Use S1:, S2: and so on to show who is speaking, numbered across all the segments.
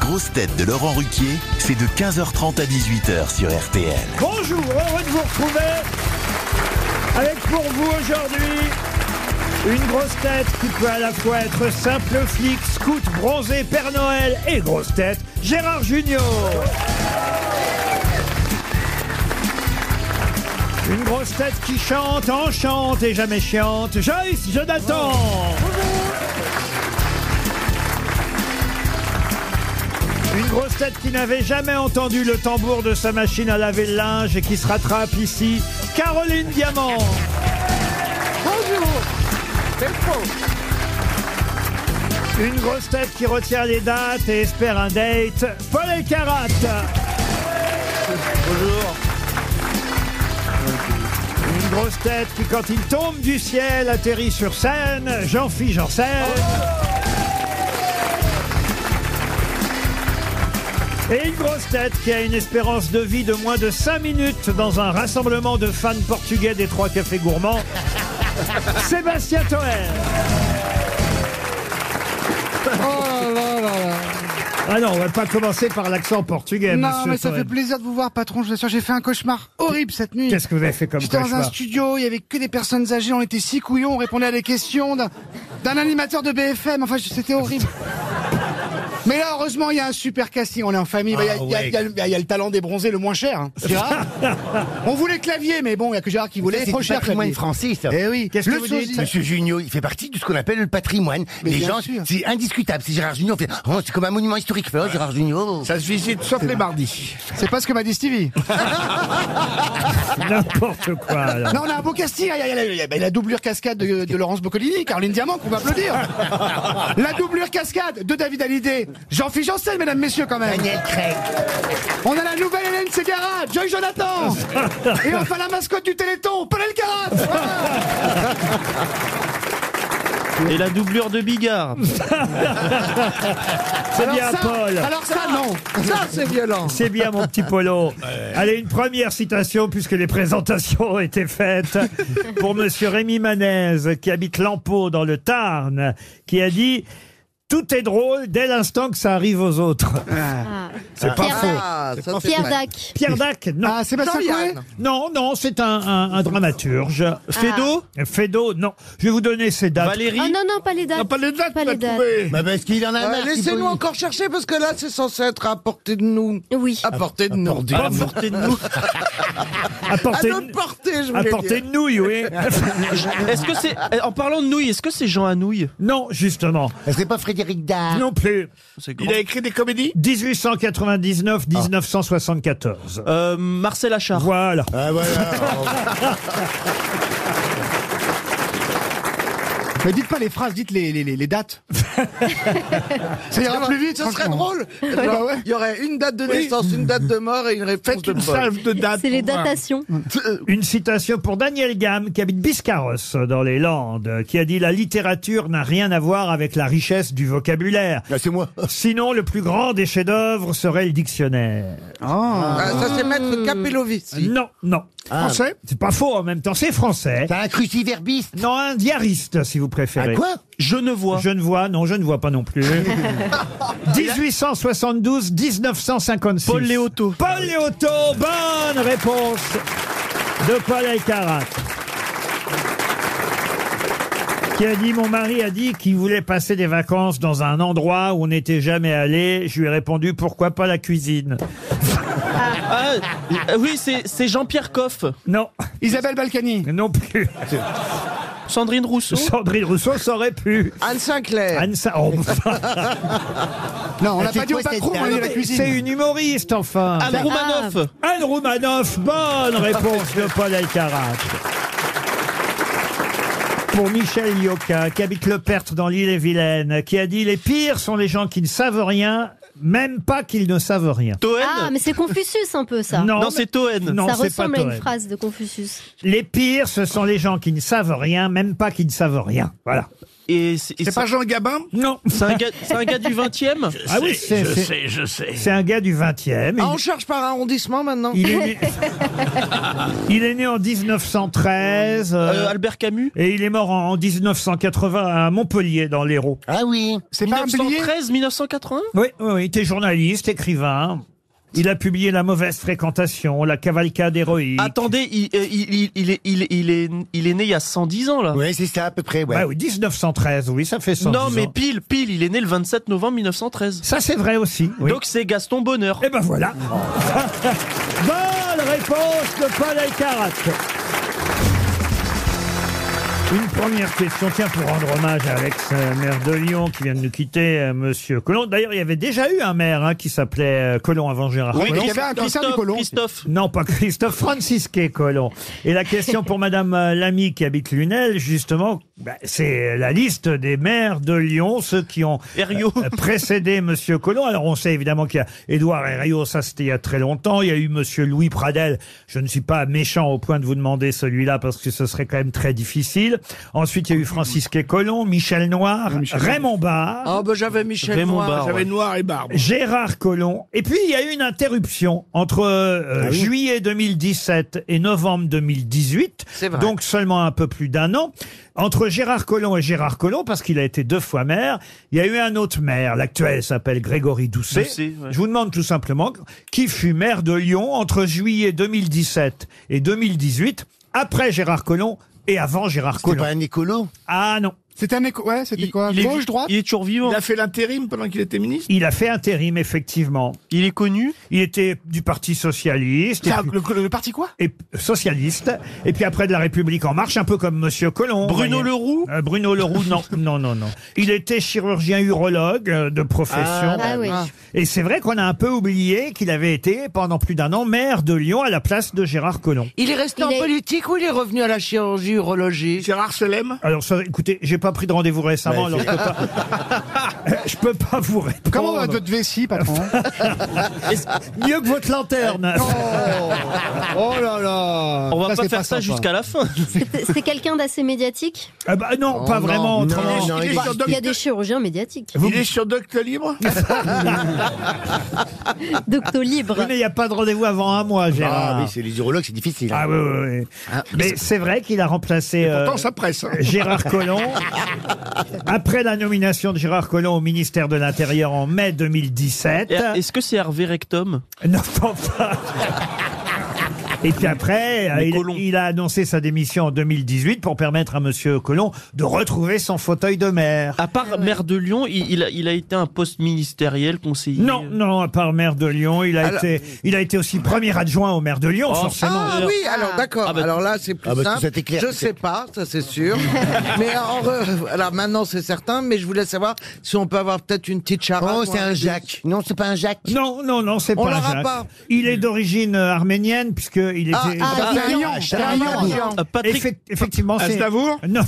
S1: grosses têtes de Laurent Ruquier, c'est de 15h30 à 18h sur RTL.
S2: Bonjour, heureux de vous retrouver avec pour vous aujourd'hui une grosse tête qui peut à la fois être simple flic, scout, bronzé, Père Noël et grosse tête, Gérard Junior. Une grosse tête qui chante, enchante et jamais chiante, Joyce Jonathan. Une grosse tête qui n'avait jamais entendu le tambour de sa machine à laver le linge et qui se rattrape ici, Caroline Diamant.
S3: Bonjour C'est
S2: Une grosse tête qui retient les dates et espère un date, Paul Elkarat. Bonjour. Une grosse tête qui, quand il tombe du ciel, atterrit sur scène, Jean-Philippe Janssen. Et une grosse tête qui a une espérance de vie de moins de 5 minutes dans un rassemblement de fans portugais des trois cafés gourmands, Sébastien Toer.
S4: Oh
S2: Ah non, on va pas commencer par l'accent portugais,
S4: Non,
S2: monsieur
S4: mais ça
S2: Toen.
S4: fait plaisir de vous voir, patron. Je vous assure, j'ai fait un cauchemar horrible cette nuit.
S2: Qu'est-ce que vous avez fait comme
S4: J'étais dans un
S2: cauchemar
S4: studio, il y avait que des personnes âgées, on était si couillons, on répondait à des questions d'un d'un animateur de BFM. Enfin, je- c'était horrible. Mais là, heureusement, il y a un super casting. On est en famille. Bah, Il y a-
S2: Ah
S4: il y, a- il y a le- il y a le talent des bronzés le moins cher. hein. Gérard. on voulait clavier, mais bon, il y a que Gérard qui voulait.
S5: C'est
S4: trop
S5: du
S4: cher
S5: patrimoine
S4: clavier.
S5: français, ça.
S4: Eh oui.
S2: Qu'est-ce que
S4: Le
S2: vous dites
S4: sosie.
S5: Monsieur Junio, il fait partie de ce qu'on appelle le patrimoine.
S4: Mais
S5: les
S4: bien
S5: gens,
S4: sûr.
S5: c'est indiscutable. C'est Gérard Junio. on fait, oh, c'est comme un monument historique. Fait, oh, Gérard Junio.
S6: Ça se visite sauf les mardis.
S4: C'est pas ce que m'a dit Stevie.
S2: N'importe quoi, alors.
S4: Non, on a un beau casting. Il y a- il y a- il y a- il y a la doublure cascade de, de Laurence Boccolini, Caroline Diamant, qu'on va applaudir. La doublure cascade de David Hallyday, Jean-Philippe Janssen, mesdames, messieurs, quand même.
S5: Daniel Craig.
S4: On a la nouvelle Hélène Ségara, Joy Jonathan. Et enfin la mascotte du Téléthon, Paul Elkarat.
S7: Et la doublure de Bigard.
S2: C'est bien,
S4: ça,
S2: Paul.
S4: Alors ça, non.
S3: Ça, c'est violent
S2: C'est bien, mon petit Polo. Allez, une première citation, puisque les présentations ont été faites, pour monsieur Rémi Manez, qui habite Lampeau, dans le Tarn, qui a dit « Tout est drôle dès l'instant que ça arrive aux autres
S4: Ah.
S2: Ah.
S6: C'est pas
S8: Pierre,
S6: faux.
S8: Pierre Dac. ».
S2: Pierre Dac, non.
S4: Ah, Sébastien Coé
S3: Jean-Yann.
S2: Non, non, c'est un, un- un dramaturge.
S8: Ah. Fédo
S2: Fédo, non. Je vais vous donner ces dates.
S7: Valérie.
S8: Ah non, non, pas les dates.
S6: Non, pas les dates,
S8: Pas les
S6: t'as
S8: dates.
S6: trouvé.
S5: Bah, parce qu'il en
S3: Ouais,
S5: a marre,
S3: Laissez-nous
S5: Thibaut.
S3: encore chercher, parce que là, c'est censé être à portée de nous.
S8: Oui.
S3: À portée de nous.
S7: À portée de nous.
S3: À
S2: Apportez,
S3: notre portée, je voulais
S2: apportez
S3: dire.
S2: une nouille, oui.
S7: Est-ce que c'est. eh, En parlant de nouilles, est-ce que c'est Jean Anouille
S2: non, justement.
S5: Ce serait pas Frédéric Dard.
S2: Non plus.
S7: C'est grand.
S6: Il a écrit des comédies Ah.
S2: 1899-1974.
S7: Euh, Marcel Achard.
S2: Voilà.
S5: Ah, voilà.
S4: Mais dites pas les phrases, dites les, les, les, les dates. ça ira plus vite,
S3: Ce serait
S4: franchement.
S3: drôle.
S4: Bah ouais.
S3: Il y aurait une date de naissance, une date de mort et une réponse de Paul.
S6: Salve de dates.
S8: C'est les
S6: pour moi.
S8: datations.
S2: Une citation pour Daniel Gamme, qui habite Biscarros, dans les Landes, qui a dit « La littérature n'a rien à voir avec la richesse du vocabulaire.
S5: Là, Ah, c'est moi.
S2: Sinon, le plus grand des chefs-d'œuvre serait le dictionnaire.
S3: Ah, ça, c'est Maître Ah. Capellovici.
S2: Non, non.
S6: Français
S2: Ah. C'est pas faux en même temps, c'est français.
S5: T'as un cruciverbiste.
S2: Non, un diariste, si vous préférez.
S5: Ah, quoi
S7: Je ne vois.
S2: Je ne vois, non, je ne vois pas non plus. 1872-1956.
S7: Paul Léoto.
S2: Paul Léoto, bonne réponse de Paul Aycarat. Qui a dit, mon mari a dit qu'il voulait passer des vacances dans un endroit où on n'était jamais allé. Je lui ai répondu, pourquoi pas la cuisine
S7: Ah, euh, oui, c'est c'est Jean-Pierre Coff.
S2: Non,
S4: Isabelle Balkany.
S2: non plus.
S7: Sandrine Rousseau.
S2: Sandrine Rousseau, ça aurait pu.
S3: Anne Sinclair.
S2: Anne Sa- oh,
S4: Non, on l'a
S5: c'est
S4: pas dit au
S5: quoi cette
S4: patron, on
S5: date
S4: a dit la
S2: c'est
S4: cuisine.
S2: une humoriste, enfin. Ah.
S7: Anne Roumanoff.
S2: Anne Roumanoff, bonne réponse de Paul Alcarat. Pour Michel Yoka, qui habite Le Perthe dans l'île et Vilaine, qui a dit Les pires sont les gens qui ne savent rien, même pas qu'ils ne savent rien.
S7: Toen.
S8: Ah, mais c'est Confucius un peu ça.
S7: non,
S2: mais-
S7: c'est Toen.
S2: Non,
S8: ça
S2: c'est pas
S8: ressemble à une
S2: Toen.
S8: phrase de Confucius.
S2: Les pires, ce sont les gens qui ne savent rien, même pas qu'ils ne savent rien. Voilà.
S7: Et c'est et
S6: C'est
S7: c'est-
S6: pas Jean Gabin
S2: Non.
S7: c'est un, gars- c'est un gars du 20 e
S2: Ah oui, c'est-
S6: Je
S2: c'est-
S6: sais, je sais.
S2: C'est un gars du 20e.
S3: Ah,
S2: Il-
S3: on cherche par arrondissement maintenant
S2: Il est, né... Ah. il est né en 1913 euh,
S7: Albert Camus.
S2: et il est mort en 1980 à Montpellier, dans l'Hérault.
S5: Ah oui.
S4: C'est pas un bélier
S7: 1913, 1980
S2: Oui, oui, oui, été journaliste, écrivain. Il a publié La mauvaise fréquentation, La cavalcade héroïque.
S7: Attendez, il, euh, il, il, il est, il, est- il est, il est né il y a 110 ans, là.
S5: Ouais, c'est ça à peu près, ouais.
S2: Bah oui, 1913, oui, ça fait 110
S7: non, mais
S2: ans.
S7: pile, pile, il est né le 27 novembre 1913.
S2: Ça, c'est vrai aussi. oui.
S7: Donc c'est Gaston Bonheur.
S2: Et ben voilà.
S4: Ah.
S2: Bonne réponse de Paul Elkarat. Une première question, tiens, pour rendre hommage à Alex, euh, maire de Lyon, qui vient de nous quitter, euh, Monsieur Colomb. D'ailleurs, il y avait déjà eu un maire hein, qui s'appelait euh, Colomb avant Gérard
S4: Oui,
S2: Collomb.
S4: il y avait un Christian du
S7: Christophe,
S4: Colomb.
S7: Christophe.
S2: Non, pas Christophe, Francisquet Colomb. Et la question pour Madame euh, Lamy qui habite Lunel, justement, bah, c'est la liste des maires de Lyon, ceux qui ont
S7: Herriot.
S2: euh, précédé Monsieur Colomb. Alors on sait évidemment qu'il y a Édouard Herriot, ça c'était il y a très longtemps. Il y a eu Monsieur Louis Pradel. Je ne suis pas méchant au point de vous demander celui-là parce que ce serait quand même très difficile. Ensuite, il y a eu Francisquet Colomb, Michel Noir, Raymond Barre.
S3: Oh, ben j'avais Michel
S7: Raymond
S3: Noir.
S7: Barre,
S3: j'avais
S7: ouais.
S3: Noir et Barbe.
S2: Gérard Collomb. Et puis, il y a eu une interruption entre euh,
S3: Ah
S2: juillet 2017 et novembre 2018.
S3: C'est vrai.
S2: Donc, seulement un peu plus d'un an. Entre Gérard Collomb et Gérard Collomb, parce qu'il a été deux fois maire, il y a eu un autre maire. L'actuel s'appelle Grégory Doucet.
S7: Doucet, ouais.
S2: Je vous demande tout simplement qui fut maire de Lyon entre juillet 2017 et 2018, après Gérard Collomb et avant Gérard
S5: C'est
S2: Collomb.
S5: pas un écolo
S2: Ah non.
S4: C'était un écho. Ouais, c'était
S7: Il,
S4: quoi
S7: il est,
S4: Gauche,
S7: vi-
S4: droite
S7: il est toujours vivant.
S6: Il a fait l'intérim pendant qu'il était ministre
S2: Il a fait intérim, effectivement.
S7: Il est connu.
S2: Il était du Parti Socialiste. et
S4: Ça,
S2: puis-
S4: le, le- le parti quoi
S2: et socialiste, et puis après de la République en marche, un peu comme Monsieur Colomb.
S7: Bruno
S2: voyez.
S7: Leroux.
S2: Euh, Bruno Leroux, non, non, non, non. Il était chirurgien urologue euh, de profession.
S8: Ah oui.
S2: Et c'est vrai qu'on a un peu oublié qu'il avait été pendant plus d'un an maire de Lyon à la place de Gérard Collomb.
S3: Il est resté
S8: Il
S3: en
S8: est-
S3: politique ou il est revenu à la chirurgie urologique
S6: Gérard Selem
S2: Alors ça, écoutez, j'ai pas pris de rendez-vous
S4: Bah,
S2: récemment, alors je peux pas, je peux pas vous répondre.
S4: Comment va votre vessie, patron
S2: Mieux que votre lanterne.
S4: Oh là là
S7: On va pas
S4: c'est
S7: faire ça
S4: sympa.
S7: jusqu'à la fin.
S8: C'était- C'était quelqu'un d'assez médiatique.
S2: Ah bah non, pas
S5: non,
S2: vraiment.
S5: non,
S2: autrement.
S5: non,
S6: il,
S5: il
S6: est sur
S5: est-
S8: Il y a
S6: Doc-
S8: des chirurgiens médiatiques.
S6: il est sur Doctolib
S8: Docto
S2: Oui,
S8: libre.
S2: mais il n'y a pas de rendez-vous avant un mois, Gérard.
S5: Ah oui, c'est les urologues, c'est difficile.
S2: Ah oui, oui, oui. Mais c'est vrai qu'il a remplacé euh,
S6: Pourtant, ça presse. hein.
S2: Gérard Collomb. Après la nomination de Gérard Collomb au ministère de l'Intérieur en mai 2017.
S7: Et- Est-ce que c'est Hervé Rectum
S2: Non, pas. Et puis après, euh,
S7: Mais
S2: il,
S7: Collomb.
S2: il a annoncé sa démission en 2018 pour permettre à Monsieur Collomb de retrouver son fauteuil de maire.
S7: À part maire de Lyon, il, il a, il a été un poste ministériel, conseiller.
S2: Non, non, à part maire de Lyon, il a
S3: Alors-
S2: été, il a été aussi premier adjoint au maire de Lyon,
S7: Oh,
S2: forcément.
S3: Ah oui, alors d'accord.
S7: Ah bah-
S3: alors là, c'est plus
S5: Ah bah, tout
S3: simple.
S5: ça, t'es clair.
S3: Je sais pas, ça c'est sûr. mais en re- alors maintenant c'est certain, mais je voulais savoir si on peut avoir peut-être une petite charade.
S5: Oh,
S3: ou
S5: c'est
S3: un
S5: un
S3: petit-
S5: Jacques. Non, c'est pas un Jacques.
S2: Non, non, non, c'est
S3: On
S2: pas
S3: l'aura
S2: Jacques.
S3: pas.
S2: Il est d'origine euh, arménienne, puisqu'il était...
S3: Ah, ah,
S4: Ah, c'est un
S3: Lyon,
S4: lion, c'est un
S3: Lyon.
S4: lion.
S7: Euh, Patrick,
S2: Effect- effectivement, c'est...
S6: Aznavour
S2: Non,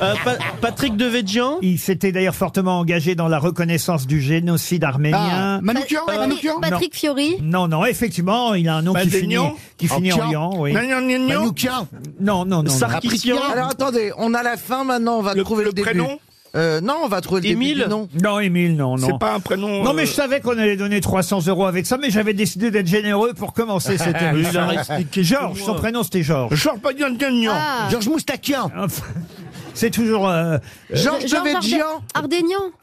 S7: euh, Pa- Patrick Devedjian
S2: il s'était d'ailleurs fortement engagé dans la reconnaissance du génocide
S4: Ah,
S2: arménien. Euh,
S4: Manoukian
S8: Patrick-
S4: Manoukian
S8: Patrick Fiori.
S2: Non, non, effectivement, il a un nom qui finit,
S6: Manoukian
S2: qui finit en liant, oui.
S6: Gna, gna, gna, gna.
S5: Manoukian.
S2: Non, non, non. non.
S7: Sarkissian
S3: Alors attendez, on a la fin maintenant, on va
S6: Le-
S3: trouver le,
S6: le
S3: début.
S6: prénom
S3: Euh, Non, on va trouver le
S7: Émile
S3: début. Non.
S2: Non, Émile, non, non.
S6: C'est pas un prénom.
S2: Non,
S6: euh,
S2: mais je savais qu'on allait donner 300 euros avec ça, mais j'avais décidé d'être généreux pour commencer cette émission.
S7: Il a expliqué
S2: Georges,
S7: tout,
S2: son
S7: moi.
S2: prénom c'était Georges.
S6: Georges euh, pas gna, gna, gna.
S8: Ah.
S5: Georges Moustakian.
S2: Enfin, C'est toujours euh,
S3: Georges Devedjian.
S8: Arde-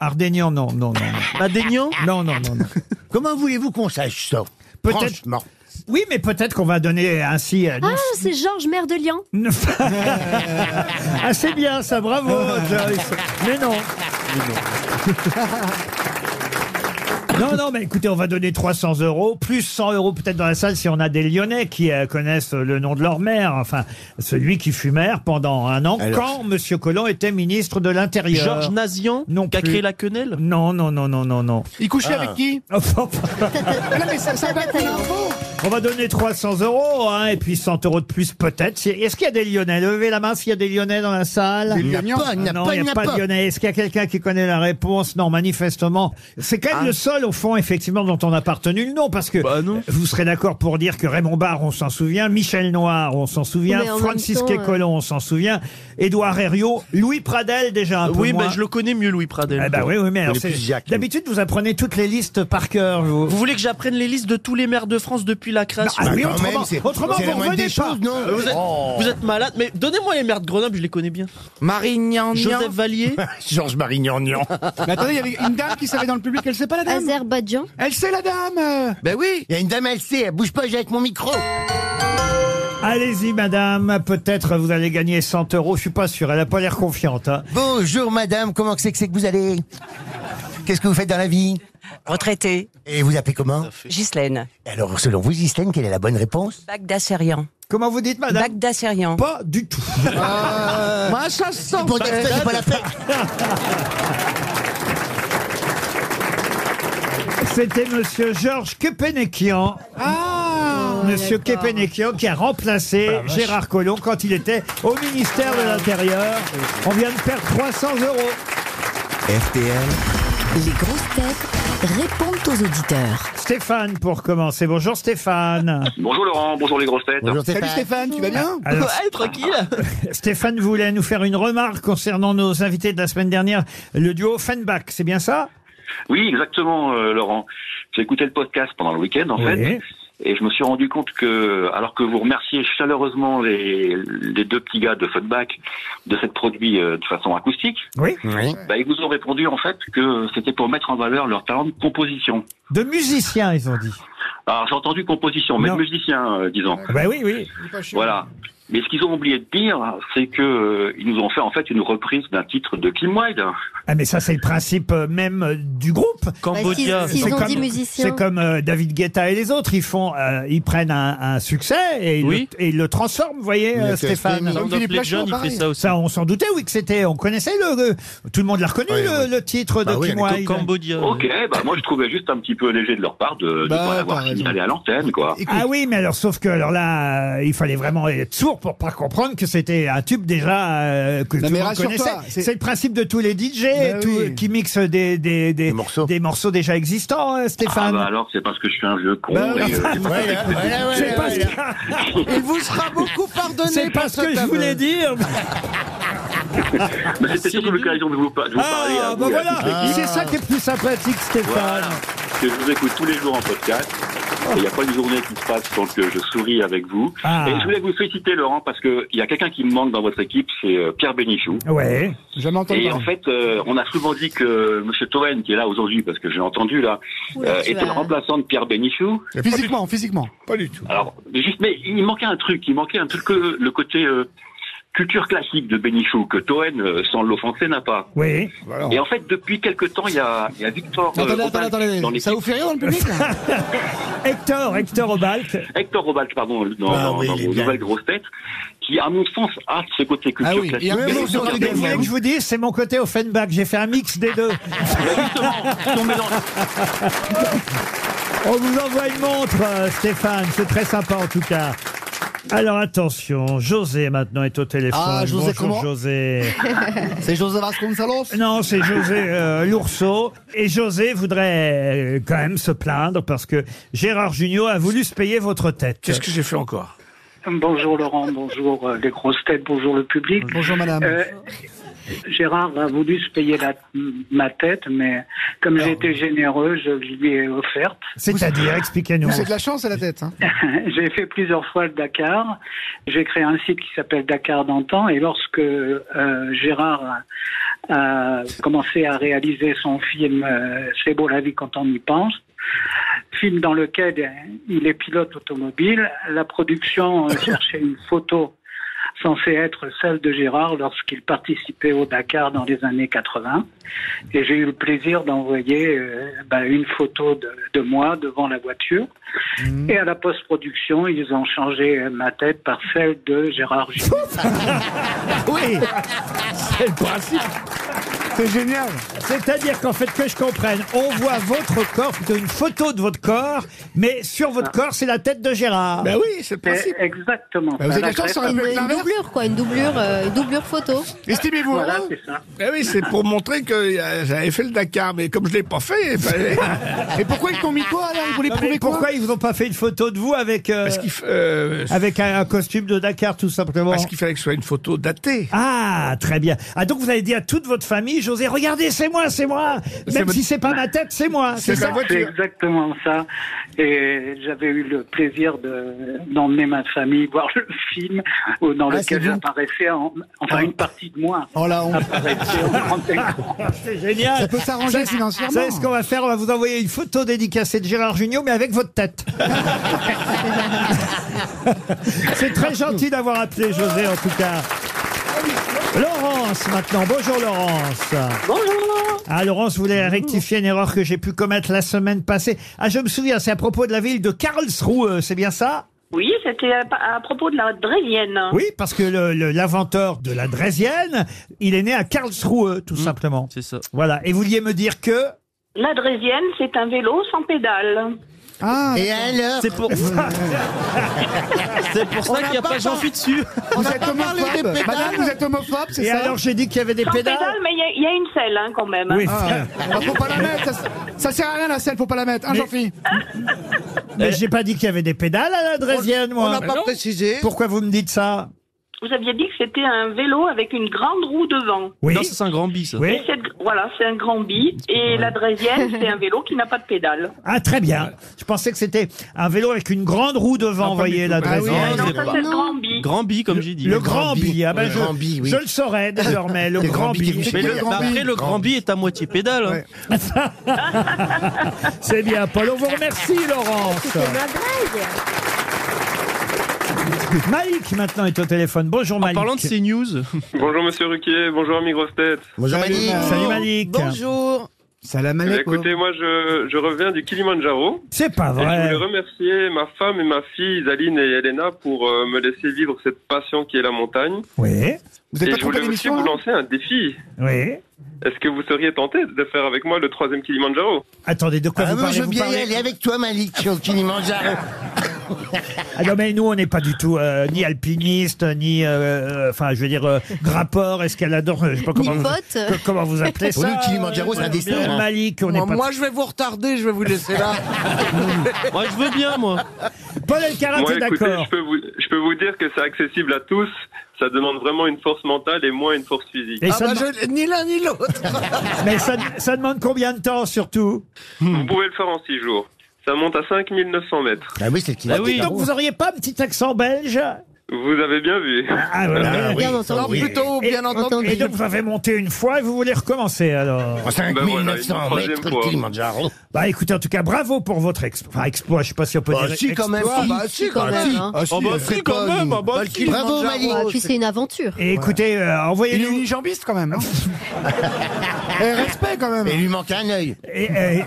S8: Ardégnan.
S2: Ardaignan, non, non, non,
S7: Adénian
S2: non, non, non, non. non.
S5: Comment voulez-vous qu'on sache ça
S2: Peut-être-
S5: Franchement.
S2: Oui, mais peut-être qu'on va donner ainsi. euh,
S8: Ah, c'est Georges, maire de Lyon.
S2: neuf- ah, c'est bien ça, bravo,
S8: Ah.
S2: Joyce. Mais non. Non, non, mais écoutez, on va donner 300 euros, plus 100 euros peut-être dans la salle si on a des Lyonnais qui euh, connaissent le nom de leur maire, enfin, celui qui fut maire pendant un an, quand Monsieur Collomb était ministre de l'Intérieur.
S7: Georges Nazian
S2: Non
S7: qui a
S2: plus.
S7: créé la quenelle
S2: Non, non, non, non, non, non.
S4: Il couchait avec qui
S2: Enfin,
S4: Mais Ah Non, mais ça, ça date de l'info
S2: On va donner 300 euros, hein, et puis 100 euros de plus peut-être. Si- Est-ce qu'il y a des Lyonnais Levez la main s'il y a des Lyonnais dans la salle. Ah,
S5: Il n'y a pas, il n'y a
S2: non,
S5: pas,
S2: il
S5: il
S2: n'y a pas de
S5: pas.
S2: Lyonnais. Est-ce qu'il y a quelqu'un qui connaît la réponse Non, manifestement. C'est
S5: Ah.
S2: quand même le seul, au fond, effectivement, dont on a pas retenu le nom, parce que
S7: Bah non.
S2: vous serez d'accord pour dire que Raymond Barre, on s'en souvient, Michel Noir, on s'en souvient,
S8: Mais en même
S2: Francis
S8: temps,
S2: Quay
S8: euh,
S2: Colomb, on s'en souvient, Édouard Herriot, Louis Pradel, déjà un peu
S7: Oui,
S2: moins.
S7: bah, je le connais mieux, Louis Pradel.
S2: Eh ben oui, oui, mais alors
S5: plus
S2: c'est-
S5: Jacques, oui.
S2: d'habitude vous apprenez toutes les listes par cœur. vous.
S7: Vous voulez que j'apprenne les listes de tous les maires de France depuis depuis la création.
S2: Ah oui,
S5: Bah, Quand
S2: autrement-
S5: même, c'est-
S2: autrement,
S5: c'est la
S2: vous
S5: moindre
S2: revenez
S5: des
S2: pas.
S5: choses, non
S7: Euh, Vous êtes,
S5: Oh.
S7: vous êtes malade, mais donnez-moi les maires de Grenoble, je les connais bien.
S3: Marignan.
S7: Joseph Vallier,
S5: Georges Marignagnan.
S4: Mais attendez, il y avait une dame qui savait dans le public, elle sait pas la dame
S8: Azerbaïdjan.
S4: Elle sait la dame euh.
S3: Ben oui.
S5: Il y a une dame, elle sait, elle bouge pas, j'ai avec mon micro.
S2: Allez-y, madame. Peut-être vous allez gagner 100 euros. Je suis pas sûr. Elle a pas l'air confiante. hein.
S5: Bonjour madame, comment que c'est que c'est que vous allez Qu'est-ce que vous faites dans la vie
S9: Retraité,
S5: Et vous appelez comment
S9: Ghislaine,
S5: Alors selon vous, Ghislaine, quelle est la bonne réponse
S9: Bagdasérian.
S2: Comment vous dites, madame
S9: Bagdasérian.
S2: Pas du tout.
S3: Moi, ça se sent.
S5: Ah. Pour dire que ça, c'est pas la fête.
S2: C'était monsieur Georges Kepenekian.
S4: Ah,
S2: Monsieur Kepenekian qui a remplacé Gérard Collomb quand il était au ministère de l'Intérieur. On vient de perdre 300 euros.
S1: RTL,
S10: Les grosses têtes répondent aux auditeurs.
S2: Stéphane pour commencer. Bonjour Stéphane. Ah,
S11: Bonjour Laurent, bonjour les grosses têtes.
S5: Bonjour
S4: Salut
S5: Stéphane.
S4: Stéphane, tu vas bien
S2: Alors,
S7: Ouais, tranquille.
S2: Stéphane voulait nous faire une remarque concernant nos invités de la semaine dernière, le duo Fenbach, c'est bien ça
S11: Oui, exactement, euh, Laurent. J'ai écouté le podcast pendant le week-end, en fait, et je me suis rendu compte que, alors que vous remerciez chaleureusement les, les deux petits gars de Funback de cette produit euh, de façon acoustique,
S2: Oui.
S5: Oui.
S11: bah, ils vous ont répondu en fait que c'était pour mettre en valeur leur talent de composition.
S2: De musiciens, ils ont dit.
S11: Alors j'ai entendu composition, mais
S2: Non.
S11: de musicien, euh, disons.
S2: Bah oui, oui.
S11: Voilà. Mais ce qu'ils ont oublié de dire, c'est que euh, ils nous ont fait en fait une reprise d'un titre de Kim Wilde.
S2: Ah mais ça c'est le principe euh, même euh, du groupe.
S7: Cambodia.
S8: Bah, si- Ils si-
S2: C'est
S8: ont
S2: comme-
S8: dit musiciens.
S2: C'est comme euh, David Guetta et les autres, ils font, euh, ils prennent un, un succès et ils,
S7: Oui.
S2: le, et ils le transforment, vous voyez, euh,
S5: a fait
S2: Stéphane.
S5: Stéphane.
S4: Comme Philippe
S7: Play John,
S4: Lachaud,
S7: il fait
S4: pareil.
S7: ça aussi.
S2: Ça, on s'en doutait, oui, que c'était, on connaissait le, le- tout le monde l'a reconnu,
S5: Oui,
S2: le,
S5: oui.
S2: le titre
S5: Bah
S2: de
S5: oui,
S2: Kim
S5: avec
S2: Wilde.
S5: euh,
S7: Cambodia.
S11: Ok, bah moi je trouvais juste un petit peu léger de leur part de ne
S4: Bah,
S11: pas
S4: t'as
S11: l'avoir
S4: raison.
S11: signalé à l'antenne, quoi.
S2: Ah oui, mais alors, sauf que, alors là, euh, il fallait vraiment être sourd pour pas comprendre que c'était un tube déjà euh, que tout
S4: mais
S2: le monde
S4: rassure-toi,
S2: connaissait.
S4: c'est-
S2: C'est le principe de tous les DJ
S4: Bah
S2: tout-
S4: oui.
S2: qui mixent des, des, des, des morceaux.
S5: morceaux.
S2: déjà existants, euh,
S11: Ah
S2: Stéphane.
S11: bah alors c'est parce que je suis un vieux con.
S2: Bah,
S11: et, euh,
S5: Voilà,
S4: Ah.
S5: voilà,
S2: Je
S5: voilà,
S2: sais pas ce
S5: voilà.
S2: qu'il y a.
S3: Il vous sera beaucoup pardonné.
S2: C'est
S3: pour
S2: pas ce
S3: ce
S2: que je voulais dire.
S11: mais c'était surtout l'occasion de vous, pa- de vous parler à
S2: Ah,
S11: vous
S2: bah
S11: et à
S2: voilà,
S11: toute l'équipe.
S2: c'est ça qui est plus sympathique, Stéphane.
S11: Voilà. Que je vous écoute tous les jours en podcast. Et Il n'y a pas une journée qui se passe tant que je souris avec vous.
S2: Ah.
S11: Et je voulais vous féliciter, Laurent, parce que il y a quelqu'un qui me manque dans votre équipe, c'est euh, Pierre Bénichou.
S2: Ouais.
S4: Jamais entendu.
S11: Et en fait, euh, on a souvent dit que Monsieur Toen, qui est là aujourd'hui, parce que j'ai entendu là, euh, était le remplaçant de Pierre Bénichou.
S4: Physiquement, physiquement.
S6: Pas du tout.
S11: Alors, juste, mais il manquait un truc, il manquait un truc que le côté euh, culture classique de Bénichou, que Toen, euh, sans l'offenser, n'a pas.
S2: Oui.
S6: Voilà.
S11: Et en fait, depuis quelque temps, il y a, il y a Victor euh,
S4: Attendez,
S11: Obalt
S4: attendez, attendez.
S11: dans
S4: Ça
S11: l'équipe,
S4: vous fait rire dans le public là
S2: Hector, Hector Obalt.
S11: Hector Obalt, pardon, dans,
S5: Ah
S11: dans-
S5: oui,
S11: dans
S5: il est
S11: vos
S5: bien.
S11: nouvelles grosses têtes, qui, à mon sens, a ce côté culture
S4: Ah oui,
S11: classique.
S4: et un
S11: de
S4: peu
S11: Bénichou,
S4: sur
S11: qui
S4: les
S11: est
S2: Vous voulez
S11: bien.
S2: que je vous dise, c'est mon côté Offenbach. J'ai fait un mix des deux.
S11: Ton mélange.
S2: On vous envoie une montre, euh, Stéphane. C'est très sympa en tout cas. Alors attention, José maintenant est au téléphone.
S4: Ah, José,
S2: Bonjour,
S4: comment
S2: José.
S4: C'est José Vasconcelos
S2: Non, c'est José euh, Lourceau. Et José voudrait euh, quand même se plaindre parce que Gérard Junior a voulu se payer votre tête.
S6: Qu'est-ce que j'ai fait encore
S9: Bonjour Laurent, bonjour euh, les grosses têtes, bonjour le public.
S4: Bonjour madame.
S9: Euh, Gérard a voulu se payer la- ma tête, mais comme
S4: Ah.
S9: j'ai été généreux, je lui ai offerte.
S2: C'est-à-dire, expliquez-nous.
S4: C'est de la chance à la tête. hein.
S9: J'ai fait plusieurs fois le Dakar. J'ai créé un site qui s'appelle Dakar d'antan. Et lorsque euh, Gérard a a commencé à réaliser son film euh, C'est beau la vie quand on y pense, film dans lequel euh, il est pilote automobile, la production euh, cherchait une photo censée être celle de Gérard lorsqu'il participait au Dakar dans les années 80. Et j'ai eu le plaisir d'envoyer euh, bah, une photo de- de moi devant la voiture. Et à la post-production, ils ont changé euh, ma tête par celle de Gérard Jugnot.
S2: Oui,
S4: C'est génial.
S2: c'est-à-dire qu'en fait, que je comprenne, on voit votre corps, plutôt une photo de votre corps, mais sur votre corps, c'est la tête de Gérard.
S6: Ben oui, c'est le principe.
S9: Eh, Exactement.
S8: Ben,
S4: Bah, vous avez de la chance, ça aurait
S9: crête-
S8: Une,
S4: pu être
S8: une
S4: l'inverse.
S8: doublure, quoi, une doublure, euh, une doublure photo.
S4: Estimez-vous
S9: Voilà,
S4: heureux
S9: c'est ça.
S6: Ben oui, c'est pour montrer que euh, j'avais fait le Dakar, mais comme je l'ai pas fait, il fallait.
S4: Et pourquoi ils t'ont mis toi alors Ils voulaient
S2: Non, mais
S4: prouver quoi
S2: pourquoi ils vous ont pas fait une photo de vous avec euh,
S6: Parce qu'il f- euh,
S2: avec un, un costume de Dakar tout simplement
S6: parce qu'il fallait que ce soit une photo datée.
S2: Ah, très bien. Ah donc vous avez dit à toute votre famille, José, regardez, c'est moi, c'est moi.
S9: C'est
S2: Même
S9: votre-
S2: si c'est pas ma tête, c'est moi. Ah, C'est ça.
S9: C'est exactement ça. Et j'avais eu le plaisir de- d'emmener ma famille voir le film au- dans
S2: Ah, c'est
S9: lequel
S2: vous Ah.
S9: j'apparaissais, en- enfin une partie de moi.
S4: Oh là, on-
S9: apparaissait en grand écran.
S2: C'est génial.
S4: Ça peut s'arranger
S2: Ça-
S4: financièrement.
S2: Vous savez ce qu'on va faire On va vous envoyer une photo dédicacée de Gérard Junior, mais avec votre tête. C'est très gentil d'avoir appelé José, en tout cas. Laurence, maintenant. Bonjour, Laurence.
S12: Bonjour.
S2: Ah, Laurence voulait rectifier une erreur que j'ai pu commettre la semaine passée. Ah, je me souviens, c'est à propos de la ville de Karlsruhe, euh, c'est bien ça
S12: Oui, c'était à, à propos de la Drésienne.
S2: Oui, parce que le- le- l'inventeur de la Drésienne, il est né à Karlsruhe, tout simplement. C'est ça. Voilà. Et vous vouliez me dire que
S12: La Drésienne, c'est un vélo sans pédale.
S4: Ah,
S5: Et alors
S7: C'est pour ça. c'est pour
S12: On
S7: ça qu'il n'y
S12: n'a
S7: a
S12: pas
S7: pas Jean-Philippe dessus.
S4: Vous êtes homophobe Madame, vous êtes homophobe, c'est
S2: Et
S4: ça
S2: alors j'ai dit qu'il y avait des
S12: Sans pédale,
S2: pédales.
S12: mais il y a- il y, a une selle hein, quand même. hein.
S2: Oui.
S4: Ah, ah, faut pas la mettre, ça, ça sert à rien la selle, faut pas la mettre. Hein,
S2: Mais-
S4: Jean-Philippe
S2: Mais j'ai pas dit qu'il y avait des pédales à la Drésienne,
S3: On
S2: moi.
S3: n'a pas précisé.
S2: Pourquoi vous me dites ça
S12: Vous aviez dit que c'était un vélo avec une grande roue devant.
S2: Oui.
S7: Non, ça, c'est un grand bis. ça.
S2: Oui.
S12: Et cette- voilà, c'est un grand bi. Et la Drésienne, c'est un vélo qui n'a pas de pédale.
S2: Ah très bien. Je pensais que c'était un vélo avec une grande roue devant, vous voyez la
S7: Ah oui,
S2: Drésienne.
S7: non,
S12: Non,
S7: c'est
S12: ça,
S7: pas-
S12: c'est le grand bi.
S7: Grand bis, comme j'ai dit.
S2: Le grand billet, ah ben
S5: Le
S2: je,
S5: grand bi, oui.
S2: je le saurais désormais, le grand
S5: bi qui
S2: billet.
S5: vous
S7: Mais
S4: Le
S7: le,
S4: grand
S7: après,
S4: bis.
S7: le grand bi est à moitié pédale. hein.
S2: C'est bien, Paul. On vous remercie, Laurence. Malik, maintenant, est au téléphone. Bonjour,
S7: En
S2: Malik.
S7: parlant de ces news,
S13: Bonjour Monsieur Ruquier, bonjour Ami Grosse Tête.
S5: Bonjour
S4: Salut,
S5: Malik.
S4: Malik.
S2: Salut, Malik.
S14: Bonjour.
S4: Salam
S13: Eh bien,
S4: alaikum.
S13: écoutez, moi je, je reviens du Kilimanjaro.
S2: C'est pas
S13: Et je
S2: vrai.
S13: voulais remercier ma femme et ma fille, Zaline et Elena, pour euh, me laisser vivre cette passion qui est la montagne.
S2: Oui,
S4: Vous n'êtes
S13: et je
S4: pas trompé
S13: voulais aussi
S4: d'émission
S13: vous
S4: là
S13: lancer un défi.
S2: oui.
S13: Est-ce que vous seriez tenté de faire avec moi le troisième Kilimanjaro
S2: Attendez, de quoi
S5: Ah
S2: vous
S5: oui,
S2: parlez,
S5: je veux
S2: vous
S5: bien y
S2: parlez-
S5: aller avec toi, Malik, sur le Kilimanjaro.
S2: Ah non, mais nous, on n'est pas du tout euh, ni alpiniste, ni, euh, enfin, je veux dire, euh, grappeur, escaladeur, euh, je sais pas
S8: Ni
S2: comment, vous,
S8: pote.
S2: que- comment vous appelez ça.
S5: Pour nous, le Kilimanjaro, c'est un
S2: euh,
S5: destin, hein.
S2: Malik, on n'est
S3: Moi,
S2: pas...
S3: moi, je vais vous retarder, je vais vous laisser là.
S7: moi je veux bien, moi.
S2: Paul Elkarat,
S13: Moi
S2: est
S13: écoutez,
S2: d'accord.
S13: je peux, vous, je peux vous dire que c'est accessible à tous. Ça demande vraiment une force mentale et moins une force physique.
S2: Et
S3: Ah
S2: ça
S3: bah,
S2: dem-
S3: je- ni l'un ni l'autre.
S2: Mais ça, ça demande combien de temps, surtout
S13: Vous pouvez le faire en six jours. Ça monte à 5900 mètres.
S5: bah oui, c'est le
S7: Ah oui.
S2: Donc,
S5: Kilimanjaro.
S2: vous auriez pas un petit accent belge
S13: Ah, Vous avez bien vu.
S2: Ah, voilà.
S5: Ah oui,
S8: Bien entendu.
S5: ça,
S3: Alors
S5: oui.
S3: plutôt bien entendu.
S2: Et donc, vous avez monté une fois et vous voulez recommencer, alors
S3: Ah,
S5: En
S13: Ben voilà, une
S5: 5900
S13: troisième
S5: mètres, le
S13: fois.
S5: Kilimanjaro.
S2: Bah, écoutez, en tout cas, bravo pour votre exploit. Enfin, exploit, je sais pas si on peut
S5: Bah,
S2: dire...
S5: si, quand même.
S3: Ah,
S5: si.
S3: bah, si, quand
S8: quand
S3: même.
S8: même,
S3: hein.
S8: hein.
S4: Ah, si,
S7: Oh, bah,
S4: elle
S7: si,
S4: ferait
S7: quand
S4: pas
S7: même,
S4: une-
S7: ah, bah,
S4: pas le
S7: si.
S4: Kilimanjaro.
S5: Bravo, Malik.
S8: Ah, puis c'est une aventure.
S2: Et écoutez, euh,
S4: Il est
S2: envoyez-nous...
S4: unijambiste quand même. hein. Eh, respect quand même.
S5: Et lui manque un œil.
S2: Et, et,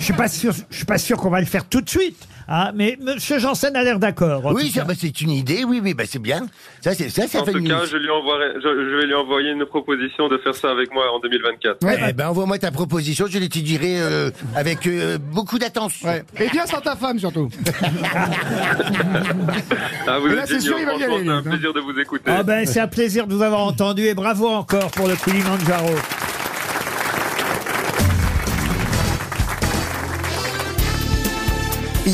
S2: je suis pas sûr, je suis pas sûr qu'on va le faire tout de suite. hein, mais Monsieur Janssen a l'air d'accord. en
S5: Oui,
S2: tout
S5: ça,
S2: cas.
S5: bah, c'est une idée, oui, oui, bah, c'est bien. Ça, c'est- ça, ça
S13: En
S5: fait
S13: tout
S5: une
S13: cas, je, lui envoierai, je, je vais lui envoyer une proposition de faire ça avec moi en 2024.
S5: Ouais,
S4: bah.
S5: eh ben, envoie-moi ta proposition, je l'étudierai euh, avec euh, beaucoup d'attention.
S4: Ouais. Et bien sans ta femme surtout.
S13: Ah, vous
S4: Mais là,
S13: êtes
S4: c'est sûr,
S13: géniaux,
S4: il va y
S13: franchement,
S4: aller,
S13: C'est un
S4: lui, hein.
S13: plaisir de vous écouter.
S2: Ah ben, c'est un plaisir de vous avoir entendu et bravo encore pour le Kilimanjaro.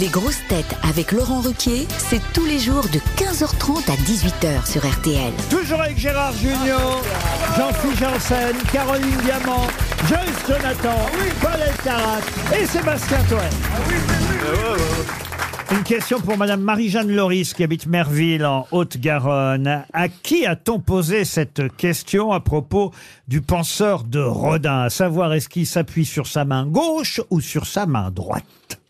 S10: Les grosses têtes avec Laurent Ruquier, c'est tous les jours de 15h30 à 18h sur RTL.
S2: Toujours avec Gérard Junior, Jean-Philippe Janssen, Caroline Diamant, Joyce Jonathan, Paul Elkarat et Sébastien Toer.
S13: Ah
S2: Ah Une question pour Madame Marie-Jeanne Loris qui habite Merville en Haute-Garonne. À qui a-t-on posé cette question à propos du penseur de Rodin À savoir, est-ce qu'il s'appuie sur sa main gauche ou sur sa main droite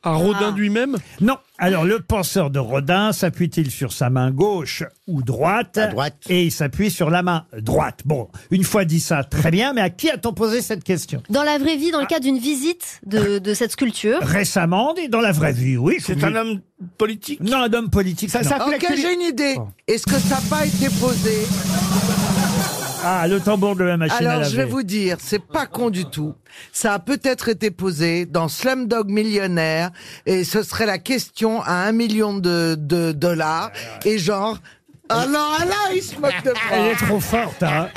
S7: un Rodin lui-même
S2: Non. Alors, le penseur de Rodin s'appuie-t-il sur sa main gauche ou droite
S5: À droite.
S2: Et il s'appuie sur la main droite. Bon, une fois dit ça, très bien, mais à qui a-t-on posé cette question
S8: Dans la vraie vie, dans le cadre d'une visite de, de cette sculpture,
S2: Récemment, et dans la vraie vie, oui. je
S6: C'est
S2: vous
S6: un
S2: dis-
S6: homme politique
S2: Non, un homme politique.
S4: Ça
S2: non.
S4: s'appelle
S3: Ok, j'ai une idée.
S2: Oh.
S3: Est-ce que ça n'a pas été posé
S2: Ah, le tambour de la machine à
S3: Alors,
S2: laver.
S3: je vais vous dire, c'est pas con du tout. Ça a peut-être été posé dans Slumdog Millionnaire, et ce serait la question à un million de, de dollars, et genre, ah non, ah là, il se moque de
S2: Elle est
S3: moi.
S2: trop forte, hein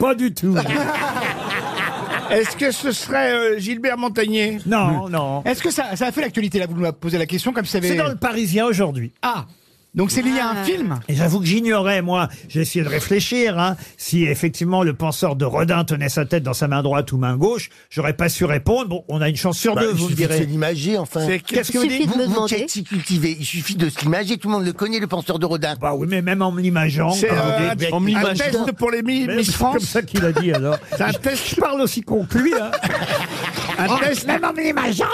S2: Pas du tout.
S6: Ah, Est-ce que ce serait euh, Gilbert Montagnier
S2: Non, non.
S4: Est-ce que ça, ça a fait l'actualité là Vous me posez la question comme si ça avait.
S2: C'est dans le Parisien aujourd'hui.
S4: Ah Donc c'est lié à un film
S2: Et j'avoue que j'ignorais, moi, j'ai essayé de réfléchir, hein, si effectivement le penseur de Rodin tenait sa tête dans sa main droite ou main gauche, j'aurais pas su répondre. Bon, on a une chance sur
S5: Bah,
S2: deux,
S5: il
S2: vous me
S5: suffit de se
S2: direz.
S5: l'imager, enfin.
S2: C'est- Qu'est-ce que vous dites
S5: vous, vous qui êtes si cultivé, il suffit de se l'imager, tout le monde le connaît, le penseur de Rodin.
S2: Bah oui, mais même en l'imageant.
S5: C'est,
S2: comme
S5: euh,
S2: vous dites.
S5: un- En m'imaginant. un test
S6: pour les mi-
S2: Mais
S6: Miss
S2: c'est
S6: France.
S2: comme ça qu'il a dit alors.
S6: un
S2: test. Je parle aussi con que lui, hein.
S6: Un
S2: Oh,
S6: test.
S2: même en l'imaginant.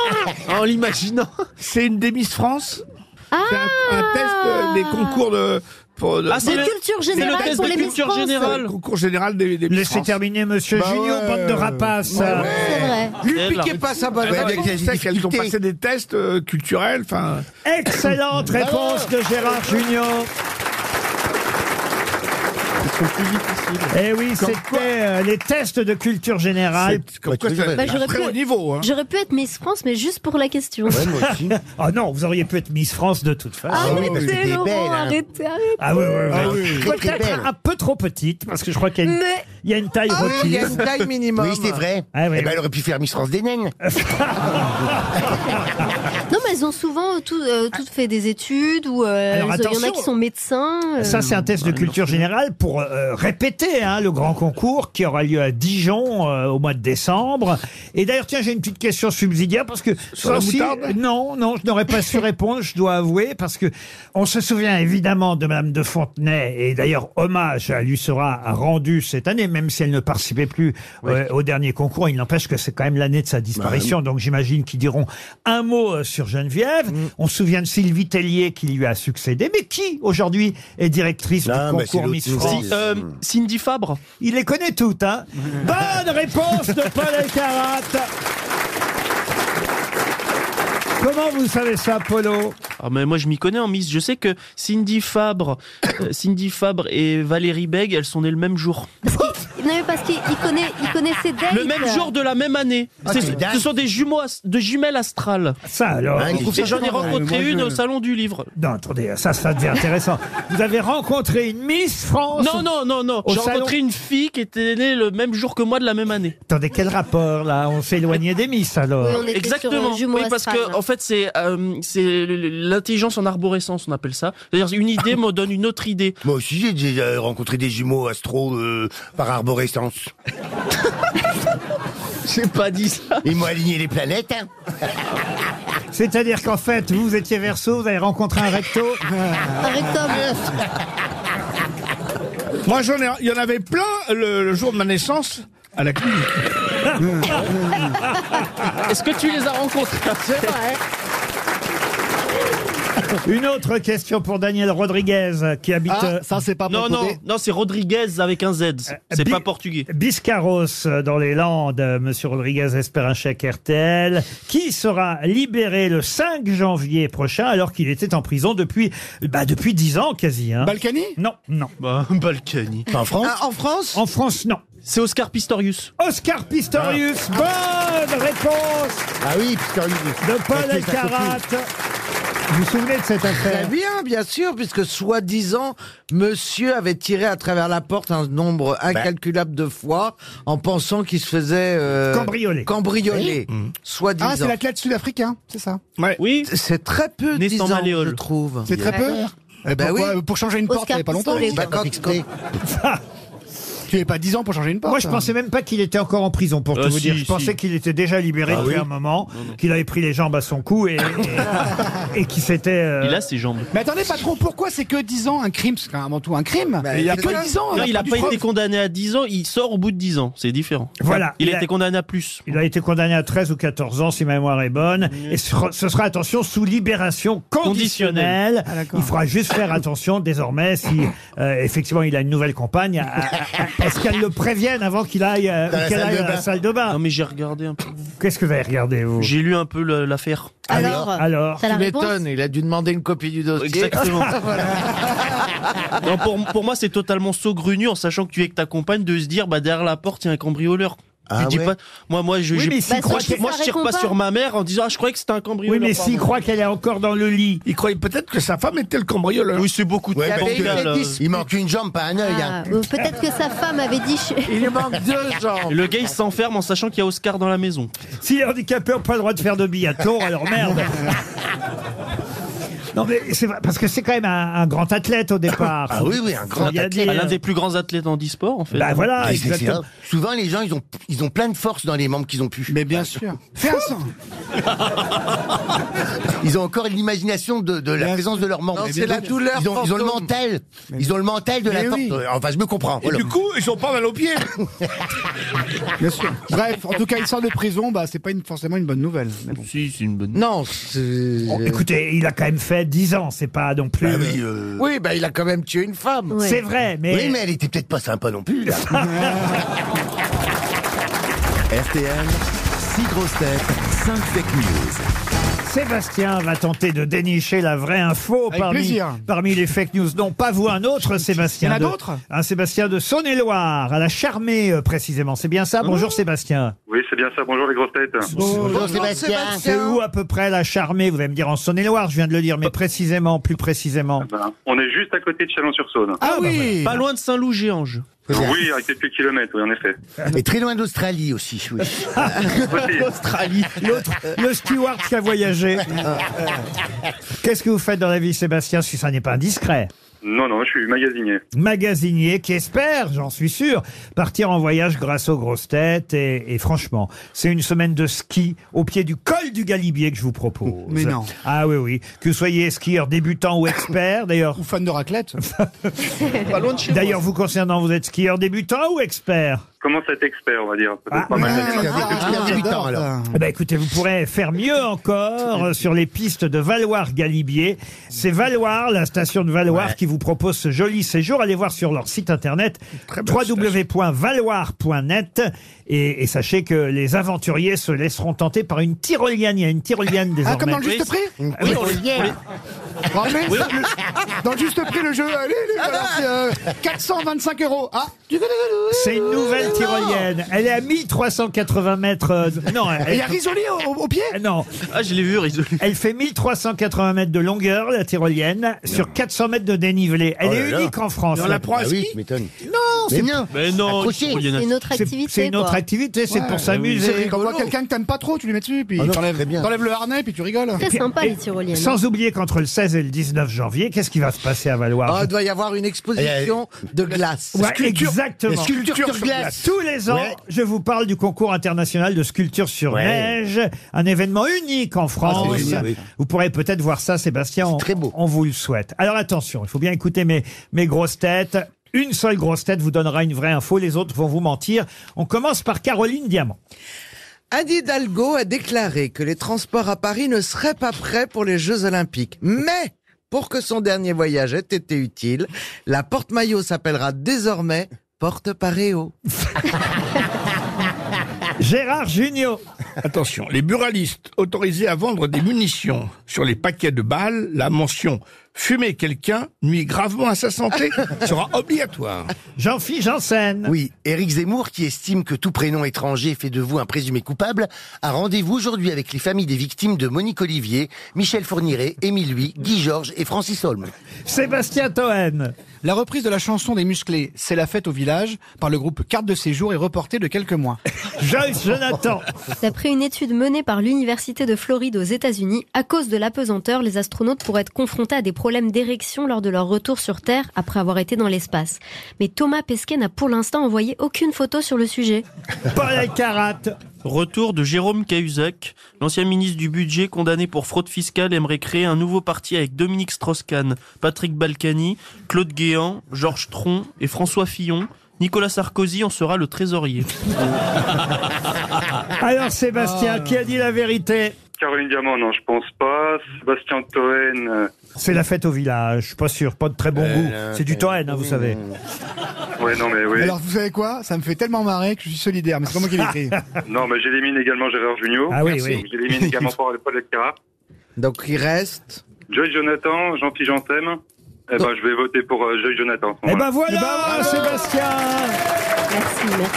S6: En l'imaginant. C'est une des Miss France C'est un, un test euh, des concours de. Pour,
S2: Ah, c'est De le- culture c'est le générale test pour de les Miss culture France. générale.
S6: Le concours général des, des Miss
S2: Laissez
S6: France.
S2: terminer, monsieur
S6: Bah
S2: Junio,
S6: ouais.
S2: bande de rapaces.
S6: Ouais,
S2: euh.
S6: ouais.
S2: Lui piquez pas sa balle.
S6: Ouais,
S2: Avec
S6: mais
S2: les
S6: je sais qu'elles ont
S2: difficultés.
S6: passé des tests euh, culturels. Enfin. Bah
S2: Excellente réponse de Gérard Junior. Eh oui,
S6: Comme
S2: c'était euh, les tests de culture générale.
S6: C'est- comme quoi, c'est
S8: Bah, j'aurais
S6: très
S8: pu-
S6: haut niveau. hein.
S8: J'aurais pu être Miss France, mais juste pour la question.
S2: Ah non, vous auriez pu être Miss France de toute façon.
S8: arrêtez, Ah, Laurent, arrêtez, arrêtez.
S2: Ah oui, oui, oui.
S5: hein. Ah oui. Très, très
S2: Peut-être
S5: belle.
S2: un peu trop petite, parce que je crois qu'il y, a une-
S8: Mais-
S2: il y a une taille
S5: Ah oui,
S2: requise.
S5: il y a une taille
S3: minimum.
S5: Oui, c'est vrai.
S2: Ah oui, Ah,
S5: Eh ben,
S2: oui.
S5: elle aurait pu faire Miss France des naines.
S8: Non, mais elles ont souvent euh, tout- euh, toutes fait des études ou euh,
S2: Alors,
S8: elles- il y en a
S2: attention.
S8: qui sont médecins. euh.
S2: Ça, c'est un test de
S5: Ah,
S2: culture générale pour euh, répéter hein, le grand concours qui aura lieu à Dijon euh, au mois de décembre. Et d'ailleurs, tiens, j'ai une petite question subsidiaire parce que
S6: Sur la
S2: ça aussi-
S6: moutarde
S2: non, non, je n'aurais pas su répondre, je dois avouer, parce que on se souvient évidemment de Madame de Fontenay et d'ailleurs hommage à lui sera rendu cette année, même si elle ne participait plus euh, au dernier concours. Il n'empêche que c'est quand même l'année de sa disparition,
S5: Bah
S2: donc j'imagine qu'ils diront un mot euh, sur Geneviève.
S5: Mm.
S2: On se souvient de Sylvie Tellier qui lui a succédé, mais qui aujourd'hui est directrice
S5: Non,
S2: du
S5: mais c'est
S2: concours Miss
S5: l'autre
S2: France.
S5: Miss. Euh,
S2: Cindy Fabre. Il les connaît toutes, hein. Bonne réponse de Paul Elkarat. Comment vous savez ça, Polo
S7: ah, mais Moi, je m'y connais en Miss. Je sais que Cindy Fabre, euh, Cindy Fabre et Valérie Beg, elles sont nées le même jour.
S8: Non, mais parce qu'il il connaît, il connaît ses dates.
S7: Le même jour de la même année.
S8: Ah,
S7: C'est-
S8: c'est dingue.
S7: ce sont des jumeaux, as- de jumelles astrales.
S2: Ça alors.
S5: Ah,
S2: Ah,
S7: Et J'en ai rencontré une au salon du livre.
S2: Non, attendez, ça, ça devient intéressant. Vous avez rencontré une Miss France
S7: Non, non, non, non.
S2: Au
S7: J'ai
S2: salon-
S7: rencontré une fille qui était née le même jour que moi de la même année.
S2: Attendez, quel rapport là On s'est éloigné des Miss alors.
S7: Euh, Exactement.
S8: jumeau
S7: oui, parce
S8: astral.
S7: que en fait, c'est euh, c'est l'intelligence en arborescence, on appelle ça. C'est-à-dire une idée me donne une autre idée.
S5: Moi aussi, j'ai déjà rencontré des jumeaux astro euh, par arborescence.
S7: j'ai pas dit ça.
S5: Ils m'ont aligné les planètes. Hein.
S2: C'est-à-dire qu'en fait, vous étiez verso, vous avez rencontré un recto. Ah.
S8: Un rectum.
S6: Moi, j'en ai- il y en avait plein le, le jour de ma naissance à la clinique.
S7: Est-ce que tu les as rencontrés
S2: Une autre question pour Daniel Rodriguez qui habite euh,
S7: Non, non, non, c'est Rodriguez avec un Z. C'est
S2: Bi-
S7: pas portugais.
S2: Biscarros euh, dans les Landes. Euh, Monsieur Rodriguez espère un chèque RTL qui sera libéré le 5 janvier prochain alors qu'il était en prison depuis bah, depuis 10 ans quasi. Hein.
S4: Balkany
S2: Non, non.
S7: Balkany.
S5: En France
S4: En France
S2: En France, non.
S7: C'est Oscar Pistorius.
S2: Oscar Pistorius,
S4: Ah.
S2: bonne réponse
S5: Ah oui, Pistorius.
S2: de Paul
S5: Parce que ça
S2: Elkarat. Vous vous souvenez de cette
S3: Très
S2: affaire
S3: bien, bien sûr, puisque soi-disant, monsieur avait tiré à travers la porte un nombre incalculable de fois en pensant qu'il se faisait... euh,
S2: Cambrioler.
S3: Cambrioler, soi-disant.
S4: Eh Ah, c'est l'athlète sud-africain, c'est ça
S7: Oui.
S3: C'est très peu,
S7: Né
S3: dix
S7: sans
S3: ans,
S7: malléole.
S3: je trouve.
S4: C'est très peu
S3: Eh ben
S4: Pourquoi
S3: oui.
S4: Pour changer une porte, il
S8: Oscar
S4: n'y a pas longtemps.
S8: Pistolet.
S3: Bah, quand-
S4: Tu n'avais pas 10 ans pour changer une porte. hein.
S2: Moi, je pensais même pas qu'il était encore en prison, pour
S7: Euh,
S2: tout vous
S7: si,
S2: dire. Je
S7: si.
S2: pensais qu'il était déjà libéré
S7: Ah
S2: depuis
S7: oui.
S2: un moment, qu'il avait pris les jambes à son cou et, et, et qu'il s'était... euh,
S7: Il a ses jambes.
S4: Mais attendez, patron, pourquoi c'est que 10 ans un crime C'est quand même avant tout un crime.
S3: Bah,
S4: Euh, il y a
S3: c'est
S4: que
S3: ça.
S4: 10 ans. on
S7: Non,
S4: a
S7: il a
S4: du
S7: pas été
S4: preuve.
S7: condamné à 10 ans, il sort au bout de 10 ans. C'est différent.
S2: Voilà.
S7: Il
S2: Il
S7: a
S2: a-
S7: été condamné à plus. Mm.
S2: Il a été condamné à 13 ou 14 ans, si ma mémoire est bonne. Et ce sera- ce sera, attention, sous libération conditionnelle.
S4: Ah, d'accord.
S2: il faudra juste faire attention désormais si, euh, effectivement, il a une nouvelle compagne. à- à- à- Est-ce qu'elle le prévienne avant qu'il aille, euh,
S5: Dans la
S2: qu'elle
S5: salle
S2: aille
S5: de
S2: à la
S5: bain.
S2: salle de
S7: Non,
S2: bain
S7: mais j'ai regardé un peu.
S2: Qu'est-ce que vous avez regardé, vous
S7: J'ai lu un peu le- l'affaire.
S8: Alors,
S2: Alors
S8: t'as la
S3: Tu
S8: réponse
S3: m'étonnes, il a dû demander une copie du dossier.
S7: Exactement. Non, pour, pour moi, c'est totalement saugrenu en sachant que tu es avec ta compagne de se dire bah, derrière la porte, il y a un cambrioleur.
S5: Ah
S7: tu dis
S5: ouais.
S7: pas. Moi, moi, je,
S2: Oui,
S7: j'ai-
S2: mais s'il
S7: moi,
S8: croit
S7: je-
S8: que ça
S7: moi, je tire
S8: répond
S7: pas
S8: pas.
S7: sur ma mère en disant ah, je croyais que c'était un cambrioleur.
S2: Oui, mais s'il
S7: pardon.
S2: croit qu'elle est encore dans le lit.
S6: Il croyait peut-être que sa femme était le cambrioleur.
S7: Oui, c'est beaucoup de
S5: Ouais,
S7: temps.
S5: parce
S3: avait
S5: que,
S3: été
S7: là,
S3: dix-
S5: Il manque une jambe, pas un œil.
S8: Ah,
S5: hein.
S8: euh, Peut-être que sa femme avait dit.
S3: Il lui manque deux jambes.
S7: Le gars, il s'enferme en sachant qu'il y a Oscar dans la maison.
S2: S'il est handicapé, on n'a pas le droit de faire de biathlon, alors merde. Non, mais c'est vrai, parce que c'est quand même un, un grand athlète au départ.
S5: Ah oui, oui, un grand
S2: Il y a
S5: athlète. Ah,
S2: des-
S7: L'un des plus grands athlètes en e-sport, en fait.
S2: Bah voilà,
S5: Et c'est- c'est
S2: exactement.
S5: vrai. Souvent, les gens, ils ont, ils ont plein de force dans les membres qu'ils ont pu. Mais bien sûr.
S4: Fais un sang.
S5: Ils ont encore l'imagination de, de la présence de leurs membres.
S3: Non, c'est la douleur
S5: Ils ont, ils ont le
S3: fantôme.
S5: mental. Ils ont le mental de la
S3: Mais oui.
S5: force. Enfin, je me comprends.
S6: Et du coup, ils ont pas mal aux pieds.
S4: Bien sûr. Bref, en tout cas, il sort de prison, bah, c'est pas une- forcément une bonne nouvelle.
S7: Si, c'est une bonne
S4: Non,
S2: Bon, Oh, écoutez, il a quand même fait 10 ans, c'est pas non plus.
S5: Bah
S2: euh,
S5: Oui, bah, il a quand même tué une femme.
S2: Ouais. C'est vrai, mais-
S5: Oui, mais elle était peut-être pas sympa non plus, là.
S1: RTL, 6 grosses têtes, 5 fake news.
S2: Sébastien va tenter de dénicher la vraie info
S4: Avec
S2: parmi,
S4: plaisir.
S2: parmi les fake news. Non, pas vous, un autre
S4: Il
S2: Sébastien.
S4: y en a
S2: de-
S4: d'autres
S2: Un Sébastien de Saône-et-Loire, à la Charmée euh, précisément. C'est bien ça
S4: Mmh.
S2: Bonjour Sébastien.
S14: Oui, c'est bien ça. Bonjour les grosses têtes.
S5: Bonjour, Sébastien.
S2: C'est où à peu près la Charmée Vous allez me dire en Saône-et-Loire, je viens de le dire, mais précisément, plus précisément.
S14: On est juste à côté de Chalon-sur-Saône. bah,
S2: Ah oui
S7: Ah ben. Pas loin de Saint-Loup-Géange.
S14: Oui, à quelques kilomètres, oui, en effet.
S5: Et très loin d'Australie aussi, oui.
S7: L'Australie.
S2: L'autre, le steward qui a voyagé. Euh, Qu'est-ce que vous faites dans la vie, Sébastien, si ça n'est pas indiscret
S14: Non, non, je suis magasinier.
S2: magasinier qui espère, j'en suis sûr, partir en voyage grâce aux grosses têtes. Et, et franchement, c'est une semaine de ski au pied du col du Galibier que je vous propose.
S4: Mais non.
S2: Ah oui, oui. Que vous soyez skieur débutant ou expert, d'ailleurs.
S4: Ou fan de raclette.
S7: Pas loin de chez
S2: D'ailleurs, vous concernant, vous êtes skieur débutant ou expert
S14: Comment cet expert, on va dire
S4: Ah.
S14: Peut-être pas mal d'années maintenant.
S5: Débutant, alors.
S2: Eh ben, écoutez, vous pourrez faire mieux encore euh, sur les pistes de Valoir-Galibier. C'est Valoir, la station de Valoir, qui vous propose ce joli séjour. Allez voir sur leur site internet www.valoir.net et, et sachez que les aventuriers se laisseront tenter par une tyrolienne. Il y a une tyrolienne désormais.
S4: Ah, comme dans le juste prix
S2: Oui,
S4: Oui. Oh, mais
S2: Oui.
S4: le- Dans le juste prix, le jeu, allez, allez, voilà, c'est, euh, 425 euros. Ah
S2: C'est une nouvelle tyrolienne. Elle est à 1380 mètres. euh, Non,
S4: Et
S2: elle-
S4: Il y a Risoli au, au- au pied
S2: Eh Non.
S7: Ah, je l'ai vu, Rizoli.
S2: Elle fait 1380 mètres de longueur, la tyrolienne, sur 400 mètres de dénivelé. Elle
S5: Oh
S2: est
S5: là là.
S2: unique en France. Bah
S6: On la prend à
S5: Ah oui,
S6: ski
S5: tu m'étonnes.
S2: Non,
S5: Mais
S2: c'est
S5: non.
S7: Mais non,
S5: Accroché.
S7: il y en a-
S8: C'est une autre
S2: c'est-
S8: activité.
S2: c'est une autre
S8: quoi.
S2: activité, Bah c'est pour
S4: C'est
S2: s'amuser.
S4: rigolo. Quand tu vois quelqu'un que t'aimes pas trop, tu lui mets dessus, puis
S5: Ah non,
S4: t'enlèves
S5: très bien.
S4: t'enlèves le harnais, puis tu rigoles.
S8: Très sympa,
S2: Et-
S8: les tyroliennes.
S2: Sans oublier qu'entre le 16 et le 19 janvier, qu'est-ce qui va se passer à
S3: Ah,
S2: Valoir
S3: il doit y avoir une exposition de glace.
S2: Ouais, exactement.
S3: Sculpture sur glace.
S2: Tous les ans,
S5: Ouais.
S2: je vous parle du concours international de sculpture sur
S5: Ouais. Ah,
S2: neige, un événement unique en France.
S5: c'est génial, oui.
S2: Vous pourrez peut-être voir ça, Sébastien. On,
S5: très beau.
S2: on vous le souhaite. Alors attention, il faut bien écouter mes, mes grosses têtes. Une seule grosse tête vous donnera une vraie info, les autres vont vous mentir. On commence par Caroline Diamant.
S3: Anne Hidalgo a déclaré que les transports à Paris ne seraient pas prêts pour les Jeux Olympiques. Mais, pour que son dernier voyage ait été utile, la porte-maillot s'appellera désormais porte-paréo.
S2: Gérard Junior.
S6: Attention, les buralistes autorisés à vendre des munitions sur les paquets de balles, la mention fumer quelqu'un nuit gravement à sa santé sera obligatoire.
S2: Jean-Philippe Janssen.
S5: Oui, Éric Zemmour, qui estime que tout prénom étranger fait de vous un présumé coupable, a rendez-vous aujourd'hui avec les familles des victimes de Monique Olivier, Michel Fourniret, Émile Louis, Guy Georges et Francis Holm.
S2: Sébastien Toen.
S4: La reprise de la chanson des musclés, C'est la fête au village, par le groupe Carte de séjour est reportée de quelques mois.
S2: Joyce Jonathan.
S8: D'après une étude menée par l'Université de Floride aux États-Unis, à cause de l'apesanteur, les astronautes pourraient être confrontés à des problèmes d'érection lors de leur retour sur Terre après avoir été dans l'espace. Mais Thomas Pesquet n'a pour l'instant envoyé aucune photo sur le sujet.
S2: Paul Alcarat.
S7: Retour de Jérôme Cahuzac, l'ancien ministre du budget condamné pour fraude fiscale aimerait créer un nouveau parti avec Dominique Strauss-Kahn, Patrick Balkany, Claude Guéant, Georges Tron et François Fillon. Nicolas Sarkozy en sera le trésorier.
S2: Alors
S4: Ah.
S2: Sébastien, qui a dit la vérité
S14: Caroline Diamant, non, je pense pas. Sébastien Toen, euh,
S2: C'est la fête au village, je suis pas sûr, pas de très bon
S4: Euh,
S2: goût. C'est du Toen, hein, vous savez.
S14: ouais, non, mais oui.
S4: Alors vous savez quoi Ça me fait tellement marrer que je suis solidaire, mais c'est pas moi qui l'ai écrit.
S14: Non, mais j'élimine également Gérard Junior.
S2: Ah oui, oui.
S14: J'élimine également Paul Paul Alcarat.
S3: Donc il reste...
S14: Joy Jonathan, Jean-Pierre Janssen. Eh ben, je vais voter pour euh, Joy Jonathan.
S2: Eh ben
S4: Eh ben,
S2: voilà,
S4: bravo
S2: Ah, Sébastien
S8: Merci, merci.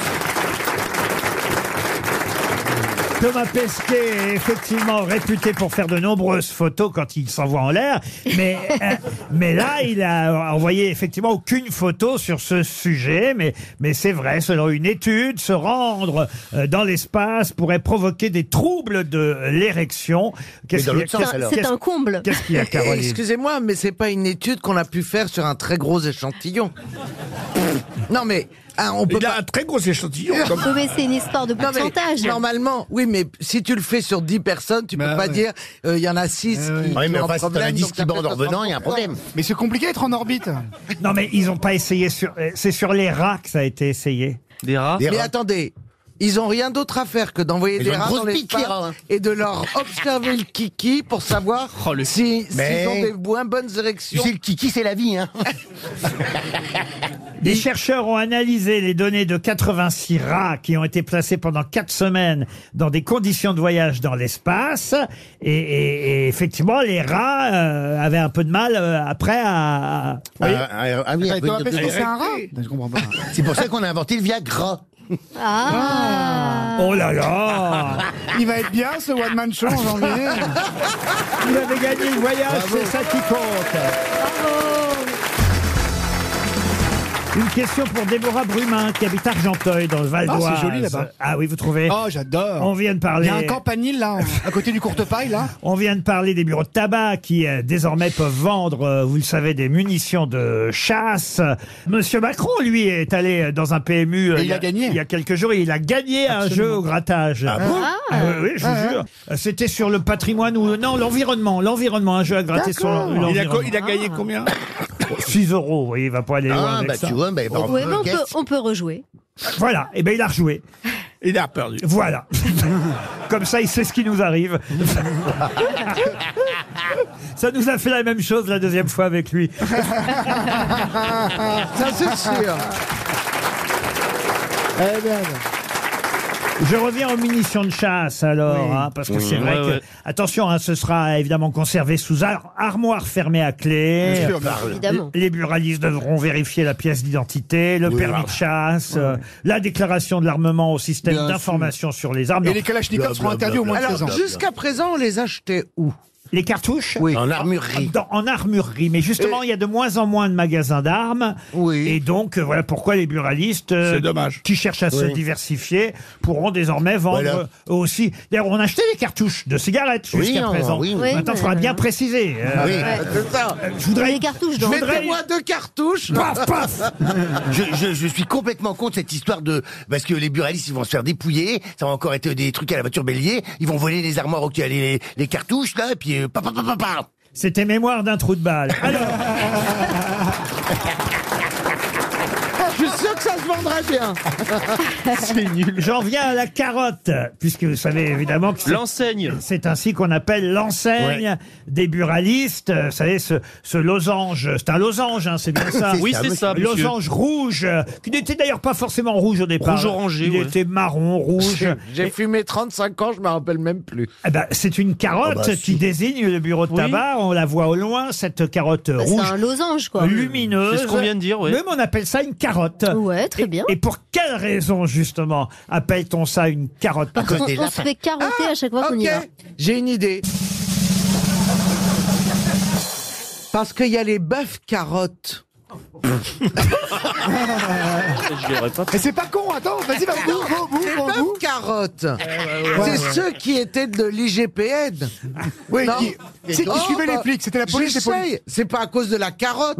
S2: Thomas Pesquet est effectivement réputé pour faire de nombreuses photos quand il s'envoie en l'air, mais, euh, mais là, il a envoyé effectivement aucune photo sur ce sujet, mais, mais c'est vrai, selon une étude, se rendre euh, dans l'espace pourrait provoquer des troubles de l'érection.
S3: Mais dans
S2: qu'il y a-
S3: l'autre sens, alors.
S2: qu'est-ce-
S3: C'est un comble.
S2: Qu'est-ce qu'il y a, Caroline
S3: Excusez-moi, mais c'est pas une étude qu'on a pu faire sur un très gros échantillon. non mais ah, on peut
S6: Il a un très gros échantillon.
S3: comme-
S8: Oui, mais c'est une histoire de
S3: Non, mais
S8: pourcentage.
S3: normalement, oui, mais si tu le fais sur 10 personnes, tu peux pas
S6: ouais.
S3: dire euh, il y en a 6 qui,
S5: Oui,
S3: qui
S5: mais
S3: ont
S5: enfin,
S3: un
S5: si t'en as
S3: problème.
S5: 10
S3: donc
S5: qui
S3: ça fait
S5: bandent en revenant, il y a un
S3: 60%.
S5: problème.
S4: Mais c'est compliqué d'être en orbite.
S2: Non, mais ils n'ont pas essayé sur. euh, C'est sur les rats que ça a été essayé.
S7: Des rats
S3: Mais attendez, ils ont rien d'autre à faire que d'envoyer
S2: Ils
S3: des
S2: ont une
S3: rats
S2: grosse
S3: dans
S2: pique, les
S3: l'espace
S2: rats, hein.
S3: et de leur observer le kiki pour savoir
S5: Oh,
S3: si s'ils
S5: Mais-
S3: ont des moins bonnes érections.
S5: Tu sais, le kiki, c'est la vie, hein. Ah,
S2: Des chercheurs ont analysé les données de 86 rats qui ont été placés pendant 4 semaines dans des conditions de voyage dans l'espace. Et, et- et effectivement, les rats euh, avaient un peu de mal euh, après à...
S5: Ah, ah, ah oui,
S3: Bah,
S2: Attends,
S5: oui,
S2: toi,
S5: oui,
S2: parce
S5: oui,
S2: que
S5: oui.
S2: c'est un rat
S5: C'est pour ça qu'on a inventé le Viagra.
S8: Ah.
S2: Oh là là
S4: Il va être bien ce one man show en janvier.
S2: Vous avez gagné le voyage, c'est ça qui compte.
S4: Oh.
S2: Une question pour Déborah Brumin qui habite Argenteuil dans le Val
S4: Ah,
S2: d'Oise.
S4: c'est joli là-bas.
S2: Ah oui, vous trouvez
S4: Oh, j'adore.
S2: On vient de parler.
S4: Il y a un campanile là, à côté du Courtepaille là.
S2: On vient de parler des bureaux de tabac qui euh, désormais peuvent vendre, euh, vous le savez, des munitions de chasse. Monsieur Macron, lui, est allé euh, dans un PMU euh,
S4: Et il
S2: y
S4: a gagné.
S2: il y a quelques jours et il a gagné un jeu au grattage. Ah
S4: bon
S2: oui, oui, je vous
S4: Ah.
S2: jure. Euh, C'était sur le patrimoine ou non l'environnement, l'environnement, un jeu à gratter sur
S8: Oh,
S6: D'accord.
S2: l'environnement.
S6: Il a co- il a gagné combien
S2: 6 euros, vous voyez, il va pas aller
S5: Ah,
S2: loin avec
S5: bah,
S2: ça.
S5: tu vois, bah, bah,
S8: Ouais, mais euh, on peut, on peut rejouer.
S2: Voilà, et ben il a rejoué.
S6: Il a perdu.
S2: Voilà. Comme ça, il sait ce qui nous arrive. ça nous a fait la même chose la deuxième fois avec lui.
S3: Ça c'est sûr.
S4: Eh bien,
S2: Je reviens aux munitions de chasse alors, hein, parce que
S7: Oui.
S2: c'est vrai
S7: Ouais,
S2: que
S7: ouais.
S2: attention, hein, ce sera évidemment conservé sous ar- armoire fermée à clé.
S6: Bien sûr,
S8: Évidemment.
S2: Les buralistes devront vérifier la pièce d'identité, le
S5: Oui.
S2: permis de chasse, euh, la déclaration de l'armement au
S4: Bien
S2: système
S4: sûr.
S2: d'information sur les armes.
S4: Et
S2: Non,
S4: les Kalachnikovs seront interdits au moins de 16 ans.
S3: Alors jusqu'à présent, on les achetait où
S2: les cartouches
S3: Oui.
S5: En armurerie.
S2: Dans- en armurerie. Mais justement, il y a de moins en moins de magasins d'armes.
S3: Oui.
S2: Et donc, euh, voilà pourquoi les buralistes euh,
S6: C'est dommage.
S2: qui cherchent à se
S5: Oui.
S2: diversifier pourront désormais vendre
S5: Voilà.
S2: euh, aussi. D'ailleurs, on achetait des cartouches de cigarettes
S5: Oui, on-
S2: jusqu'à présent.
S5: oui, oui.
S8: Oui,
S2: Maintenant, il
S8: mais-
S2: faudra bien préciser. Euh,
S5: Oui.
S3: C'est ça.
S2: Je voudrais.
S8: Les cartouches dans
S2: je voudrais-
S3: Euh, Mettez-moi deux cartouches.
S2: Paf, paf
S5: Je, je- je suis complètement contre cette histoire de parce que les buralistes ils vont se faire dépouiller, ça va encore être des trucs à la voiture bélier, ils vont voler les armoires auxquelles les, les, les cartouches là et puis euh, pa, pa, pa, pa, pa.
S2: C'était mémoire d'un trou de balle. Alors,
S3: Je suis sûr que ça se vendrait bien.
S2: j'en viens à la carotte, puisque vous savez évidemment que c'est
S7: L'enseigne.
S2: C'est ainsi qu'on appelle l'enseigne des buralistes. Euh, Vous savez, ce, ce losange, c'est un losange, hein, c'est bien ça
S7: Oui, c'est ça, monsieur.
S2: Losange rouge, euh, qui n'était d'ailleurs pas forcément rouge au départ.
S7: Rouge orangé,
S2: Il
S7: ouais.
S2: était marron, rouge.
S3: J'ai fumé 35 ans, je me rappelle même plus.
S2: Eh ben, c'est une carotte
S5: Ah bah,
S2: qui désigne le bureau de
S7: Oui.
S2: tabac. On la voit au loin, cette carotte
S8: Bah, C'est
S2: rouge.
S8: un losange, quoi.
S2: Lumineuse.
S7: C'est ce qu'on vient de dire, ouais.
S2: Même on appelle ça une carotte.
S8: Ouais, très
S2: Et-
S8: bien.
S2: Et, pour quelle raison, justement, appelle-t-on ça une carotte
S8: Parce qu'on
S5: Côté
S8: on se
S5: lapin.
S8: fait carotter à chaque fois qu'on y
S3: Ah, Ok,
S8: va.
S3: j'ai une idée. Parce qu'il y a les bœufs carottes.
S7: Je l'aurais pas.
S4: Et c'est pas con, attends, vas-y, vas-y, boum, boum, boum,
S3: Les
S4: boum, boum.
S3: bœufs carottes. C'est ceux qui étaient de l'IGPN.
S4: Oui,
S3: Non.
S4: qui- c'est qui
S3: Oh,
S4: suivait les
S3: bah,
S4: flics, c'était la police, les polices.
S3: j'essaye. C'est pas à cause de la carotte.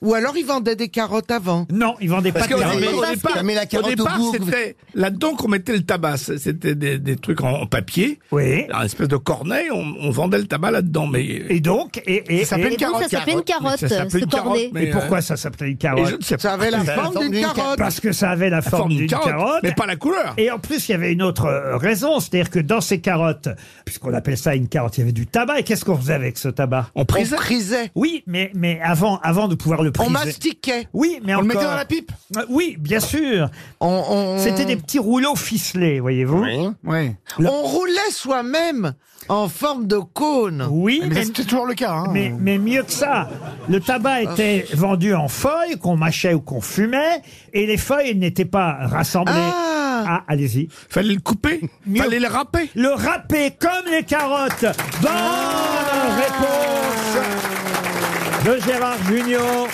S3: Ou alors ils vendaient des carottes avant.
S2: Non, ils vendaient pas
S6: Parce
S2: de
S6: qu'au
S2: carottes.
S6: dé-
S5: mais
S6: au
S5: parce
S6: départ,
S5: que- Mais la
S6: au
S5: carotte au
S6: départ,
S5: bourg.
S6: c'était là-dedans qu'on mettait le tabac. C'était des, des trucs en, en papier,
S2: Oui.
S6: un espèce de cornet. On, on vendait le tabac là-dedans, mais
S2: Et donc, et, et,
S6: Ça s'appelle
S2: et-
S8: Et donc, ça s'appelait une carotte,
S6: Ça s'appelait
S8: ce
S6: une carotte,
S8: cornet.
S6: mais- euh,
S2: Et
S4: euh,
S2: pourquoi ça s'appelait une
S6: et
S2: carotte
S6: je ne sais pas.
S3: Ça avait la
S5: Ça avait
S3: forme d'une carotte.
S2: Parce que ça avait la
S6: La
S2: forme d'une carotte.
S6: mais pas la couleur.
S2: Et en plus, il y avait une autre euh, raison, c'est-à-dire que dans ces carottes, puisqu'on appelle ça une carotte, il y avait du tabac. Et qu'est-ce qu'on faisait avec ce tabac
S6: On
S3: On
S6: prisait.
S3: prisait.
S2: Oui, mais, mais avant, avant de pouvoir le
S3: On
S2: priser.
S3: mastiquait.
S2: Oui, mais
S4: On le
S2: encore.
S4: mettait dans la pipe
S2: Euh, Oui, bien sûr.
S3: On, on-
S2: C'était des petits rouleaux ficelés, voyez-vous. Oui,
S4: Oui.
S3: on roulait soi-même en forme de cône.
S4: Mais
S2: mais,
S4: ça, c'était toujours le cas. Hein.
S2: mais, mais mieux que ça. Le tabac
S3: Ah.
S2: était vendu en feuilles qu'on mâchait ou qu'on fumait, et les feuilles n'étaient pas rassemblées.
S3: Ah
S2: Ah, allez-y. Fallait le couper. Fallait le râper. Le râper comme les carottes. Bonne
S3: Ah.
S2: réponse de Gérard Junior.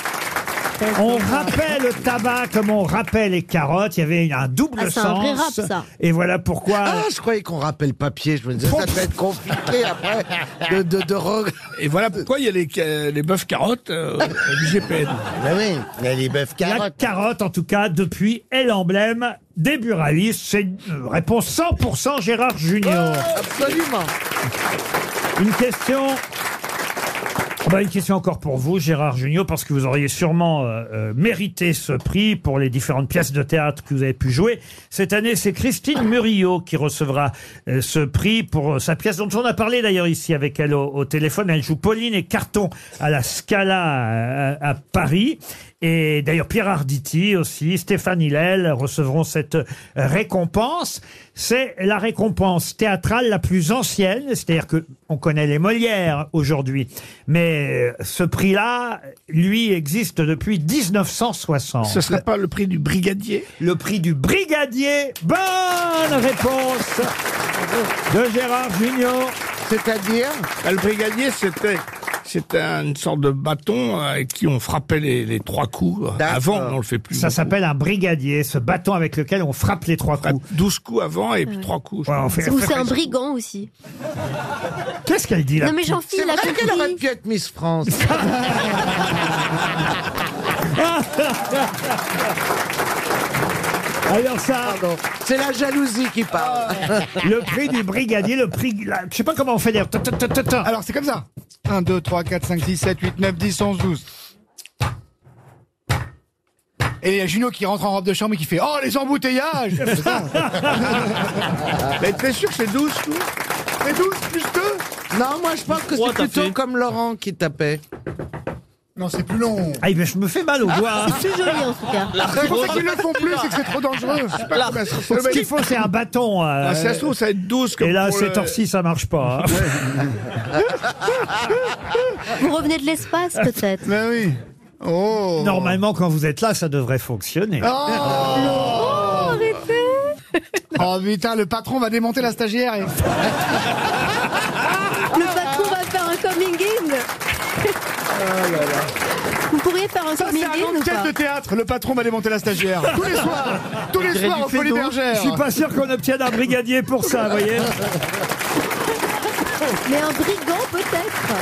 S2: On rappelle le tabac comme on rappelle les carottes. Il y avait un double
S3: Ah, c'est
S2: sens.
S3: un vrai rap, ça.
S2: Et voilà pourquoi.
S3: Ah, je croyais qu'on rappelle le papier. Je me disais, ça peut être compliqué après de, de, de re-
S6: Et voilà pourquoi il y a les, ca- les bœufs carottes euh, du GPN.
S2: oui, les La carotte, en tout cas, depuis, est l'emblème des buralistes. C'est une réponse 100% Gérard Junior.
S3: Absolument.
S2: Une question. Ah bah, une question encore pour vous, Gérard Junior, parce que vous auriez sûrement euh, euh, mérité ce prix pour les différentes pièces de théâtre que vous avez pu jouer. Cette année, c'est Christine Murillo qui recevra euh, ce prix pour euh, sa pièce dont on a parlé d'ailleurs ici avec elle au, au téléphone. Elle joue Pauline et Carton à la Scala euh, à, à- à Paris. Et d'ailleurs, Pierre Arditi aussi, Stéphane Hillel recevront cette récompense. C'est la récompense théâtrale la plus ancienne, c'est-à-dire que on connaît les Molières aujourd'hui, mais euh, ce prix-là, lui, existe depuis 1960.
S6: Ce serait
S2: pas le prix du brigadier Le prix du brigadier. Bonne réponse de Gérard Junior.
S3: C'est-à-dire
S6: Le brigadier, c'était... C'était une sorte de bâton euh, avec qui on frappait les, les trois coups. euh, Avant, on le fait plus.
S2: Ça s'appelle un brigadier, ce bâton avec lequel on frappe les trois coups.
S6: 12 coups avant et puis
S8: Ouais.
S6: trois coups. je
S2: Ouais, on
S6: crois.
S2: fait-
S8: Ou c'est un brigand aussi.
S2: Qu'est-ce qu'elle dit là
S8: Non, mais j'en file
S3: C'est
S8: la
S3: vrai qu'elle
S8: compris.
S3: aurait pu être Miss France.
S2: Alors ça,
S3: c'est la jalousie qui parle.
S2: Le prix du brigadier, le prix. la- Je sais pas comment on fait d'ailleurs. Ta, ta, ta, ta, ta.
S4: Alors c'est comme ça. 1, 2, 3, 4, 5, 6, 7, 8, 9, 10, 11, 12. Et il y a Juno qui rentre en robe de chambre et qui fait Oh les embouteillages C'est ça.
S6: Mais t'es sûr que c'est 12 coups
S4: C'est 12 plus 2
S3: Non, moi je pense que c'est plutôt comme Laurent qui tapait.
S4: Non, c'est plus long.
S2: Ah, mais je me fais mal au doigt. hein.
S4: C'est plus joli, en tout cas. C'est pour ça qu'ils le font plus, c'est que c'est trop dangereux. Je sais pas comment ça se fait.
S2: Ce qu'il faut, c'est un bâton. euh,
S6: Ah, ça se trouve, ça va être 12 comme
S2: Et là,
S6: pour
S2: c'est
S6: le-
S2: torsi, ça marche pas. hein.
S8: Vous revenez de l'espace peut-être
S4: Mais oui. Oh.
S2: Normalement, quand vous êtes là, ça devrait fonctionner.
S4: Oh, Oh putain, le patron va démonter la stagiaire. et-
S8: Le patron va faire un coming in. Vous pourriez faire un
S4: Ça,
S8: coming
S4: c'est un nom
S8: in
S4: de
S8: ou
S4: pièce
S8: pas
S4: de théâtre. Le patron va démonter la stagiaire. Tous les soirs. Tous les soirs, en folie bergère.
S2: Je suis pas sûr qu'on obtienne un brigadier pour ça, vous voyez.
S8: Mais un brigand peut-être.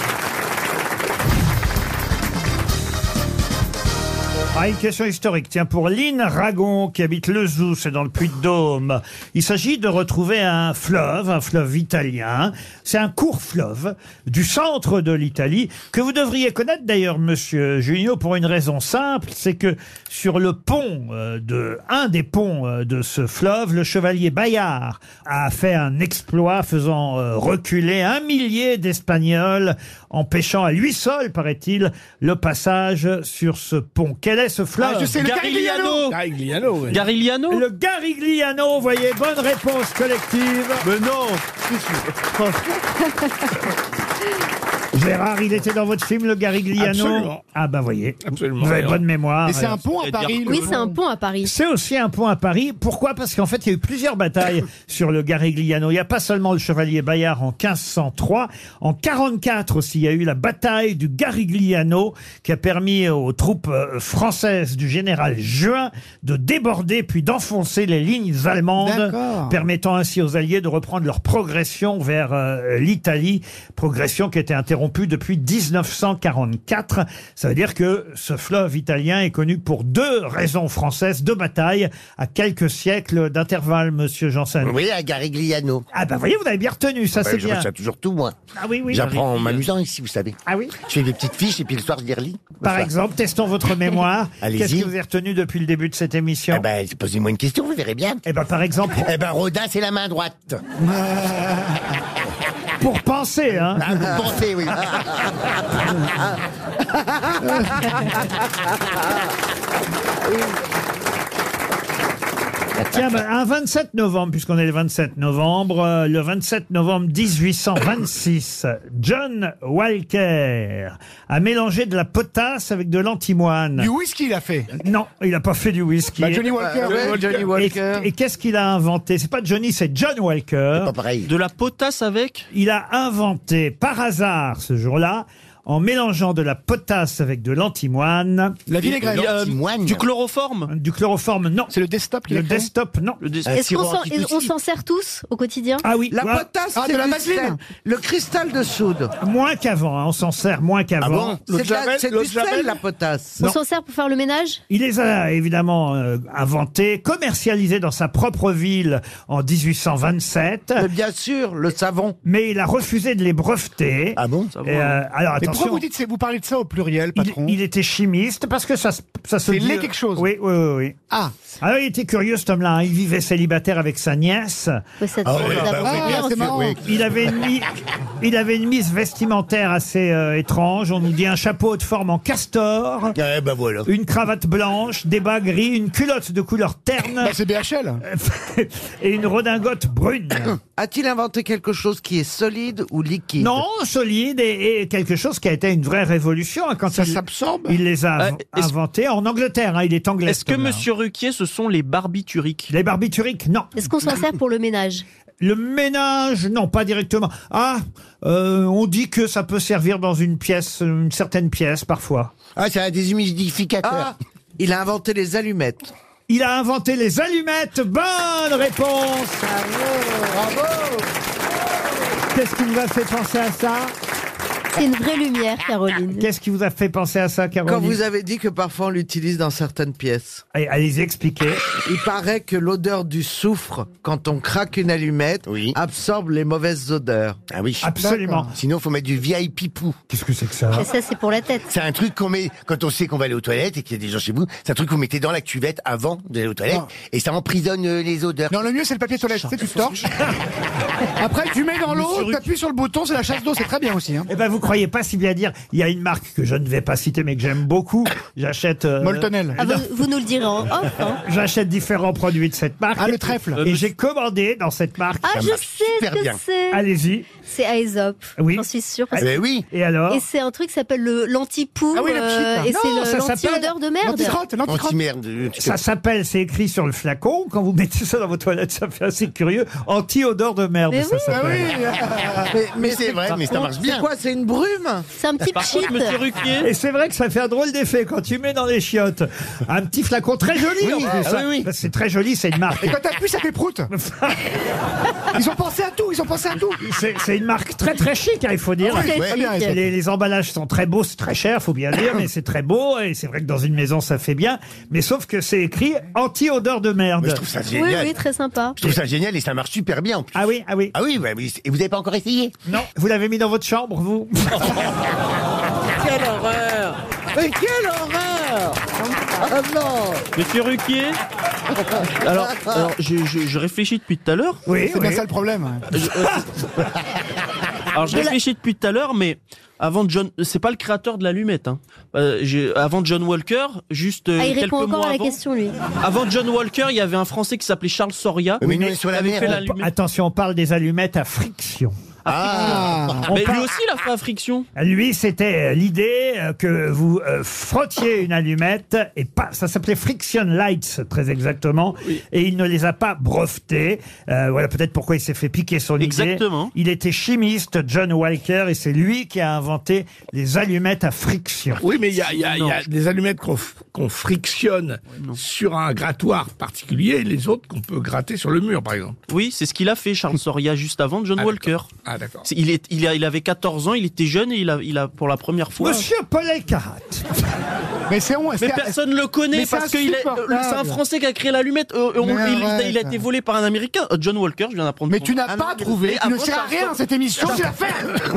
S2: Ah, une question historique, tiens, pour Lynn Ragon, qui habite le Zou, c'est dans le Puy-de-Dôme. Il s'agit de retrouver un fleuve, un fleuve italien. C'est un court fleuve du centre de l'Italie, que vous devriez connaître d'ailleurs, monsieur Junio, pour une raison simple, c'est que sur le pont euh, de, un des ponts euh, de ce fleuve, le chevalier Bayard a fait un exploit faisant euh, reculer un millier d'Espagnols, empêchant à lui seul, paraît-il, le passage sur ce pont. Quel est ce fleuve
S6: Ah, je sais, le Garigliano.
S2: Garigliano,
S6: oui.
S2: Garigliano Le Garigliano, vous voyez, bonne réponse collective. Mais non Gérard, il était dans votre film, le Garigliano
S6: Absolument.
S2: Ah ben, voyez.
S6: Absolument.
S2: Vous avez bonne mémoire.
S6: Et c'est
S2: alors.
S6: un pont à Paris, le
S8: Oui, c'est un pont à Paris.
S2: C'est aussi un pont à Paris. Pourquoi Parce qu'en fait, il y a eu plusieurs batailles sur le Garigliano. Il n'y a pas seulement le chevalier Bayard en 1503. En 44 aussi, il y a eu la bataille du Garigliano qui a permis aux troupes euh, françaises du général Juin de déborder puis d'enfoncer les lignes allemandes,
S4: D'accord.
S2: permettant ainsi aux Alliés de reprendre leur progression vers euh, l'Italie. Progression qui était interrompue depuis 1944. Ça veut dire que ce fleuve italien est connu pour deux raisons françaises, deux batailles à quelques siècles d'intervalle, monsieur Janssen.
S5: Oui, à Garigliano.
S2: Ah bah voyez, vous avez bien retenu, ça
S5: Bah,
S2: c'est
S5: je
S2: bien.
S5: retiens toujours tout, moi.
S2: Ah oui, oui.
S5: J'apprends en m'amusant ici, vous savez.
S2: Ah oui
S5: Je fais des petites fiches et puis le soir, je les relis.
S2: Par
S5: Voilà.
S2: exemple, testons votre mémoire.
S5: Allez-y.
S2: Qu'est-ce que vous avez retenu depuis le début de cette émission
S5: Eh ben, posez-moi une question, vous verrez bien.
S2: Eh ben, par exemple.
S5: Eh ben, Roda, c'est la main droite.
S2: Pour penser, hein
S5: Ah, vous pensez, oui.
S2: Tiens, ben, un 27 novembre, puisqu'on est le 27 novembre, euh, le 27 novembre 1826, John Walker a mélangé de la potasse avec de l'antimoine.
S4: Du whisky, il a fait.
S2: Non, il n'a pas fait du whisky. Euh,
S4: Bah, Johnny Walker, Ouais, ouais, Johnny Walker.
S2: Et, et qu'est-ce qu'il a inventé C'est pas Johnny, c'est John Walker.
S7: De la potasse avec
S2: Il a inventé par hasard ce jour-là, en mélangeant de la potasse avec de l'antimoine.
S7: La vinaigrette. Et, euh, L'antimoine. du chloroforme
S2: Du chloroforme, non. C'est
S4: le desktop
S2: Le desktop, non.
S8: Est-ce qu'on s'en- est-ce qu'on s'en sert tous au quotidien
S2: Ah oui.
S3: La
S2: Ouais.
S3: potasse, c'est du sel. Le cristal de soude.
S2: Moins qu'avant, hein, on s'en sert moins
S7: Ah
S2: qu'avant.
S3: C'est de la- c'est du sel, la potasse.
S8: On
S2: Non.
S8: s'en sert pour faire le ménage
S2: Il les a évidemment euh, inventés, commercialisés dans sa propre ville en 1827.
S3: bien sûr, le savon.
S2: Mais il a refusé de les breveter. Ah bon Alors
S4: Mais
S2: attention.
S4: pourquoi vous dites, c'est- vous parlez de ça au pluriel,
S2: il,
S4: patron
S2: il était chimiste parce que ça, se- ça se
S4: C'est
S2: dit- euh,
S4: lait quelque chose.
S2: Oui, oui, oui. oui.
S4: Ah.
S2: Alors il était curieux cet homme-là. hein. Il vivait célibataire avec sa nièce.
S8: ça,
S4: Ah ouais, bah oui, bien sûr, oui.
S2: Il avait une mise, il avait une mise vestimentaire assez euh, étrange. On nous dit un chapeau de forme en castor.
S4: Eh ben
S2: Une cravate blanche, des bas gris, une culotte de couleur terne.
S4: Bah, c'est BHL.
S2: et une redingote brune.
S3: A-t-il inventé quelque chose qui est solide ou liquide
S2: Non, solide et, et quelque chose qui a été une vraie révolution. hein, Quand ça
S4: s'absorbe.
S2: Il les a av-
S7: Euh, est-ce-
S2: inventés en Angleterre. hein, il est anglais.
S7: Est-ce que Monsieur Ruquier, ce sont les barbituriques
S2: Les barbituriques, non.
S8: Est-ce qu'on s'en sert pour le ménage
S2: Le ménage, non, pas directement. Ah, euh, on dit que ça peut servir dans une pièce, une certaine pièce parfois. Ah,
S5: Ah, ça a des humidificateurs.
S3: Il a inventé les allumettes.
S2: Il a inventé les allumettes. Bonne réponse. Qu'est-ce qui vous a fait penser à ça
S8: C'est une vraie lumière, Caroline.
S2: Qu'est-ce qui vous a fait penser à ça, Caroline
S3: Quand vous avez dit que parfois on l'utilise dans certaines pièces.
S2: Allez, allez expliquer.
S3: Il paraît que l'odeur du soufre, quand on craque une allumette, absorbe les mauvaises odeurs.
S5: Ah oui.
S2: Absolument.
S5: Sinon, faut mettre du vieil pipou.
S2: Qu'est-ce que c'est que ça
S8: Et ça, c'est pour la tête.
S5: C'est un truc qu'on met quand on sait qu'on va aller aux toilettes et qu'il y a des gens chez vous. C'est un truc qu'on mettait dans la cuvette avant d'aller aux toilettes et ça emprisonne euh, les odeurs.
S4: Ah. Non, le mieux, c'est le papier toilette. C'est tu te torches. Après, tu mets dans l'eau, t'appuies sur le bouton, c'est la chasse d'eau. C'est très bien aussi. hein.
S2: Eh ben, vous croyez pas si bien dire. Il y a une marque que je ne vais pas citer, mais que j'aime beaucoup. J'achète. euh, bah,
S4: Moltonel.
S8: Ah, vous, vous nous le direz en off. hein.
S2: J'achète différents produits de cette marque.
S4: Ah, le trèfle.
S2: Et j'ai commandé dans cette marque.
S8: Ah, je sais ce que c'est.
S2: Allez-y.
S8: C'est Aesop.
S2: Oui. Eh
S8: J'en suis sûre.
S5: Ah, ben oui.
S4: Eh
S2: Et alors
S8: Et c'est un truc qui s'appelle le l'anti-pou.
S4: Ah oui, la
S8: euh,
S4: petite.
S8: et c'est
S2: Oh. Non,
S8: le-
S2: ça
S8: l'anti-odeur de merde.
S4: L'anticrotte, l'anticrotte.
S5: Anti-merde. euh, tu sais.
S2: Ça s'appelle, c'est écrit sur le flacon. Quand vous mettez ça dans vos toilettes, ça fait assez curieux. Anti-odeur de merde,
S8: Mais
S2: ça
S8: oui.
S4: Ah
S2: s'appelle.
S4: oui.
S3: Mais,
S5: Mais c'est vrai, mais ça marche
S3: C'est
S5: bien.
S3: quoi C'est une brume
S8: C'est un petit
S7: Par
S8: cheat.
S7: contre, Monsieur Ruquier,
S2: Et c'est vrai que ça fait un drôle d'effet quand tu mets dans les chiottes un petit flacon très joli en plus.
S7: ah
S2: hein.
S7: oui, oui.
S2: Parce que C'est très joli, c'est une marque.
S4: Et quand t'appuies, ça fait prout. Ils ont pensé à tout. Ils ont pensé à tout.
S2: C'est c'est une marque très très chic, hein, il faut dire.
S8: Ah, Très
S4: Ouais,
S8: chic.
S4: bien,
S2: Les, les emballages sont très beaux, c'est très cher, faut bien le dire, mais c'est très beau et c'est vrai que dans une maison ça fait bien. Mais sauf que c'est écrit anti-odeur de
S5: Mais je
S2: merde.
S5: trouve ça
S8: Oui,
S5: génial.
S8: oui, très sympa.
S5: Je trouve ça génial et ça marche super bien en plus.
S2: Ah oui, ah oui.
S5: Ah oui, bah oui, et vous n'avez pas encore essayé
S2: Non, vous l'avez mis dans votre chambre, vous
S3: Quelle horreur Mais quelle horreur Ah non
S7: Monsieur Ruquier. Alors, alors, je, je- je réfléchis depuis tout à l'heure. euh,
S2: Oui,
S4: C'est bien ça le problème.
S7: Alors je réfléchis depuis tout à l'heure, mais avant John, c'est pas le créateur de l'allumette. Hein. Euh, j'ai- avant John Walker, juste euh,
S8: Ah, il
S7: quelques
S8: répond encore
S7: mois
S8: à la
S7: avant.
S8: question, lui.
S7: Avant John Walker, il y avait un Français qui s'appelait Charles Soria.
S5: Oui, mais nous, on est sur
S7: il
S5: la
S7: avait
S5: mer,
S7: fait
S5: on
S7: l'allumette.
S2: Attention, on parle des allumettes à friction.
S5: Ah
S2: On
S7: Mais
S2: parle-
S7: lui aussi, il a fait la friction.
S2: Lui, c'était euh, l'idée euh, que vous euh, frottiez une allumette et pas. Ça s'appelait Friction Lights, très exactement. Et il ne les a pas brevetés. Euh, voilà peut-être pourquoi il s'est fait piquer son idée.
S7: Exactement.
S2: Il était chimiste, John Walker, et c'est lui qui a inventé les allumettes à friction.
S6: Oui, mais il y a, il y a- il y a des allumettes qu'on f- qu'on frictionne sur un grattoir particulier et les autres qu'on peut gratter sur le mur, par exemple.
S7: Oui, c'est ce qu'il a fait, Charles Soria, juste avant John
S6: Ah,
S7: Walker.
S6: d'accord. Ah, d'accord.
S7: C'est- Il, est, il, a- il avait 14 ans, il était jeune et il a, il a pour la première fois.
S2: Monsieur Paul Elkarat.
S4: Mais c'est on.
S7: Mais
S4: c'est-
S7: personne le connaît
S4: Mais c'est
S7: parce que il est-
S4: insupportable.
S7: c'est un Français qui a créé l'allumette. Euh, on-
S4: Mais
S7: il- il, a-
S4: arrête.
S7: il a été volé par un Américain. Euh, John Walker, je viens d'apprendre.
S4: Mais
S7: son
S4: tu n'as
S3: Ah
S4: pas
S3: non,
S4: trouvé.
S7: mais
S4: Tu ne
S7: avant,
S4: sers à
S7: ça
S4: rien
S7: ressort.
S4: dans cette émission. Tu l'as fait.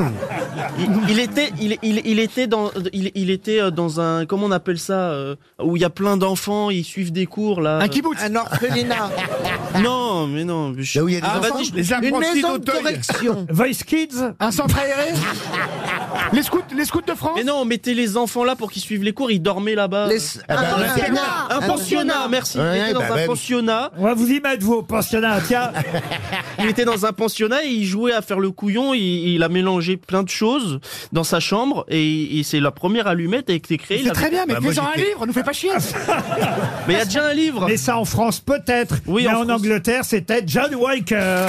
S7: Il, il était, il, il, il était dans, il, il était euh, dans un, comment on appelle ça, euh, où il y a plein d'enfants, ils suivent des cours là.
S4: Un kibbutz.
S3: Un orphelinat
S7: Non, mais non. mais je-
S5: Là où il y a des
S7: Ah,
S5: enfants
S7: vas-y, je-
S6: Les
S3: Une
S6: apprentis
S3: maison de
S6: d'Auteuil.
S3: correction
S2: Va- Choice Kids
S4: Un centre aéré Les scouts, les scouts de France
S7: Mais non, mettez les enfants là pour qu'ils suivent les cours, ils dormaient là-bas.
S2: Ah bah,
S7: Un
S2: ouais.
S7: pensionnat Un pensionnat, Ah, merci.
S2: Ouais,
S7: il était dans
S2: bah,
S7: un
S2: ouais.
S7: pensionnat.
S2: On va vous y mettre, vous, au pensionnat, tiens.
S7: il était dans un pensionnat et il jouait à faire le couillon, il, il a mélangé plein de choses dans sa chambre et, et c'est la première allumette avec été créée.
S4: C'est très bien, mais
S7: Bah,
S2: Bah,
S4: fais-en un livre, nous fais pas chier
S7: Mais il y a déjà un livre.
S2: Mais ça en France peut-être. Oui, mais en, Angleterre, c'était John Walker.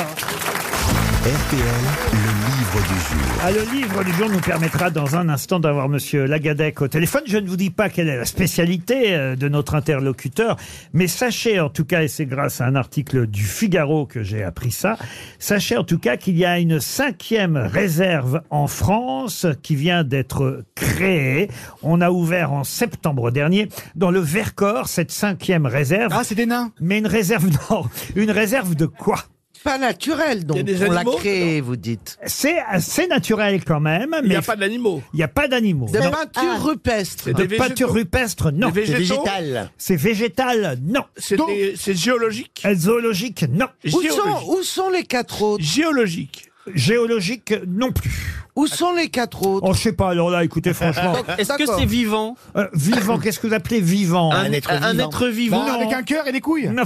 S1: RTL, le livre du jour.
S2: Ah, le livre du jour nous permettra dans un instant d'avoir Monsieur Lagadec au téléphone. Je ne vous dis pas quelle est la spécialité euh, de notre interlocuteur, mais sachez en tout cas, et c'est grâce à un article du Figaro que j'ai appris ça, sachez en tout cas qu'il y a une cinquième réserve en France qui vient d'être créée. On a ouvert en septembre dernier dans le Vercors cette cinquième réserve. Ah,
S4: c'est des nains
S2: Mais une réserve, non, une réserve de quoi
S3: Pas naturel, donc.
S2: des
S3: on l'a
S2: animaux
S3: créé, vous dites.
S2: c'est assez naturel quand même.
S3: Il
S2: mais
S3: y a pas
S6: d'animaux.
S2: Il n'y a pas d'animaux.
S3: Des
S2: Non.
S3: peintures rupestres.
S2: De peinture rupestre, non.
S6: Des végétaux C'est végétal.
S2: C'est végétal, non.
S6: C'est
S2: Donc-
S6: des- c'est géologique
S2: Euh, Zoologique, non.
S3: Où sont, où sont les quatre autres
S6: Géologique.
S2: Géologique, non plus.
S3: Où sont les quatre autres
S2: Oh, je sais pas, alors là, écoutez, franchement.
S3: Donc, est-ce que D'accord. c'est
S7: vivant
S2: Euh, Vivant, qu'est-ce que vous appelez vivant
S7: Un- Un être un vivant. être vivant.
S2: Non.
S4: Avec un cœur et des couilles
S2: Non,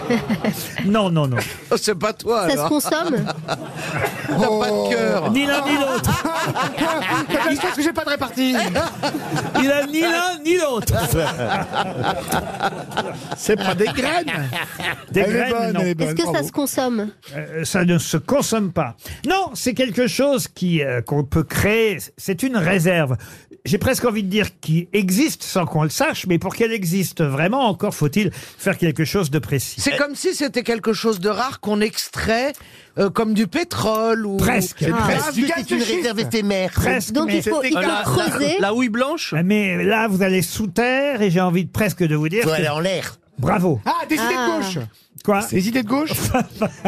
S2: non, non. non.
S3: Oh, C'est pas toi,
S4: Ça se
S3: alors.
S4: consomme Oh.
S3: T'as pas de cœur.
S2: Ni l'un ni l'autre.
S4: T'as bien que j'ai pas de répartie
S2: Il a ni l'un ni l'autre.
S6: C'est pas des graines.
S2: Des
S6: Elle est
S2: graines,
S6: bonne,
S2: non.
S6: elle est bonne,
S8: Est-ce que ça
S6: bravo.
S8: se consomme
S2: Euh, ça ne se consomme pas. Non, c'est quelque chose qui euh, qu'on peut créer. C'est une réserve. J'ai presque envie de dire qui existe sans qu'on le sache, mais pour qu'elle existe vraiment, encore faut-il faire quelque chose de précis.
S3: C'est comme si c'était quelque chose de rare qu'on extrait euh, comme du pétrole ou
S2: Presque. C'est Ah. presque.
S3: Ah,
S2: Du
S3: mais
S2: gaz
S3: c'est
S2: de
S3: une
S2: schiste.
S3: réserve éphémère.
S2: Presque, mais- Ah,
S7: La houille blanche
S2: Mais là, vous allez sous terre et j'ai envie de, presque de vous dire.
S5: Faut
S2: que-
S5: aller en l'air.
S2: Bravo.
S4: Ah, des idées de gauche
S2: Quoi
S4: Des idées de gauche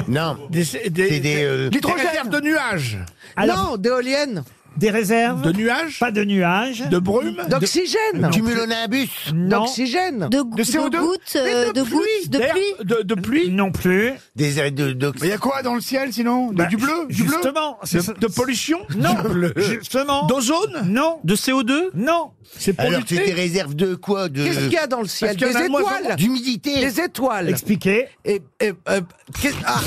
S5: Non.
S6: Des,
S5: C'est des, euh,
S4: L'hydrogène.
S6: des réserves de nuages.
S2: Alors-
S3: non, d'éoliennes.
S2: Des réserves
S6: De nuages
S2: Pas de nuages.
S6: De brume
S3: D'oxygène.
S5: Du mulonabus.
S2: Non.
S3: D'oxygène.
S8: De, gouttes, euh, de gouttes, de
S6: D'air-
S8: pluie
S6: de, de pluie
S2: Non plus.
S5: Des airs de, de-
S4: Mais y a quoi dans le ciel sinon De-
S2: Bah,
S4: Du bleu Du bleu
S2: Justement. c'est ça-
S6: De, de pollution
S2: Non.
S6: Du bleu.
S2: Justement.
S6: D'ozone
S2: Non.
S7: De CO2
S2: Non.
S6: C'est pour
S5: Alors, c'est
S6: lutter.
S5: des réserves de quoi de...
S3: Qu'est-ce qu'il y a dans le ciel
S6: qu'il y
S3: Des
S6: en a de moins en
S3: étoiles.
S6: moins.
S5: D'humidité.
S3: Des étoiles.
S2: Expliquez.
S3: Et, et- euh, qu'est- ah,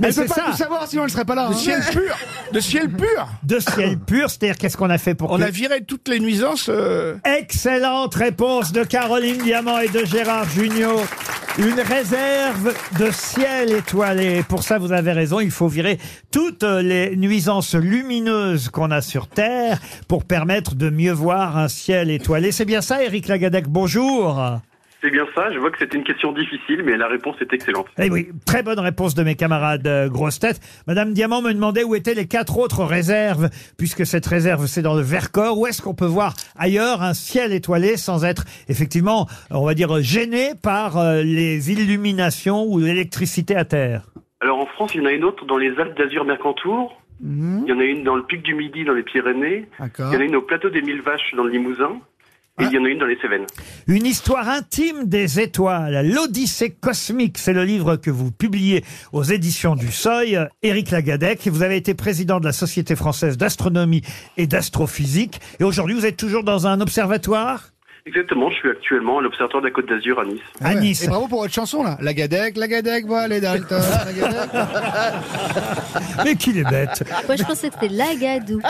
S2: Mais
S4: Elle peut
S2: c'est
S4: pas
S2: ça.
S4: tout savoir sinon elle serait pas là
S6: De
S4: hein.
S6: ciel pur De ciel pur
S2: De ciel pur, c'est-à-dire qu'est-ce qu'on a fait pour
S6: On
S2: que-
S6: a viré toutes les nuisances. euh,
S2: Excellente réponse de Caroline Diamant et de Gérard Junior. Une réserve de ciel étoilé. Pour ça, vous avez raison, il faut virer toutes les nuisances lumineuses qu'on a sur Terre pour permettre de mieux voir un ciel étoilé. C'est bien ça, Eric Lagadec, bonjour.
S14: C'est bien ça, je vois que c'était une question difficile, mais la réponse est excellente.
S2: Eh oui, très bonne réponse de mes camarades euh, grosses têtes. Madame Diamant me demandait où étaient les quatre autres réserves, puisque cette réserve c'est dans le Vercors. Où est-ce qu'on peut voir ailleurs un ciel étoilé sans être effectivement, on va dire, gêné par euh, les illuminations ou l'électricité à terre
S14: Alors en France, il y en a une autre dans les Alpes d'Azur Mercantour. Il y en a une dans le pic du Midi, dans les Pyrénées. Il
S4: Mhm. D'accord. Ah.
S14: y en a une au plateau des Mille Vaches, dans le Limousin. Et il y en a une dans les Cévennes.
S2: Une histoire intime des étoiles, l'Odyssée cosmique, c'est le livre que vous publiez aux éditions du Seuil. Éric Lagadec, vous avez été président de la Société française d'astronomie et d'astrophysique, et aujourd'hui vous êtes toujours dans un observatoire
S14: Exactement, je suis actuellement à l'Observatoire de la Côte d'Azur à Nice.
S2: à
S4: Ah Ouais.
S2: Nice.
S4: Et bravo pour votre chanson là. La Gadec, la Gadec, voilà les Dalton. la Gadec.
S2: Mais qu'il est bête.
S8: Moi, je pensais que c'était Lagadou.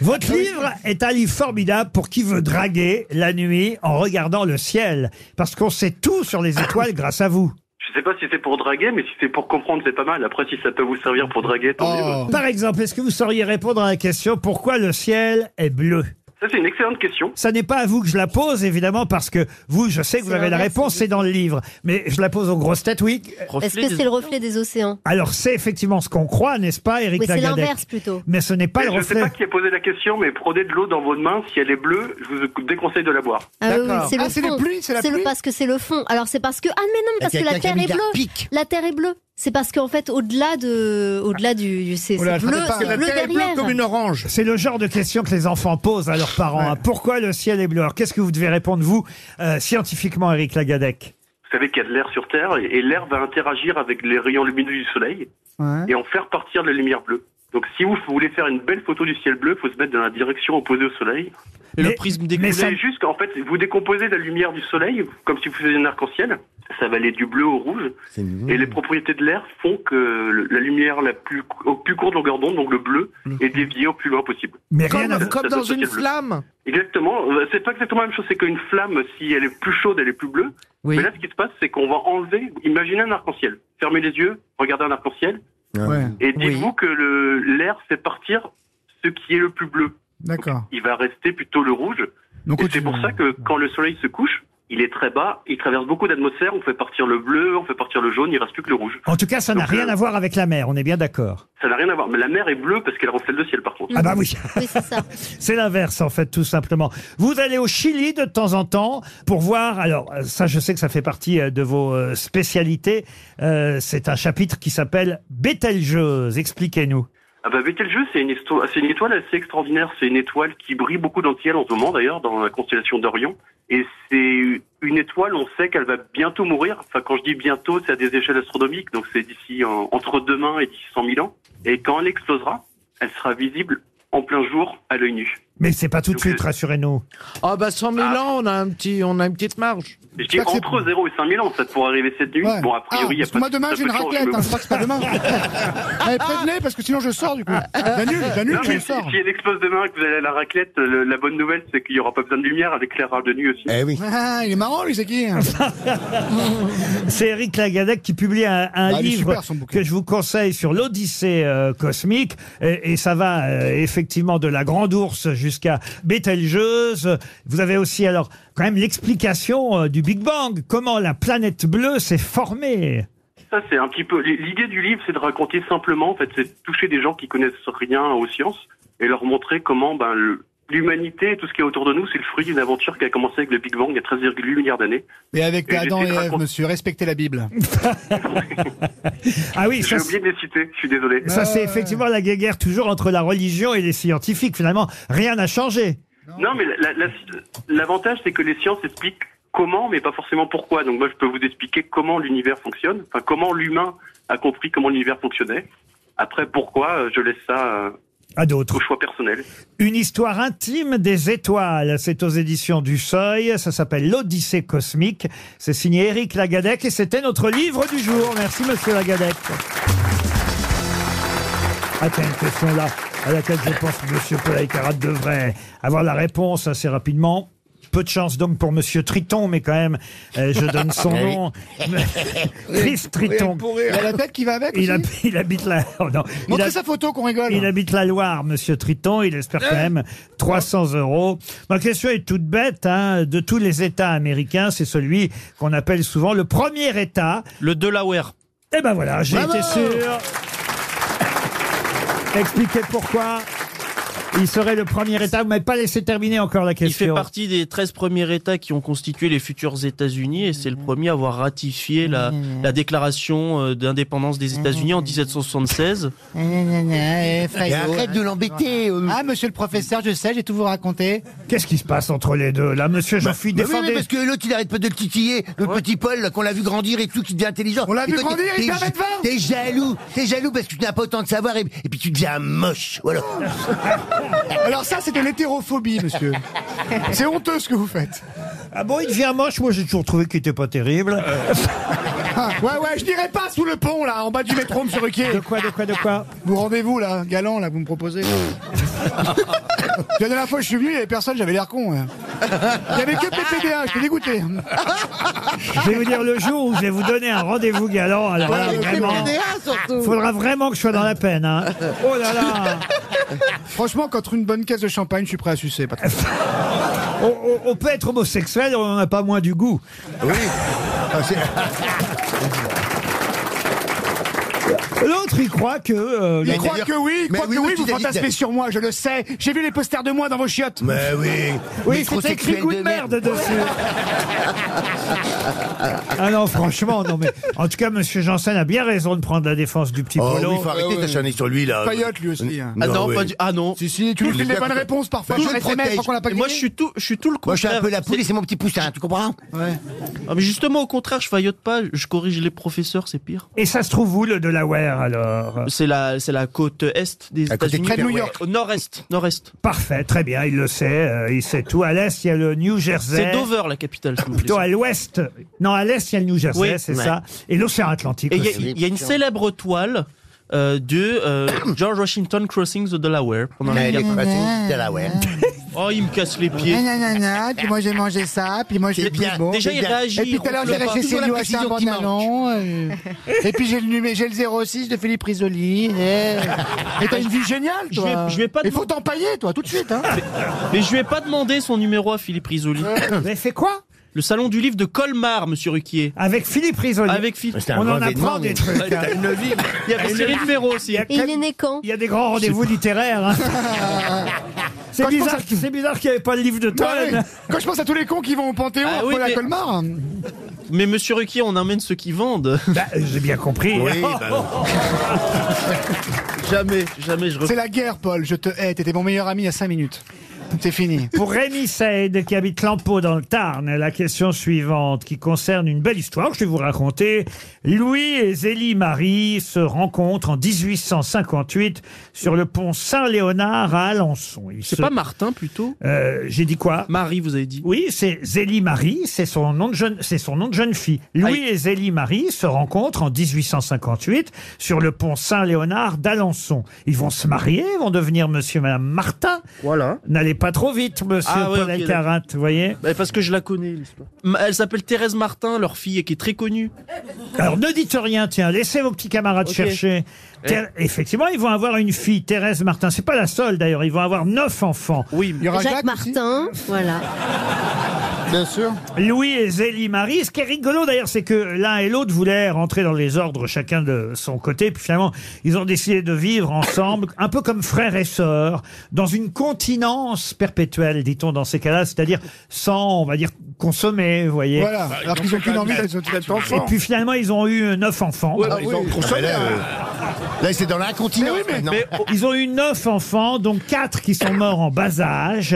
S2: Votre livre est un livre formidable pour qui veut draguer la nuit en regardant le ciel. Parce qu'on sait tout sur les étoiles grâce à vous.
S14: Je sais pas si c'est pour draguer, mais si c'est pour comprendre, c'est pas mal. Après, si ça peut vous servir pour draguer, tant mieux.
S4: Oh.
S2: Par exemple, est-ce que vous sauriez répondre à la question pourquoi le ciel est bleu
S14: Ça, c'est une excellente question.
S2: Ça n'est pas à vous que je la pose, évidemment, parce que vous, je sais que vous
S8: C'est
S2: avez la
S8: l'inverse,
S2: réponse, c'est dans le livre. Mais je la pose aux grosses têtes, oui.
S8: Est-ce que c'est le reflet des océans
S2: Alors c'est effectivement ce qu'on croit, n'est-ce pas, Eric
S8: Oui, c'est
S2: Lagadec
S8: l'inverse plutôt.
S2: Mais ce n'est pas
S14: Et
S2: le
S14: je ne sais
S2: reflet.
S14: pas qui a posé la question, mais prenez de l'eau dans vos mains. Si elle est bleue, je vous déconseille de la boire.
S8: Ah oui, oui,
S4: D'accord.
S8: c'est le
S4: Ah, c'est les
S8: fond.
S4: pluies, c'est la
S8: le-
S4: pluie
S8: parce que c'est le fond. Alors c'est parce que ah mais non, parce que la
S5: quelqu'un qui a
S8: terre
S5: mis
S8: est
S5: de la
S8: bleue.
S5: pique.
S8: La terre est bleue. C'est parce qu'en fait au-delà de au-delà du du- c'est
S4: Oh là,
S8: c'est
S4: je
S8: bleu,
S4: savais pas.
S8: c'est
S6: la
S8: bleu
S6: terre est bleue
S8: derrière.
S6: comme une orange.
S2: C'est le genre de question que les enfants posent à leurs parents. hein. Pourquoi le ciel est bleu Alors qu'est-ce que vous devez répondre, vous, euh, scientifiquement, Eric Lagadec
S14: Vous savez qu'il y a de l'air sur Terre et, et l'air va interagir avec les rayons lumineux du soleil
S4: Ouais.
S14: et en faire partir de la lumière bleue. Donc si vous voulez faire une belle photo du ciel bleu, il faut se mettre dans la direction opposée au soleil.
S7: Et le prisme découlé.
S14: Mais c'est juste qu'en fait, vous décomposez la lumière du soleil comme si vous faisiez un arc-en-ciel. Ça va aller du bleu au rouge. Et les propriétés de l'air font que le- la lumière la plus, cou- au plus courte longueur d'onde, donc le bleu, est déviée au plus loin possible.
S3: comme, comme
S14: Ça
S3: dans
S14: s'associe
S3: une
S14: au bleu.
S3: flamme.
S14: Exactement. Euh, C'est pas exactement la même chose. C'est qu'une flamme, si elle est plus chaude, elle est plus bleue. Mais là, ce qui se passe, c'est qu'on va enlever. Imaginez un arc-en-ciel. Fermez les yeux, regardez un arc-en-ciel, et dites-vous que le- l'air fait partir ce qui est le plus bleu.
S4: D'accord.
S14: Il va rester plutôt le rouge. et c'est pour ça que quand le soleil se couche, il est très bas, il traverse beaucoup d'atmosphères, on fait partir le bleu, on fait partir le jaune, il reste plus que le rouge.
S2: En tout cas, ça n'a
S14: Donc,
S2: rien
S14: euh,
S2: à voir avec la mer, on est bien d'accord.
S14: Ça n'a rien à voir. Mais la mer est bleue parce qu'elle reflète le ciel, par contre.
S2: Ah bah oui. c'est l'inverse en fait, tout simplement. Vous allez au Chili de temps en temps pour voir. Alors euh, ça, je sais que ça fait partie euh, de vos euh, spécialités. Euh, c'est un chapitre qui s'appelle Bételgeuse. Expliquez-nous.
S14: Ah bah Betelgeuse, c'est une, histo- c'est une étoile assez extraordinaire. C'est une étoile qui brille beaucoup dans le ciel en ce moment, d'ailleurs, dans la constellation d'Orion. Et c'est une étoile, on sait qu'elle va bientôt mourir. Enfin, quand je dis bientôt, c'est à des échelles astronomiques, donc c'est d'ici en- entre demain et d'ici 100 000 ans. Et quand elle explosera, elle sera visible en plein jour à l'œil nu.
S2: Mais c'est pas tout de suite, rassurez-nous.
S3: Ah bah 100 000 ans, on a, un petit, on a une petite marge.
S14: Je dis entre 0 et 5 000 ans, ça pourrait arriver cette nuit. Bon, a priori, il y a
S4: Ah, Parce que
S14: pas
S4: moi
S14: de- ça
S4: demain
S14: peut
S4: j'ai une
S14: changer,
S4: raclette,
S14: mais
S4: hein,
S14: bon.
S4: je crois que c'est pas demain. Allez, prévenez parce que sinon je sors du coup. J'annule, j'annule,
S14: Non,
S4: je
S14: mais
S4: le
S14: si,
S4: sors.
S14: si elle explose demain et que vous allez à la raclette, le- la bonne nouvelle, c'est qu'il n'y aura pas besoin de lumière, elle éclairera de nuit aussi.
S5: Eh oui.
S4: Ah, il est marrant lui, c'est qui hein
S2: C'est Eric Lagadec qui publie un, un
S4: Ah, il est
S2: livre
S4: super, son bouquin.
S2: que je vous conseille sur l'Odyssée euh, cosmique. Et, et ça va euh, effectivement de la Grande Ourse jusqu'à Bételgeuse. Vous avez aussi alors quand même l'explication euh, du Big Bang. Comment la planète bleue s'est formée.
S14: Ça, c'est un petit peu. L'idée du livre, c'est de raconter simplement, en fait, c'est de toucher des gens qui connaissent rien aux sciences et leur montrer comment ben, le- l'humanité et tout ce qui est autour de nous, c'est le fruit d'une aventure qui a commencé avec le Big Bang il y a 13,8 milliards d'années.
S4: Et avec
S14: Et
S4: Adam et
S14: j'essaie de
S4: Ève,
S14: raconter-
S4: monsieur, respectez la Bible.
S2: Ah oui,
S14: J'ai
S2: ça,
S14: oublié de les citer, je suis désolé.
S2: ça c'est effectivement la guerre toujours entre la religion et les scientifiques. Finalement, rien n'a changé.
S14: Non, mais la- la- l'avantage, c'est que les sciences expliquent comment, mais pas forcément pourquoi. Donc moi, je peux vous expliquer comment l'univers fonctionne, enfin comment l'humain a compris comment l'univers fonctionnait. Après, pourquoi, euh, je laisse ça euh,
S2: À d'autres.
S14: au choix personnel.
S2: Une histoire intime des étoiles. C'est aux éditions du Seuil. Ça s'appelle L'Odyssée cosmique. C'est signé Éric Lagadec et c'était notre livre du jour. Merci, monsieur Lagadec. Ah, tiens, une question là à laquelle je pense que monsieur Polaïcarat devrait avoir la réponse assez rapidement. Peu de chance donc pour monsieur Triton, mais quand même, euh, je donne son
S4: Eh
S12: Eh
S6: Oui.
S2: nom. Chris Triton.
S4: Il a la tête qui va avec
S2: Il,
S4: aussi.
S2: hab- il habite la. oh non. Il
S4: Montrez
S2: hab-
S4: sa photo qu'on rigole.
S2: il habite la Loire, Monsieur Triton. Il espère quand même 300 euros. Ma question est toute bête. hein. De tous les États américains, c'est celui qu'on appelle souvent le premier État.
S7: Le Delaware.
S2: Eh ben voilà, j'ai
S7: Bravo
S2: été sûr. Expliquez pourquoi il serait le premier État. Vous m'avez pas laissé terminer encore la
S7: Il fait
S2: question.
S7: partie des 13 premiers États qui ont constitué les futurs États-Unis et c'est le premier à avoir ratifié la, la déclaration euh, d'indépendance des États-Unis en 1776.
S5: Et arrête de l'embêter.
S4: Eh,
S5: euh.
S4: Ah, monsieur le professeur, je sais, j'ai tout vous raconté.
S2: Qu'est-ce qui se passe entre les deux là, Monsieur
S5: Bah,
S2: Jean-Philippe
S5: bah oui,
S2: défendez.
S5: oui, parce que l'autre, il arrête pas de le titiller. Le petit Paul, là, qu'on l'a vu grandir et tout, qui devient intelligent. On l'a
S4: vu grandir, il fait 1m20.
S5: T'es jaloux. T'es jaloux parce que tu n'as pas autant de savoir et, et puis tu deviens moche. Voilà.
S4: Alors ça, c'est de l'hétérophobie, monsieur. C'est honteux ce que vous faites.
S2: Ah bon, il devient moche. Moi, j'ai toujours trouvé qu'il était pas terrible.
S4: Ah, ouais, ouais, je dirais pas sous le pont, là, en bas du métro, monsieur Ruquier.
S2: De quoi, de quoi, de quoi
S4: Vous rendez-vous, là, galant, là, vous me proposez. la dernière fois que je suis venu, il y avait personne, j'avais l'air con. ouais. Il y avait que PPDA, je suis dégoûté.
S2: Je vais vous dire le jour où je vais vous donner un rendez-vous galant. Alors là,
S4: Ouais,
S2: vraiment, faudra vraiment que je sois dans la peine. hein. Oh là là
S4: Franchement, contre une bonne caisse de champagne, je suis prêt à sucer, patron.
S2: On, on- on peut être homosexuel, on n'en a pas moins du goût.
S4: Ah,
S2: Ah, Oui. d'autres, ils croient que. euh,
S4: Il
S2: la-
S4: croit que oui, il
S2: Mais
S4: croit que
S2: mais
S4: oui,
S2: tu
S4: vous
S2: t'as dit-
S4: fantasmez sur moi, je le sais. J'ai vu les posters de moi dans vos chiottes.
S2: Mais oui. Oui, c'est écrit coup de merde dessus. ah non, franchement, non mais. En tout cas, Monsieur Janssen a bien raison de prendre la défense du petit
S5: Oh
S2: polo.
S5: oui, faut arrêter d'acharner sur lui, là.
S4: Payotte, lui aussi, hein.
S7: Ah non,
S5: oui.
S7: pas du- ah non. Si, si,
S5: tu nous files les bonnes réponses parfois, sur SMS, tant qu'on l'a pas
S7: Moi, je
S5: gagné.
S7: suis tout, je suis tout le contraire.
S5: Moi, je suis un peu la poule et c'est
S7: mon petit poussin, tu comprends
S4: Ouais.
S7: Ah, mais justement, au contraire, je faillote pas, je corrige les professeurs, c'est pire.
S2: Et ça se trouve où le Delaware alors
S7: C'est la, c'est la côte est des
S2: À côté de
S7: États-Unis.
S2: New York.
S7: Au nord-est, nord-est.
S2: Parfait, très bien, il le sait, euh, il sait tout. À l'est, il y a le New Jersey.
S7: C'est Dover, la capitale, s'il vous plaît.
S2: Plutôt à l'ouest. Non, à l'est, il y a le New Jersey,
S7: Oui,
S2: c'est
S7: ouais.
S2: ça. Et l'océan Atlantique
S7: Et il y a-
S2: aussi.
S7: il y, a une célèbre toile euh, de euh, George Washington Crossing the Delaware. Pendant la
S5: Ouais, il est
S7: guerre.
S5: crossing the Delaware.
S7: Oh, il me casse les pieds.
S4: Nanana, puis moi j'ai mangé ça, puis moi
S7: C'est
S4: j'ai
S7: bien.
S4: pris bon.
S7: Déjà,
S4: C'est
S7: il
S4: bien.
S7: réagit,
S4: Et puis tout à l'heure
S7: on
S4: j'ai
S7: comprend
S4: lâché
S7: toujours la
S4: Célio à
S7: précision
S4: saint
S7: qui manque.
S4: pantalon Et puis j'ai le, numé- j'ai le 06 de Philippe Risoli. Et et t'as une vie géniale,
S7: Eh. Je
S4: toi.
S7: vais- je vais pas
S4: Il faut t'empailler, toi, tout de suite. Hein.
S7: Mais je lui ai pas demandé son numéro à Philippe Risoli.
S2: Vous avez fait quoi
S7: Le salon du livre de Colmar, monsieur Ruquier.
S2: Avec Philippe Risoli.
S7: Avec Philippe.
S2: un On en grand apprend événement, des mais- trucs, hein.
S7: T'as une vie. Il y avait Cyril Ferro aussi.
S8: Il est né quand
S2: Il y a des grands rendez-vous littéraires. hein. C'est
S4: Quand je pense
S2: bizarre, c'est bizarre qu'il n'y avait pas le livre de
S4: Ouais,
S2: Tollen.
S4: Quand je pense à tous les cons qui vont au Panthéon,
S7: Ah
S4: à
S7: oui,
S4: Paul à
S7: mais-
S4: Colmar.
S7: Mais monsieur Ruquier, on emmène ceux qui vendent.
S2: Bah, J'ai bien compris.
S7: Oui,
S5: bah
S7: jamais, jamais je
S4: C'est la guerre, Paul. Je te hais. T'étais mon meilleur ami il y a 5 minutes. C'est fini.
S2: Pour Rémi Saïd, qui habite Lampeau dans le Tarn, la question suivante qui concerne une belle histoire que je vais vous raconter. Louis et Zélie Marie se rencontrent en 1858 sur le pont Saint-Léonard à Alençon. Euh,
S7: C'est pas Martin plutôt
S2: J'ai dit quoi
S7: Marie, vous avez dit.
S2: Oui, c'est Zélie Marie, c'est son nom de jeune, c'est son nom de jeune fille. Louis et Zélie Marie se rencontrent en 1858 sur le pont Saint-Léonard d'Alençon. Ils vont se marier, vont devenir monsieur et madame Martin.
S7: Voilà.
S2: N'allez pas trop vite, monsieur
S7: Hein Ah ouais,
S2: Paul
S7: ok,
S2: Alcarat, vous voyez
S7: Bah, parce que je la connais, l'histoire. Ma- Elle s'appelle Thérèse Martin, leur fille, et qui est très connue.
S2: Alors ne dites rien, tiens, laissez vos petits camarades
S7: Ok.
S2: chercher. Thé- Effectivement, ils vont avoir une fille, Thérèse Martin. C'est pas la seule d'ailleurs, ils vont avoir neuf enfants.
S7: Oui,
S4: Il y aura
S8: Jacques,
S4: Jacques aussi
S8: Martin, voilà.
S4: Bien sûr.
S2: Louis et Zélie Marie. Ce qui est rigolo d'ailleurs, c'est que l'un et l'autre voulaient rentrer dans les ordres chacun de son côté. Puis finalement, ils ont décidé de vivre ensemble, un peu comme frères et sœurs, dans une continence perpétuelle, dit-on dans ces cas-là, c'est-à-dire sans, on va dire, consommer, vous voyez.
S4: Voilà.
S5: Bah,
S4: Alors qu'ils ont aucune envie d'être d'être
S2: Et
S4: enfants.
S2: puis finalement, ils ont eu euh, neuf enfants.
S6: Ouais, ils ont trop
S5: Ah, mais
S6: sonné,
S5: là,
S6: hein.
S5: euh, là, c'est dans l'incontinence maintenant.
S2: Ils ont eu neuf enfants, dont quatre qui sont morts en bas âge,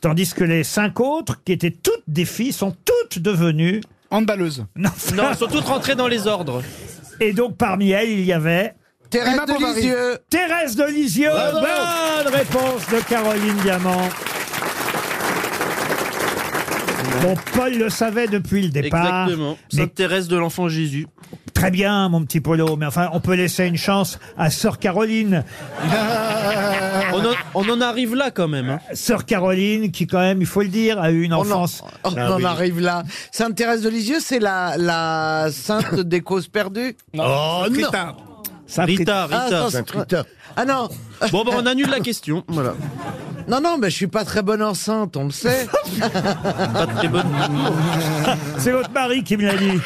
S2: tandis que les cinq autres, qui étaient toutes des filles, sont toutes devenues.
S4: Handballeuse.
S2: Non,
S7: Non, elles sont toutes rentrées dans les ordres.
S2: Et donc parmi elles, il y avait
S3: Thérèse
S4: Emma
S3: de
S4: Bovary.
S3: Lisieux.
S2: Thérèse de Lisieux.
S3: Bravo.
S2: Bonne réponse de Caroline Diamant. Bon, Paul le savait depuis le départ.
S7: Exactement.
S2: Mais
S7: Sainte Thérèse de l'Enfant Jésus.
S2: très bien, mon petit Polo. Mais enfin, on peut laisser une chance à Sœur Caroline. Ah.
S7: On en, on en arrive là quand même. hein.
S2: Sœur Caroline, qui quand même, il faut le dire, a eu une
S3: On en,
S2: enfance. Ah
S3: on en arrive là. Sainte Thérèse de Lisieux, c'est la, la sainte des causes perdues.
S5: Oh non
S6: Rita.
S7: Rita,
S3: Ah,
S7: Rita.
S3: attends, c'est- Ah non,
S7: Bon, bah, on annule la question. Voilà.
S3: non, non, mais je suis pas très bonne enceinte, on le sait.
S7: Pas très bonne.
S2: C'est votre mari qui me l'a dit.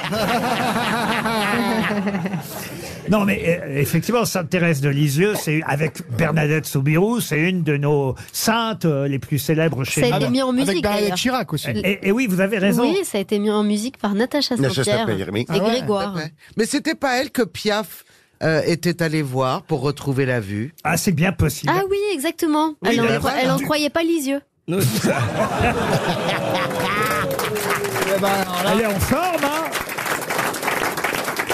S2: Non, mais euh, effectivement, Sainte Thérèse de Lisieux, c'est avec Bernadette Soubirous, c'est une de nos saintes euh, les plus célèbres
S8: Ça
S2: chez nous.
S8: a été mis en
S4: Avec
S8: musique
S4: Bernadette
S8: d'ailleurs.
S4: Chirac aussi.
S2: Et, et oui, vous avez raison.
S8: Oui, ça a été mis en musique par Natacha
S5: Natacha
S8: Saint-Pierre
S5: Saint-Pierre, oui.
S8: et
S3: Ah ouais,
S8: Grégoire.
S3: tout à fait. Mais c'était pas elle que Piaf euh, était allé voir pour retrouver la vue.
S2: Ah, c'est bien possible.
S8: Ah oui, exactement. elle, en cro- elle en croyait pas les yeux.
S2: Elle est en forme, hein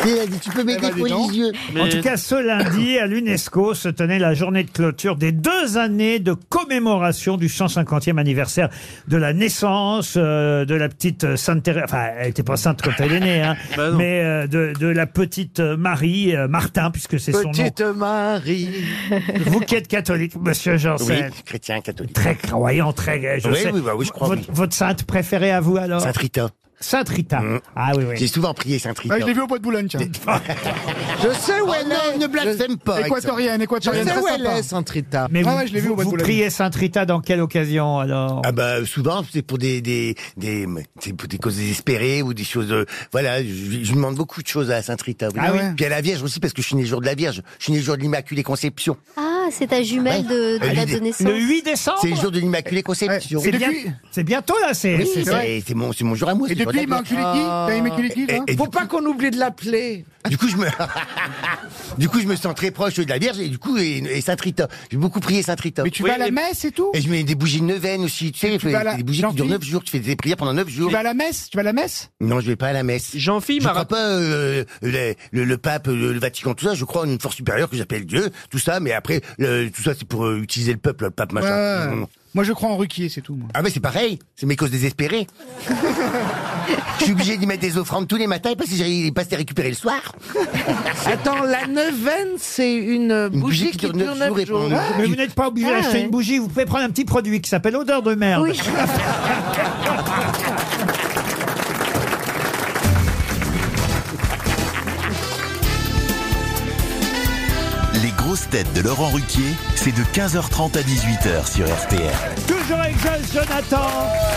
S5: Il a dit, tu peux m'aider
S4: dis
S5: pour
S4: donc.
S5: les yeux.
S2: En
S7: Mais-
S2: tout cas, ce lundi, à l'UNESCO, se tenait la journée de clôture des deux années de commémoration du 150e anniversaire de la naissance euh, de la petite Sainte Thérèse. Enfin, elle n'était pas sainte quand elle est née, hein,
S7: Bah non.
S2: mais euh, de, de la petite Marie euh, Martin, puisque c'est son nom.
S3: Petite Marie.
S2: Vous qui êtes catholique, monsieur
S5: Oui,
S2: Janssen.
S5: chrétien, catholique.
S2: Très croyant, très. Je
S5: Oui,
S2: sais.
S5: oui, bah oui, je crois,
S2: Votre,
S5: oui.
S2: votre sainte préférée à vous alors
S5: Saint Rita. Mm.
S2: Saint-Rita. Ah oui, oui.
S5: J'ai souvent prié Saint-Rita.
S4: Ah, je l'ai vu au bois de Boulogne, tiens. Ah
S5: Je sais où elle est. Ne
S4: blasphème pas, Équatorienne, équatorienne,
S5: Je sais
S4: très
S5: où elle
S4: sympa.
S5: est, Saint-Rita.
S2: Mais
S5: Ah
S2: vous,
S5: ouais, je l'ai vu au
S2: vous,
S5: Bois de
S2: vous
S5: Boulogne.
S2: priez Saint-Rita dans quelle occasion alors
S5: Ah bah souvent c'est pour des des des c'est pour des causes désespérées ou des choses euh, voilà je, je demande beaucoup de choses à Sainte Rita. vous
S2: Ah
S5: voyez.
S2: ouais.
S5: Puis à la Vierge aussi parce que je suis né le jour de la Vierge, je suis né le jour de l'Immaculée Conception.
S8: Ah, c'est ta jumelle de, de
S5: Le
S8: date
S5: Ah, huit-
S8: de naissance.
S5: le huit
S8: décembre
S5: C'est le jour de l'Immaculée Conception.
S2: C'est bien- c'est bientôt là, c'est.
S5: Oui, c'est-
S2: c'est-
S5: c'est c'est mon c'est mon jour à moi.
S2: Et
S5: c'est le jour
S2: depuis,
S5: de la Vierge.
S2: Immaculée qui T'as Immaculée qui, toi
S5: Et- et
S3: Faut pas qu'on oublie de l'appeler.
S5: Du coup, je me, du coup, je me sens très proche de la Vierge et du coup, et, et Sainte Rita. J'ai beaucoup prié Sainte Rita. Mais
S4: tu vas à la messe et tout
S5: Et je mets des bougies de neuvaine aussi, tu sais,
S4: tu vas à la-
S5: des bougies qui durent
S4: Jean-Philippe
S5: 9 jours, tu fais des prières pendant 9 jours.
S4: Tu vas à la messe Tu vas à la messe
S5: Non, je vais pas à la messe.
S7: Jean-Philippe
S5: Je crois pas euh, le, le- le pape, euh, le, le Vatican, tout ça. Je crois en une force supérieure que j'appelle Dieu, tout ça. Mais après, le- tout ça, c'est pour euh, utiliser le peuple, le pape, machin. Mmh.
S4: Ouais.
S5: Non, non.
S4: Moi, je crois en Ruquier, c'est tout. Moi.
S5: Ah mais c'est pareil, c'est mes causes désespérées. Je suis obligé d'y mettre des offrandes tous les matins parce que j'ai pas été récupérer le soir.
S3: Attends, la neuvaine, c'est une bougie qui dure 9 jours.
S2: Mais vous n'êtes pas obligé
S3: Ah,
S2: d'acheter
S3: ouais.
S2: une bougie, vous pouvez prendre un petit produit qui s'appelle odeur de merde.
S1: Les grosses têtes de Laurent Ruquier, c'est de 15h30 à 18h sur RTL.
S2: Toujours avec Joyce Jonathan,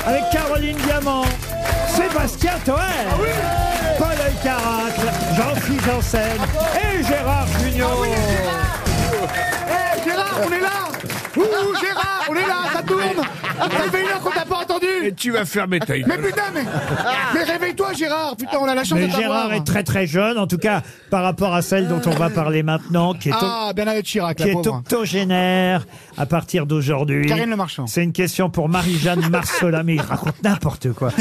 S2: avec Caroline Diamant, Sébastien Toer,
S3: Ah
S2: Paul Elkaracle, Jean-Philippe Janssen
S3: Ah
S2: et Gérard Junior.
S4: Eh, Gérard, on est là Ouh, Gérard, on est là, ça tourne Ça fait une heure qu'on t'a pas entendu
S6: Et tu vas fermer ta
S4: Mais putain, mais, mais réveille-toi, Gérard Putain, on a Eh, la chance
S2: Mais
S4: de t'avoir
S2: Gérard est très très jeune, en tout cas par rapport à celle dont on va parler maintenant, qui est, au-
S4: Ah, Bernadette Chirac,
S2: qui
S4: la
S2: est
S4: pauvre
S2: octogénaire à partir d'aujourd'hui.
S4: Karine Le Marchand.
S2: C'est une question pour Marie-Jeanne Marcelin, mais il raconte n'importe quoi.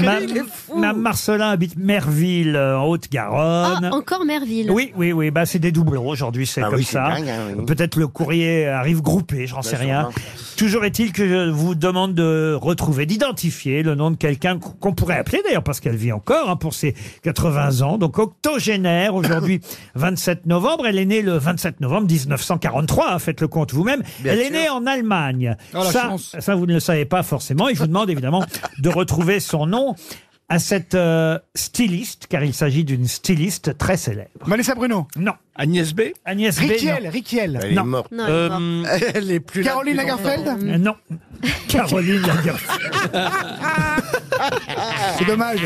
S2: Mme, Mme Marcelin habite Merville, euh, en Haute-Garonne.
S8: Ah, encore Merville.
S2: Oui, oui, oui. Bah, c'est des doublons aujourd'hui, c'est
S5: Ah
S2: comme
S5: oui, c'est
S2: ça.
S5: dingue, hein, oui. Bah,
S2: Peut-être le courrier arrive groupé, j'en sais rien. Toujours est-il que je vous demande de retrouver, d'identifier le nom de quelqu'un qu- qu'on pourrait appeler d'ailleurs parce qu'elle vit encore hein, pour ses 80 ans. Donc octogénaire aujourd'hui, 27 novembre. Elle est née le 27 novembre 1943. hein, faites le compte vous-même.
S1: Bien
S2: Elle est
S1: sûr.
S2: née en Allemagne.
S1: Oh, la
S2: ça,
S1: chance.
S2: ça vous ne le savez pas forcément. Et je vous demande évidemment de retrouver son nom à cette euh, styliste, car il s'agit d'une styliste très célèbre.
S4: Vanessa Bruno
S2: Non.
S6: Agnès B
S2: Agnès B.
S4: Riquiel,
S2: non.
S4: Riquiel
S2: Elle est Non. morte.
S8: Non,
S4: Elle est plus Caroline Lagerfeld
S2: Euh, Non. Caroline Lagerfeld.
S4: C'est dommage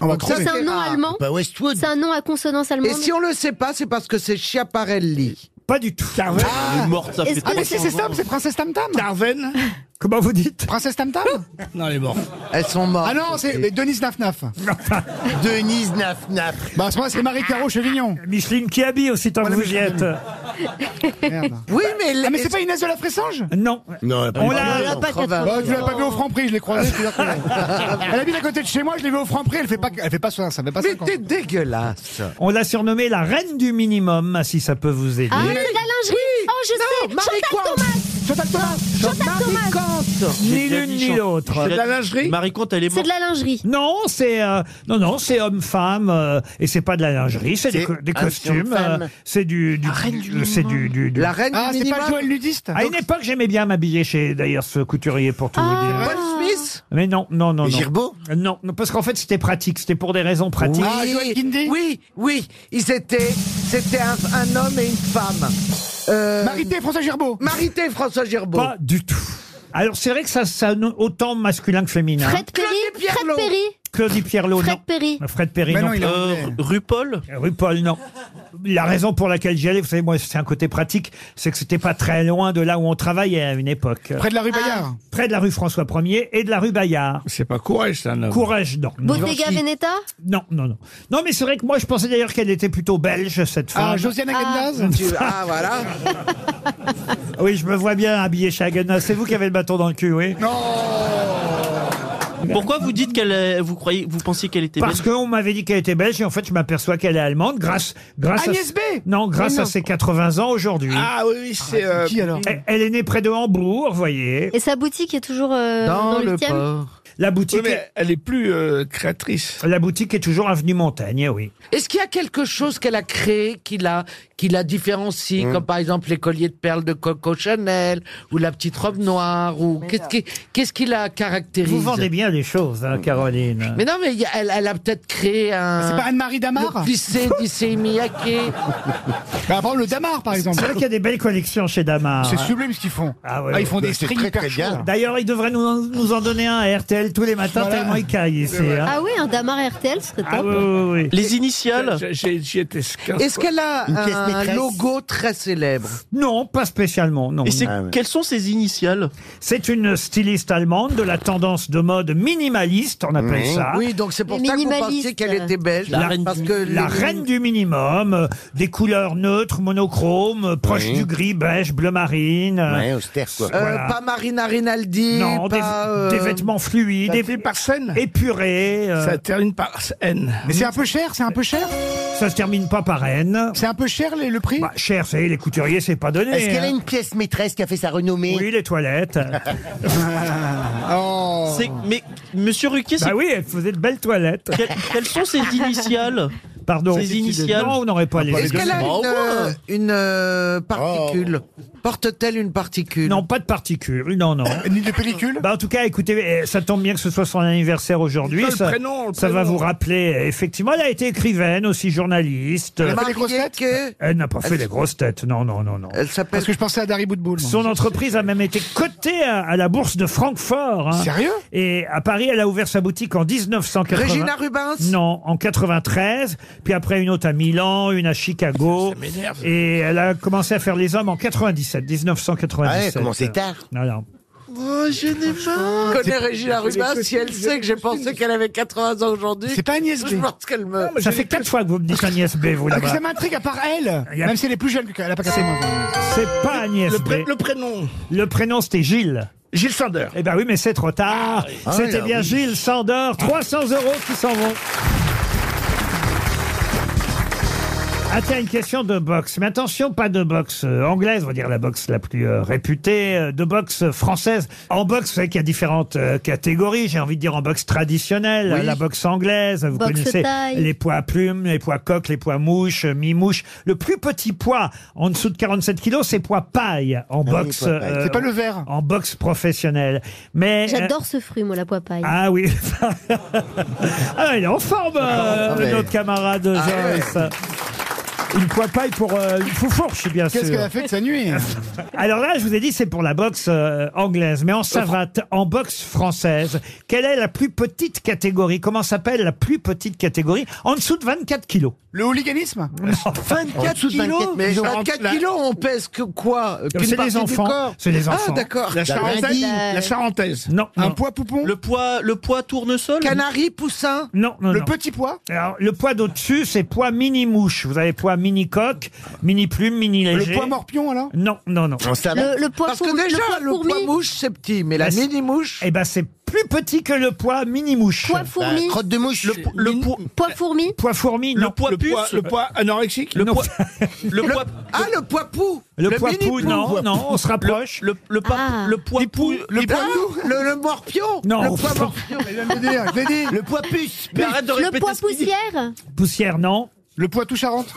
S4: On va
S8: Ça, c'est un
S3: Ah.
S8: nom allemand.
S5: Bah Westwood.
S8: C'est un nom à consonance allemande.
S3: Et si on le sait pas, c'est parce que c'est Chiaparelli.
S2: Pas du tout.
S6: Ah Elle est morte, ça
S8: Est-ce
S6: fait
S8: que-
S4: Ah, mais
S6: trois
S4: si,
S6: cents
S4: c'est
S6: ans. hein.
S4: simple, c'est Princesse Tam Tam
S6: Darven
S2: Comment vous dites
S4: Princesse Tam Tam
S6: Non, elle est morte.
S3: Elles sont mortes.
S4: Ah non, c'est mais Denise Nafnaf
S5: Denise Naf Naf.
S4: Bah, à ce moment-là, c'est Marie-Caro Chevignon
S2: Micheline Kiabi aussi, tant que vous y êtes.
S3: Oui, mais.
S4: Ah, mais c'est pas Inès de la Fressange
S2: Non.
S5: Non,
S2: On l'a.
S4: Bah, je l'ai pas vu au Franprix, je l'ai croisée. je veux dire que- Elle habite à côté de chez moi, je l'ai vu au Franprix, elle fait pas, elle fait pas ça, ça fait pas
S3: Mais
S4: 50.
S3: t'es dégueulasse.
S2: On l'a surnommée la reine du minimum, si ça peut vous aider.
S8: Ah, c'est de la lingerie. Oh, je sais. Chantal Thomas.
S4: Chantal Thomas
S8: Chantal Thomas.
S2: Ni l'une ni l'autre.
S7: C'est de la lingerie Marie Comte, elle est
S8: C'est
S7: morte.
S8: de la lingerie.
S2: Non, c'est euh, non non, c'est homme-femme euh, et c'est pas de la lingerie, c'est des,
S5: C'est
S2: co- des
S5: un
S2: costumes,
S5: homme-femme.
S2: euh, c'est du, du- c'est du, du- Ah, du-
S3: La reine
S4: Ah,
S3: du
S4: c'est pas
S3: minimum.
S4: Joël Nudiste
S2: À une époque, j'aimais bien m'habiller chez d'ailleurs ce couturier pour tout
S4: Ah,
S2: vous dire.
S3: Paul
S8: Ah.
S3: Smith
S2: Mais non, non, non, non.
S5: Girbeau
S2: Non, non, parce qu'en fait, c'était pratique. C'était pour des raisons pratiques.
S4: Ah, Joël Kindy
S3: oui, oui. Ils étaient. C'était un, un homme et une femme. Euh,
S4: Marité, François Gerbeau
S3: Marité et François Girbeau.
S2: Pas du tout. Alors, c'est vrai que ça sonne autant masculin que féminin.
S8: Fred Perry. Fred
S3: Pierlot.
S8: Perry.
S2: Claudie Pierlot, non.
S8: Fred Perry.
S2: Fred Perry,
S4: Mais
S2: non.
S4: non, il est
S7: Euh,
S4: anglais.
S7: RuPaul
S2: RuPaul, non. La raison pour laquelle j'y allais, vous savez, moi, c'est un côté pratique, c'est que c'était pas très loin de là où on travaillait à une époque.
S4: Près de la rue Bayard
S2: Près de la rue François 1er et de la rue Bayard.
S6: C'est pas courage, ça, non
S2: Courage, non. Non,
S8: Bottega Veneta.
S2: non, non. Non, non mais c'est vrai que moi, je pensais d'ailleurs qu'elle était plutôt belge, cette femme.
S4: Ah, Josiane Agendaz
S3: Tu- Ah, voilà.
S2: Oui, je me vois bien habillée chez Hagana. C'est vous qui avez le bâton dans le cul, oui.
S7: Pourquoi vous dites qu'elle est- Eh, vous croyez vous pensiez qu'elle était
S2: Parce
S7: belge
S2: qu'on m'avait dit qu'elle était belge et en fait, je m'aperçois qu'elle est allemande grâce, grâce
S4: Agnès
S2: à...
S4: B.
S2: Non, grâce
S4: Mais non.
S2: à ses 80 ans aujourd'hui.
S6: Ah oui, oui, c'est... euh,
S4: Qui alors
S2: Elle- Elle est née près de Hambourg, voyez.
S8: Et sa boutique est toujours euh, dans, le huitième.
S3: port.
S2: La
S6: oui,
S2: boutique,
S6: mais elle est plus euh, créatrice.
S2: est, la boutique est toujours avenue Montaigne, oui.
S3: Est-ce qu'il y a quelque chose qu'elle a créé qui la, qui la différencie,
S2: Mm.
S3: comme par exemple les colliers de perles de Coco Chanel ou la petite robe noire ou qu'est-ce qui, qu'est-ce qui la caractérise
S2: Vous vendez bien des choses, hein, Caroline.
S15: Mais non, mais il y a- elle, elle a peut-être créé un.
S4: Ah, C'est pas Anne-Marie Damar
S15: Le Lycée, lycée Miyake.
S4: Apprendre le Damar, par exemple.
S2: C'est vrai qu'il y a des belles collections chez Damar.
S4: C'est sublime ce qu'ils font.
S2: Ah, ouais,
S4: Ah,
S2: ouais.
S4: ils font des strings hyper chauds.
S2: D'ailleurs, ils devraient nous, nous en donner un à RTL tous les matins,
S4: Voilà.
S2: tellement ils caillent ici. hein.
S8: Ah oui, un Damar RTL serait top.
S2: Ah oui, oui, oui.
S7: Les initiales
S6: J'y étais
S3: Est-ce qu'elle a un logo
S2: très célèbre Non, pas spécialement. Non.
S7: Et c'est- Ah ouais. quelles sont ses initiales
S2: C'est une styliste allemande de la tendance de mode minimaliste, on appelle ça.
S3: Mmh. Oui, donc c'est pour ça que vous pensiez qu'elle était belge.
S2: La, reine,
S3: parce
S2: du,
S3: que
S2: la
S3: les-
S2: reine du minimum, euh, des couleurs neutres, monochromes, euh, proches du gris, beige, bleu marine. euh,
S5: Ouais, austère, quoi.
S3: Euh,
S2: voilà.
S3: Pas Marina Rinaldi,
S2: Non, des,
S3: pas, euh,
S2: des vêtements fluides,
S3: ça
S2: des
S3: fait
S6: par scène.
S2: épurés. euh,
S6: Ça termine par N.
S4: Mais c'est un peu cher, c'est un peu cher.
S2: ça se termine pas par N.
S4: C'est un peu cher les- le prix
S2: Bah, cher, c'est les couturiers, c'est pas donné.
S5: Est-ce qu'elle a
S2: hein.
S5: une pièce maîtresse qui a fait sa renommée
S2: Oui, les toilettes.
S3: Oh.
S7: C'est- Mais Monsieur Ruquier, c'est
S2: Bah oui, elle faisait de belles toilettes.
S7: Quelles, quelles sont ses initiales
S2: Pardon.
S7: Ses initiales
S2: Non, on n'aurait pas les. Bah,
S3: Est-ce Ah, qu'elle a une, euh, une, euh, particule Porte-t-elle une particule
S2: Non, pas de particules. Non, non.
S4: Ni de pellicule
S2: Bah en tout cas, écoutez, eh, ça tombe bien que ce soit son anniversaire aujourd'hui.
S6: Non, le
S2: ça,
S6: prénom, le
S2: ça va
S6: prénom.
S2: vous rappeler. eh, Effectivement, elle a été écrivaine, aussi journaliste.
S4: Elle a fait les grosses têtes
S2: Elle n'a pas fait
S4: Elle-
S2: les grosses têtes. Non, non, non, non.
S4: Parce que je pensais à Dari Boudboul. moi.
S2: Son entreprise a même été cotée à, à la bourse de Francfort. hein.
S4: Sérieux
S2: Et à Paris, elle a ouvert sa boutique en 1980.
S3: Regina Rubens
S2: Non, en 93. Puis après, une autre à Milan, une à Chicago.
S6: Ça m'énerve.
S2: Et elle a commencé à faire les hommes en 97,
S5: Ah
S2: 1997.
S5: ouais, commencé tard.
S2: Non, non.
S15: Oh, je n'ai pas.
S3: connais Régina Rubin, si elle sait que j'ai pensé qu'elle avait 80 ans aujourd'hui.
S4: C'est pas Agnès B.
S3: Je pense qu'elle me.
S2: Ça fait quatre fois que vous me dites Agnès B, vous
S4: Ah, que
S2: là-bas.
S4: ça m'intrigue à part elle.
S2: Il y a-
S4: Même si elle est plus jeune que elle a pas 14 ans.
S2: C'est pas Agnès
S6: Le,
S2: B.
S6: pré- le prénom.
S2: Le prénom, c'était Gilles.
S6: Gilles Sander.
S2: Eh ben oui, mais c'est trop
S5: Ah
S2: tard.
S5: oui,
S2: C'était
S5: ah
S2: bien
S5: oui.
S2: Gilles Sandor. 300 euros qui s'en vont. Ah tiens, une question de boxe. Mais attention, pas de boxe euh, anglaise, on va dire la boxe la plus euh, réputée, euh, de boxe française. En boxe, vous savez qu'il y a différentes euh, catégories. J'ai envie de dire en boxe traditionnelle, la boxe anglaise. Vous
S8: Boxe
S2: connaissez
S8: taille.
S2: les poids à plumes, les poids coques, les poids mouches, euh, mi-mouche. Le plus petit poids en dessous de 47 kilos, c'est poids paille en
S5: oui,
S2: boxe.
S5: poids paille.
S2: euh,
S4: C'est pas le verre.
S2: en boxe professionnelle. Mais
S8: J'adore ce fruit, moi, la
S2: euh,
S8: poipaille.
S2: Eh, ah oui. ah, il est en forme, euh,
S5: Ah ouais.
S2: notre camarade
S4: Ah,
S2: Joyce. Une poipaille pour euh, une foufourche, bien sûr.
S4: Qu'est-ce qu'elle a fait de sa nuit
S2: Alors là, je vous ai dit, c'est pour la boxe euh, anglaise, mais en savate, en boxe française, quelle est la plus petite catégorie Comment s'appelle la plus petite catégorie En dessous de 24 kilos.
S4: Le hooliganisme
S5: En
S3: 24
S5: dessous de
S3: kilos
S5: 24,
S3: Mais
S5: mais genre,
S3: 24
S6: la-
S3: kilos, on pèse que quoi
S2: c'est les
S3: Qu'une partie du
S2: enfants,
S3: corps
S2: c'est les enfants.
S3: Ah, d'accord.
S6: La charentaise.
S5: brindille.
S4: Euh,
S6: La charentaise.
S2: Non,
S4: Un
S2: non,
S4: poids poupon
S7: Le poids, le poids
S2: Oh,
S7: tournesol
S3: Canari, poussin.
S2: non, non,
S4: Le
S2: non.
S4: petit poids
S2: Alors, le poids d'au-dessus, c'est poids mini-mouche. Vous avez poids mini-coque, mini-plume, mini-léger.
S4: Le poids morpion alors
S2: Non, non, non.
S5: En savate.
S8: Le, le poids
S3: Parce
S8: fourmi-
S3: que déjà,
S8: le
S3: le
S8: poids fourmi,
S3: poids mouche, c'est petit, mais la
S2: Bah, c'est-
S3: mini mouche.
S2: Eh ben, c'est plus petit que le poids mini-mouche.
S8: poids
S5: Bah,
S8: fourmi,
S5: crotte de mouche.
S7: Le, le poids-
S8: poids fourmi,
S2: Poids Euh, fourmi, non.
S7: le poids
S6: le
S7: puce
S6: poids, le poids anorexique
S7: le
S2: Non.
S7: poids, le poids,
S3: Ah, le poids pou.
S2: Le, poids
S3: mini
S2: pou, non, non, on se rapproche.
S7: le, le, pas-
S8: Ah.
S7: le poids pou- le
S3: Ah,
S7: poids
S3: le, le morpion.
S2: Non.
S3: Le poids morpion.
S4: Je l'ai dit, je l'ai dit.
S5: Le poids puce.
S7: Mais arrête de
S8: le
S7: répéter
S8: poids
S7: ce qu'il dit.
S8: poussière,
S2: Poussière, non.
S4: Le poids tout charente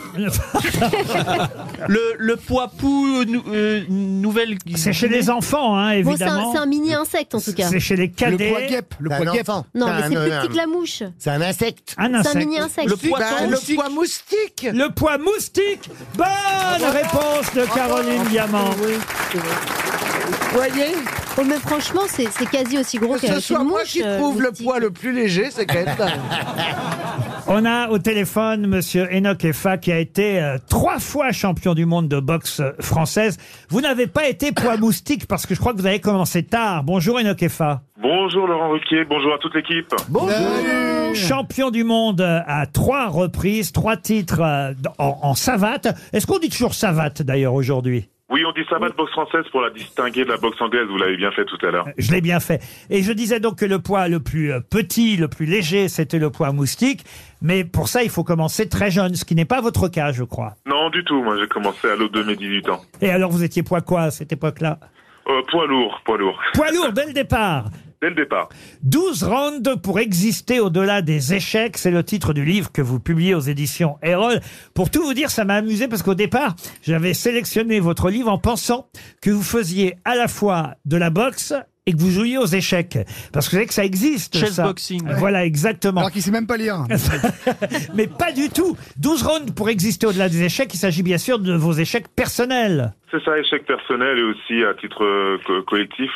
S7: Le, le poids pou euh, nou- euh, nouvelle.
S2: C'est chez les enfants, hein,
S8: bon, c'est
S2: évidemment.
S8: un, c'est un mini insecte en tout cas.
S2: C'est chez les
S4: Le
S2: cadets.
S4: poids guêpe Le
S5: C'est
S4: poids
S5: un
S4: guêpe
S5: enfant.
S8: Non, mais
S5: un-
S8: c'est plus
S5: un-
S8: petit que la mouche.
S5: C'est un insecte.
S2: Un
S8: C'est un
S2: insecte.
S8: mini insecte.
S7: Le poids
S3: Bah, le
S7: moustique.
S3: poids moustique.
S2: Le poids moustique. Bonne réponse de Caroline Diamant.
S3: Vous voyez
S8: Oh, mais franchement, c'est c'est quasi aussi gros
S3: Que
S8: qu'une
S3: ce
S8: mouche.
S3: soit moi qui
S8: euh,
S3: trouve le
S8: moustique.
S3: poids le plus léger, c'est quand même dingue.
S2: On a au téléphone Monsieur Enoch Effa qui a été euh, trois fois champion du monde de boxe euh, française. Vous n'avez pas été poids moustique parce que je crois que vous avez commencé tard. Bonjour Enoch Effa.
S14: Bonjour Laurent Ruquier, bonjour à toute l'équipe.
S2: Mmh. Champion du monde euh, à trois reprises, trois titres euh, d- en, en savate. Est-ce qu'on dit toujours savate d'ailleurs aujourd'hui
S14: Oui, on dit savate boxe française pour la distinguer de la boxe anglaise, vous l'avez bien fait tout à l'heure.
S2: Je l'ai bien fait. Et je disais donc que le poids le plus euh, petit, le plus léger, c'était le poids moustique. Mais pour ça, il faut commencer très jeune, ce qui n'est pas votre cas, je crois.
S14: Non, du tout, moi j'ai commencé à l'aube de mes 18 ans.
S2: Et alors, vous étiez poids quoi à cette époque-là
S14: Euh, poids lourd, poids lourd,
S2: Poids lourd dès le départ.
S14: dès le départ.
S2: 12 rounds pour exister au-delà des échecs, c'est le titre du livre que vous publiez aux éditions Erol. Pour tout vous dire, ça m'a amusé parce qu'au départ, j'avais sélectionné votre livre en pensant que vous faisiez à la fois de la boxe et que vous jouiez aux échecs. Parce que vous savez que ça existe. ça.
S7: Chessboxing.
S2: Voilà, exactement.
S4: Alors qu'il sait même pas lire.
S2: Mais pas du tout. 12 rounds pour exister au-delà des échecs. Il s'agit bien sûr de vos échecs personnels.
S16: C'est ça, échec personnel et aussi à titre euh, co- collectif,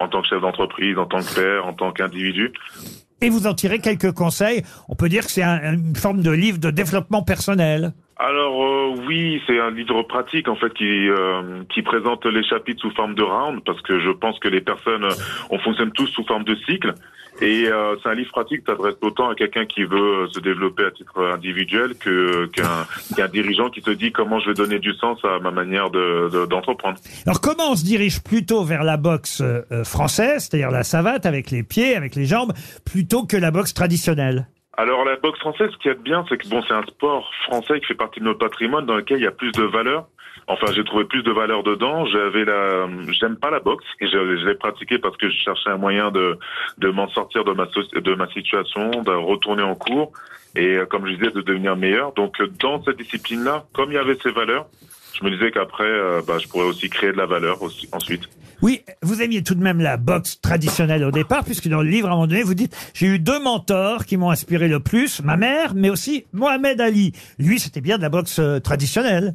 S16: en tant que chef d'entreprise, en tant que père, en tant qu'individu.
S2: Et vous en tirez quelques conseils. On peut dire que c'est un- une forme de livre de développement personnel.
S16: Alors euh, oui, c'est un livre pratique en fait qui euh, qui présente les chapitres sous forme de round parce que je pense que les personnes euh, on fonctionne tous sous forme de cycle et euh, c'est un livre pratique qui s'adresse autant à quelqu'un qui veut euh, se développer à titre individuel que qu'un qu'un dirigeant qui se dit comment je vais donner du sens à ma manière de de- d'entreprendre.
S2: Alors comment on se dirige plutôt vers la boxe euh, euh, française, c'est-à-dire la savate avec les pieds, avec les jambes, plutôt que la boxe traditionnelle
S16: Alors la boxe française, ce qu'il y a de bien, c'est que bon, c'est un sport français qui fait partie de notre patrimoine dans lequel il y a plus de valeur. Enfin, j'ai trouvé plus de valeur dedans. J'avais la, j'aime pas la boxe et je, je l'ai pratiquée parce que je cherchais un moyen de de m'en sortir de ma soci- de ma situation, de retourner en cours et euh, comme je disais, de devenir meilleur. Donc euh, dans cette discipline-là, comme il y avait ces valeurs, je me disais qu'après, euh, bah, je pourrais aussi créer de la valeur aussi, ensuite.
S2: Oui, vous aimiez tout de même la boxe traditionnelle au départ, puisque dans le livre, à un moment donné, vous dites « J'ai eu deux mentors qui m'ont inspiré le plus, ma mère, mais aussi Mohamed Ali. Lui, c'était bien de la boxe euh, traditionnelle.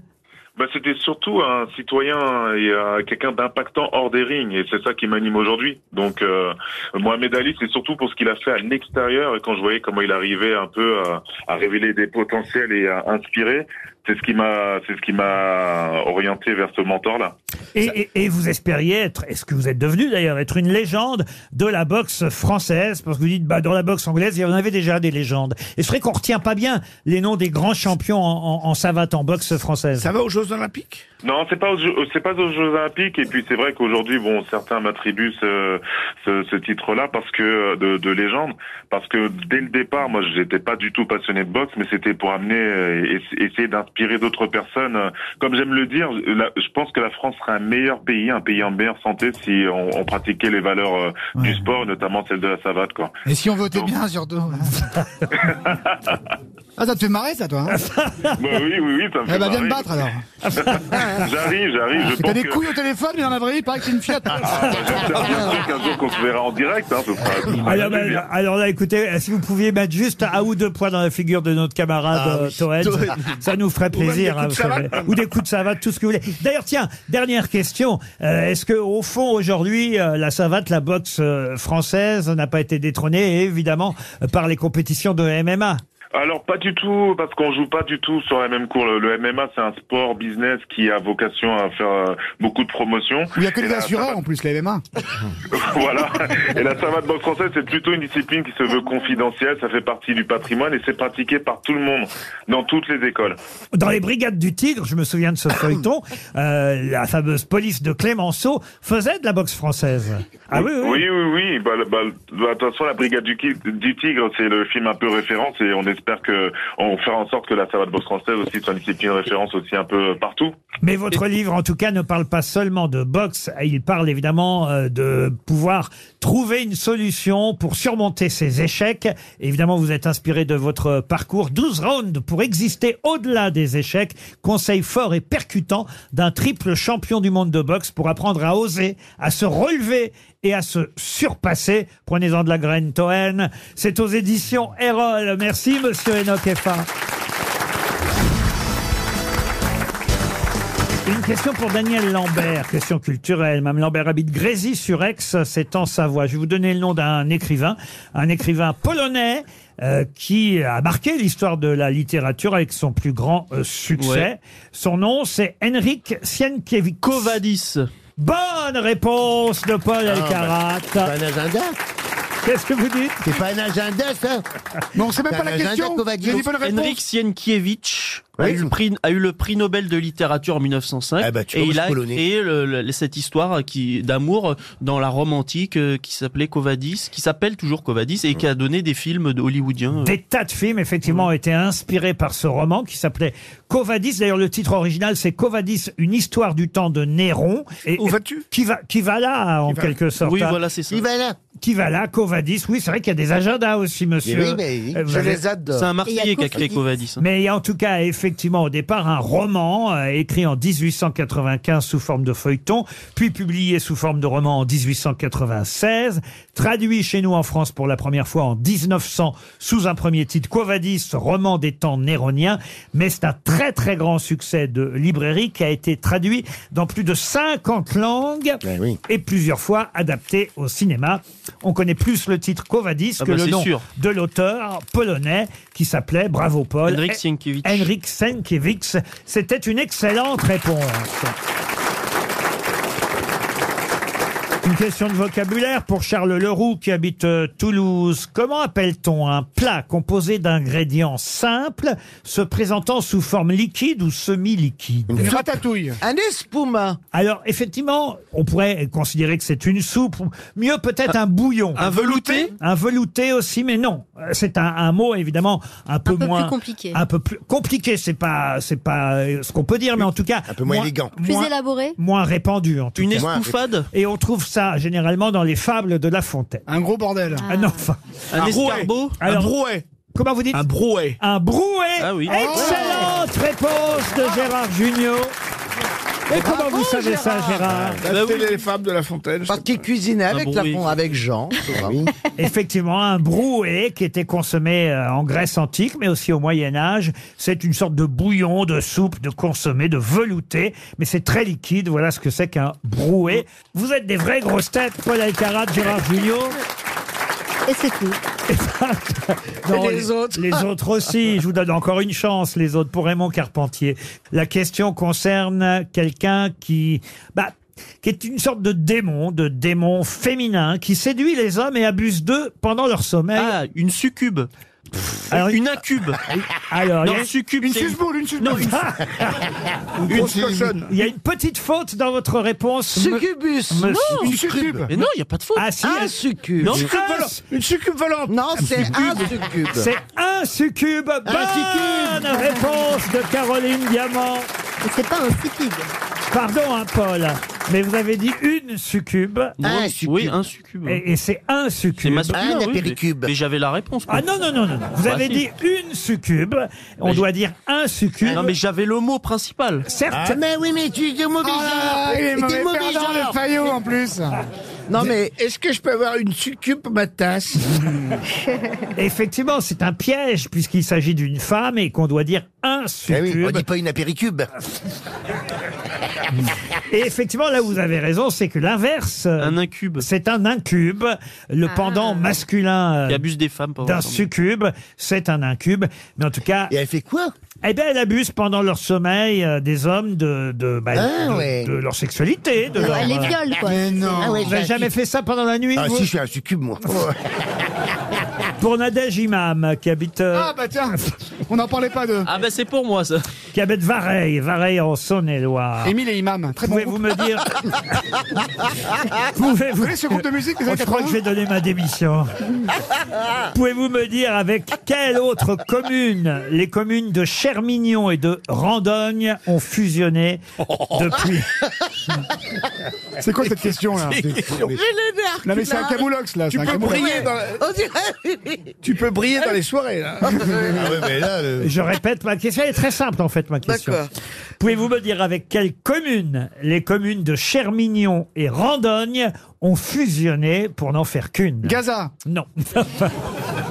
S16: Bah, c'était surtout un citoyen et euh, quelqu'un d'impactant hors des rings, et c'est ça qui m'anime aujourd'hui. Donc, euh, Mohamed Ali, c'est surtout pour ce qu'il a fait à l'extérieur, et quand je voyais comment il arrivait un peu à, à révéler des potentiels et à inspirer, c'est ce qui m'a, c'est ce qui m'a orienté vers ce mentor-là.
S2: Et, et- et vous espériez être, est-ce que vous êtes devenu d'ailleurs, être une légende de la boxe française Parce que vous dites, bah, dans la boxe anglaise, il y en avait déjà des légendes. Et c'est vrai qu'on retient pas bien les noms des grands champions en, en- en savate, en boxe française. Ça
S6: va aux Jeux Olympiques
S16: Non, c'est pas aux Jeux- c'est pas aux Jeux Olympiques et puis c'est vrai qu'aujourd'hui bon certains m'attribuent ce, ce, ce titre-là parce que euh, de, de légende parce que dès le départ moi j'étais pas du tout passionné de boxe mais c'était pour amener euh, ess- essayer d'inspirer d'autres personnes comme j'aime le dire la- je pense que la France serait un meilleur pays un pays en meilleure santé si on, on pratiquait les valeurs euh, du sport notamment celle de la savate quoi.
S4: Et si on votait bien, surtout. ah, ça te fait marrer, ça, toi. hein
S16: bah oui oui oui ça me
S4: Eh
S16: fait
S4: bah, viens me
S16: marrer.
S4: battre, Ah, alors.
S16: j'arrive j'arve je
S4: T'as
S16: pense
S4: des
S16: que-
S4: couilles au téléphone, mais dans la vraie vie, il paraît que t'es une fiotte.
S16: J'espère bien sûr qu'un jour qu'on se verra en direct hein, ce sera-
S2: Alors, bah,
S6: hein.
S2: alors là, écoutez, si vous pouviez mettre juste un ou deux points dans la figure de notre camarade
S6: Ah
S2: euh,
S6: oui,
S2: Toen,
S6: Toen.
S2: ça nous ferait
S6: Ou même des
S2: plaisir. hein,
S6: coups de hein.
S2: vous savez.
S6: savate.
S2: ou des coups de savate, tout ce que vous voulez. D'ailleurs, tiens, dernière question. Euh, Est-ce que au fond, aujourd'hui, euh, la savate, la boxe euh, française n'a pas été détrônée, évidemment, euh, par les compétitions de MMA
S16: Alors pas du tout, parce qu'on joue pas du tout sur la même cour. Le, le MMA c'est un sport business qui a vocation à faire euh, beaucoup de promotion.
S4: Il y a que
S16: Et
S7: Ah,
S4: des
S16: la
S4: assureurs, en plus, les MMA.
S16: savate- voilà. Et la savate boxe française c'est plutôt une discipline qui se veut confidentielle. Ça fait partie du patrimoine et c'est pratiqué par tout le monde dans toutes les écoles.
S2: Dans les brigades du Tigre, je me souviens de ce feuilleton, euh, la fameuse police de Clémenceau faisait de la boxe française. Ah oui, oui.
S16: oui, oui, oui. Bah, bah, bah, de toute façon, la Brigade du, Ki- du Tigre, c'est le film un peu référence et on espère que on fera en sorte que la savate boxe française aussi soit une discipline référence aussi un peu partout.
S2: Mais votre livre, en tout cas, ne parle pas seulement de boxe. Il parle évidemment euh, de pouvoir trouver une solution pour surmonter ses échecs. Évidemment, vous êtes inspiré de votre parcours. 12 rounds pour exister au-delà des échecs. Conseil fort et percutant d'un triple champion du monde de boxe pour apprendre à oser, à se relever et à se surpasser. Prenez-en de la graine, Toen. C'est aux éditions Erol. Merci, monsieur Enoch Effa. Une question pour Daniel Lambert, question culturelle. Mme Lambert habite Grésy-sur-Aix, c'est en Savoie. Je vais vous donner le nom d'un écrivain, un écrivain polonais euh, qui a marqué l'histoire de la littérature avec son plus grand euh, succès.
S7: Ouais.
S2: Son nom, c'est Henrik Sienkiewicz. Kovadis. Bonne réponse de Paul Elkarat.
S15: Ah, bah, C'est pas un agenda
S2: Qu'est-ce que vous dites
S15: C'est pas un agenda, ça
S4: Mais on sait
S7: Ben,
S15: même pas la question. J'ai dit bonne réponse.
S7: Henrik Sienkiewicz a,
S15: Oui.
S7: eu le prix, a eu le prix Nobel de littérature en 1905
S15: vois,
S7: et
S15: moi,
S7: il
S15: je
S7: a
S15: suis polonais.
S7: créé le- le- cette histoire qui d'amour dans la Rome antique euh, qui s'appelait Covadis, qui s'appelle toujours Covadis et qui a donné des films de- hollywoodiens. euh,
S2: Des tas de films, effectivement, ont été inspirés par ce roman qui s'appelait Covadis. D'ailleurs, le titre original, c'est Covadis, une histoire du temps de Néron. Et, Où vas-tu qui va, qui va là, en
S7: va-
S2: quelque sorte.
S7: Oui,
S2: hein.
S7: voilà, c'est ça. Qui
S15: va là
S2: Qui va là, Covadis. Oui, c'est vrai qu'il y a des agendas aussi, monsieur.
S7: Eh oui, mais oui.
S2: Euh, vous
S7: Je
S2: avez-
S7: les adore. C'est un Marseillais Et il y a qui a créé Covadis. Covadis, hein.
S2: Mais il y a en tout cas, effectivement effectivement au départ un roman euh, écrit en 1895 sous forme de feuilleton, puis publié sous forme de roman en 1896, traduit chez nous en France pour la première fois en 1900 sous un premier titre Quo Vadis, roman des temps néroniens, mais c'est un très très grand succès de librairie qui a été traduit dans plus de 50 langues et plusieurs fois adapté au cinéma. On connaît plus le titre Quo Vadis
S7: Ah
S2: que
S7: bah,
S2: le
S7: c'est
S2: nom
S7: sûr.
S2: de l'auteur polonais qui s'appelait Bravo Paul.
S7: Henryk
S2: Eh, Henryk Sienkiewicz. C'était une excellente réponse. Une question de vocabulaire pour Charles Leroux qui habite euh, Toulouse. Comment appelle-t-on un plat composé d'ingrédients simples se présentant sous forme liquide ou semi-liquide Une
S4: ratatouille.
S2: Un espuma. Alors effectivement, on pourrait considérer que c'est une soupe. ou Mieux peut-être un bouillon. Un velouté Un velouté aussi, mais non. Euh, C'est un, un mot évidemment un peu,
S8: peu plus
S2: moins
S8: compliqué.
S2: Un peu plus compliqué, c'est pas c'est pas euh, ce qu'on peut dire, mais en tout cas un peu
S5: moins élégant.
S8: Plus élaboré
S2: moins répandu en tout
S8: Une
S2: cas.
S8: estouffade
S2: Et on trouve ça généralement dans les fables de La Fontaine.
S4: Un gros bordel.
S2: Ah, non, enfin.
S7: Un escargot
S2: Alors,
S7: Un brouet
S2: Comment vous dites
S7: Un brouet.
S2: Un brouet
S7: Ah oui.
S2: Excellente réponse de Gérard Junior. Et comment vous savez ça, Gérard
S6: Bah, c'était les femmes de la fontaine.
S3: Parce qu'il cuisinait
S7: Ah
S3: avec, la,
S2: bruit.
S3: avec Jean.
S2: Effectivement, un brouet qui était consommé euh, en Grèce antique, mais aussi au Moyen Âge. C'est une sorte de bouillon, de soupe, de consommé, de velouté, mais c'est très liquide. Voilà ce que c'est qu'un brouet. Vous êtes des vraies grosses têtes, Paul Alcarat, Gérard Junior.
S8: Et c'est tout.
S2: Non,
S3: Et les autres
S2: Les autres aussi. Je vous donne encore une chance, les autres, pour Raymond Carpentier. La question concerne quelqu'un qui, bah, qui est une sorte de démon, de démon féminin, qui séduit les hommes et abuse d'eux pendant leur sommeil. Ah,
S7: une succube. une incube.
S2: Alors,
S7: Non,
S2: il y a-
S7: succube, Une c'est- suceboule, une suceboule. Non,
S2: une,
S7: Une grosse cochonne.
S2: Il y a une petite faute dans votre réponse.
S3: Succubus.
S2: me-
S3: Non. Une succube. Mais non,
S7: il n'y a pas de faute.
S2: Ah, si,
S3: Un
S2: il y a-
S3: succube.
S2: Non,
S3: Une succube
S2: un-
S3: volante.
S6: Une succube volante.
S3: Non, c'est un succube.
S2: C'est un succube. Bonne réponse de Caroline Diamant.
S8: C'est pas insipide.
S2: Pardon, hein, Paul, mais vous avez dit une succube.
S7: Un succube. Oui, un succube.
S2: Et, et c'est un
S7: C'est
S2: succube.
S7: masculin, oui, mais- Mais j'avais la réponse. quoi.
S2: Ah non, non, non, non. Vous
S7: Bah,
S2: avez
S7: si.
S2: dit une succube. On
S7: Bah,
S2: doit dire un succube.
S7: Non, mais j'avais le mot principal.
S2: Certes.
S7: Ah,
S5: mais oui, mais tu es de mauvais
S4: Oh là
S5: genre.
S4: là, il est
S5: T'es
S4: mauvais
S5: mauvais
S4: perdant,
S5: genre.
S4: le faillot, en plus.
S3: Non, mais
S6: Est-ce que je peux avoir une succube pour ma tasse
S2: Effectivement, c'est un piège puisqu'il s'agit d'une femme et qu'on doit dire
S5: Eh
S2: un
S5: oui, on
S2: succube.
S5: dit pas une apéricube.
S2: Et effectivement, là où vous avez raison, c'est que l'inverse. Un
S7: incube.
S2: C'est un incube.
S8: Ah.
S2: Le pendant masculin
S7: Qui
S2: euh,
S7: abuse des femmes. pour
S2: d'un
S7: avoir-
S2: succube, c'est un incube. Mais en tout cas. Et
S5: elle fait quoi
S2: Eh bien, elle abuse pendant leur sommeil euh, des hommes de, de, bah,
S5: Ah,
S2: de-
S5: ouais.
S2: de leur sexualité. De leur,
S8: Elle les
S2: euh,
S8: viole, quoi.
S5: Ah ouais,
S2: Vous
S5: j'ai
S2: n'avez
S5: un
S2: jamais
S5: suc-
S2: fait ça pendant la nuit
S5: Ah
S2: vous
S5: si, je suis un succube, moi.
S2: Pour Nadège Imam, qui habite, euh,
S4: Ah bah tiens, on n'en parlait pas d'eux.
S7: Ah, bah c'est pour moi, ça.
S2: qui habite Vareille, Vareille en Saône-et-Loire.
S4: Ah. Émile et Imam, très bon.
S2: Pouvez-vous
S4: groupe.
S2: me dire Pouvez-vous Oh,
S4: Vous connaissez ce groupe de musique des années
S2: Je crois
S4: 80
S2: que je vais donner ma démission. Pouvez-vous me dire avec quelle autre commune les communes de Chermignon et de Randogne ont fusionné depuis
S4: C'est quoi cette question là Non mais c'est un camoulox là,
S6: Tu
S4: c'est un
S6: peux
S4: camoulox.
S6: briller dans la-
S3: on dirait.
S6: Tu peux briller dans les soirées, là.
S3: Ah
S2: Je répète ma question. Elle est très simple en fait ma question.
S3: D'accord.
S2: Pouvez-vous me dire avec quelle commune les communes de Chermignon et Randogne ont fusionné pour n'en faire qu'une
S4: Gaza.
S2: Non.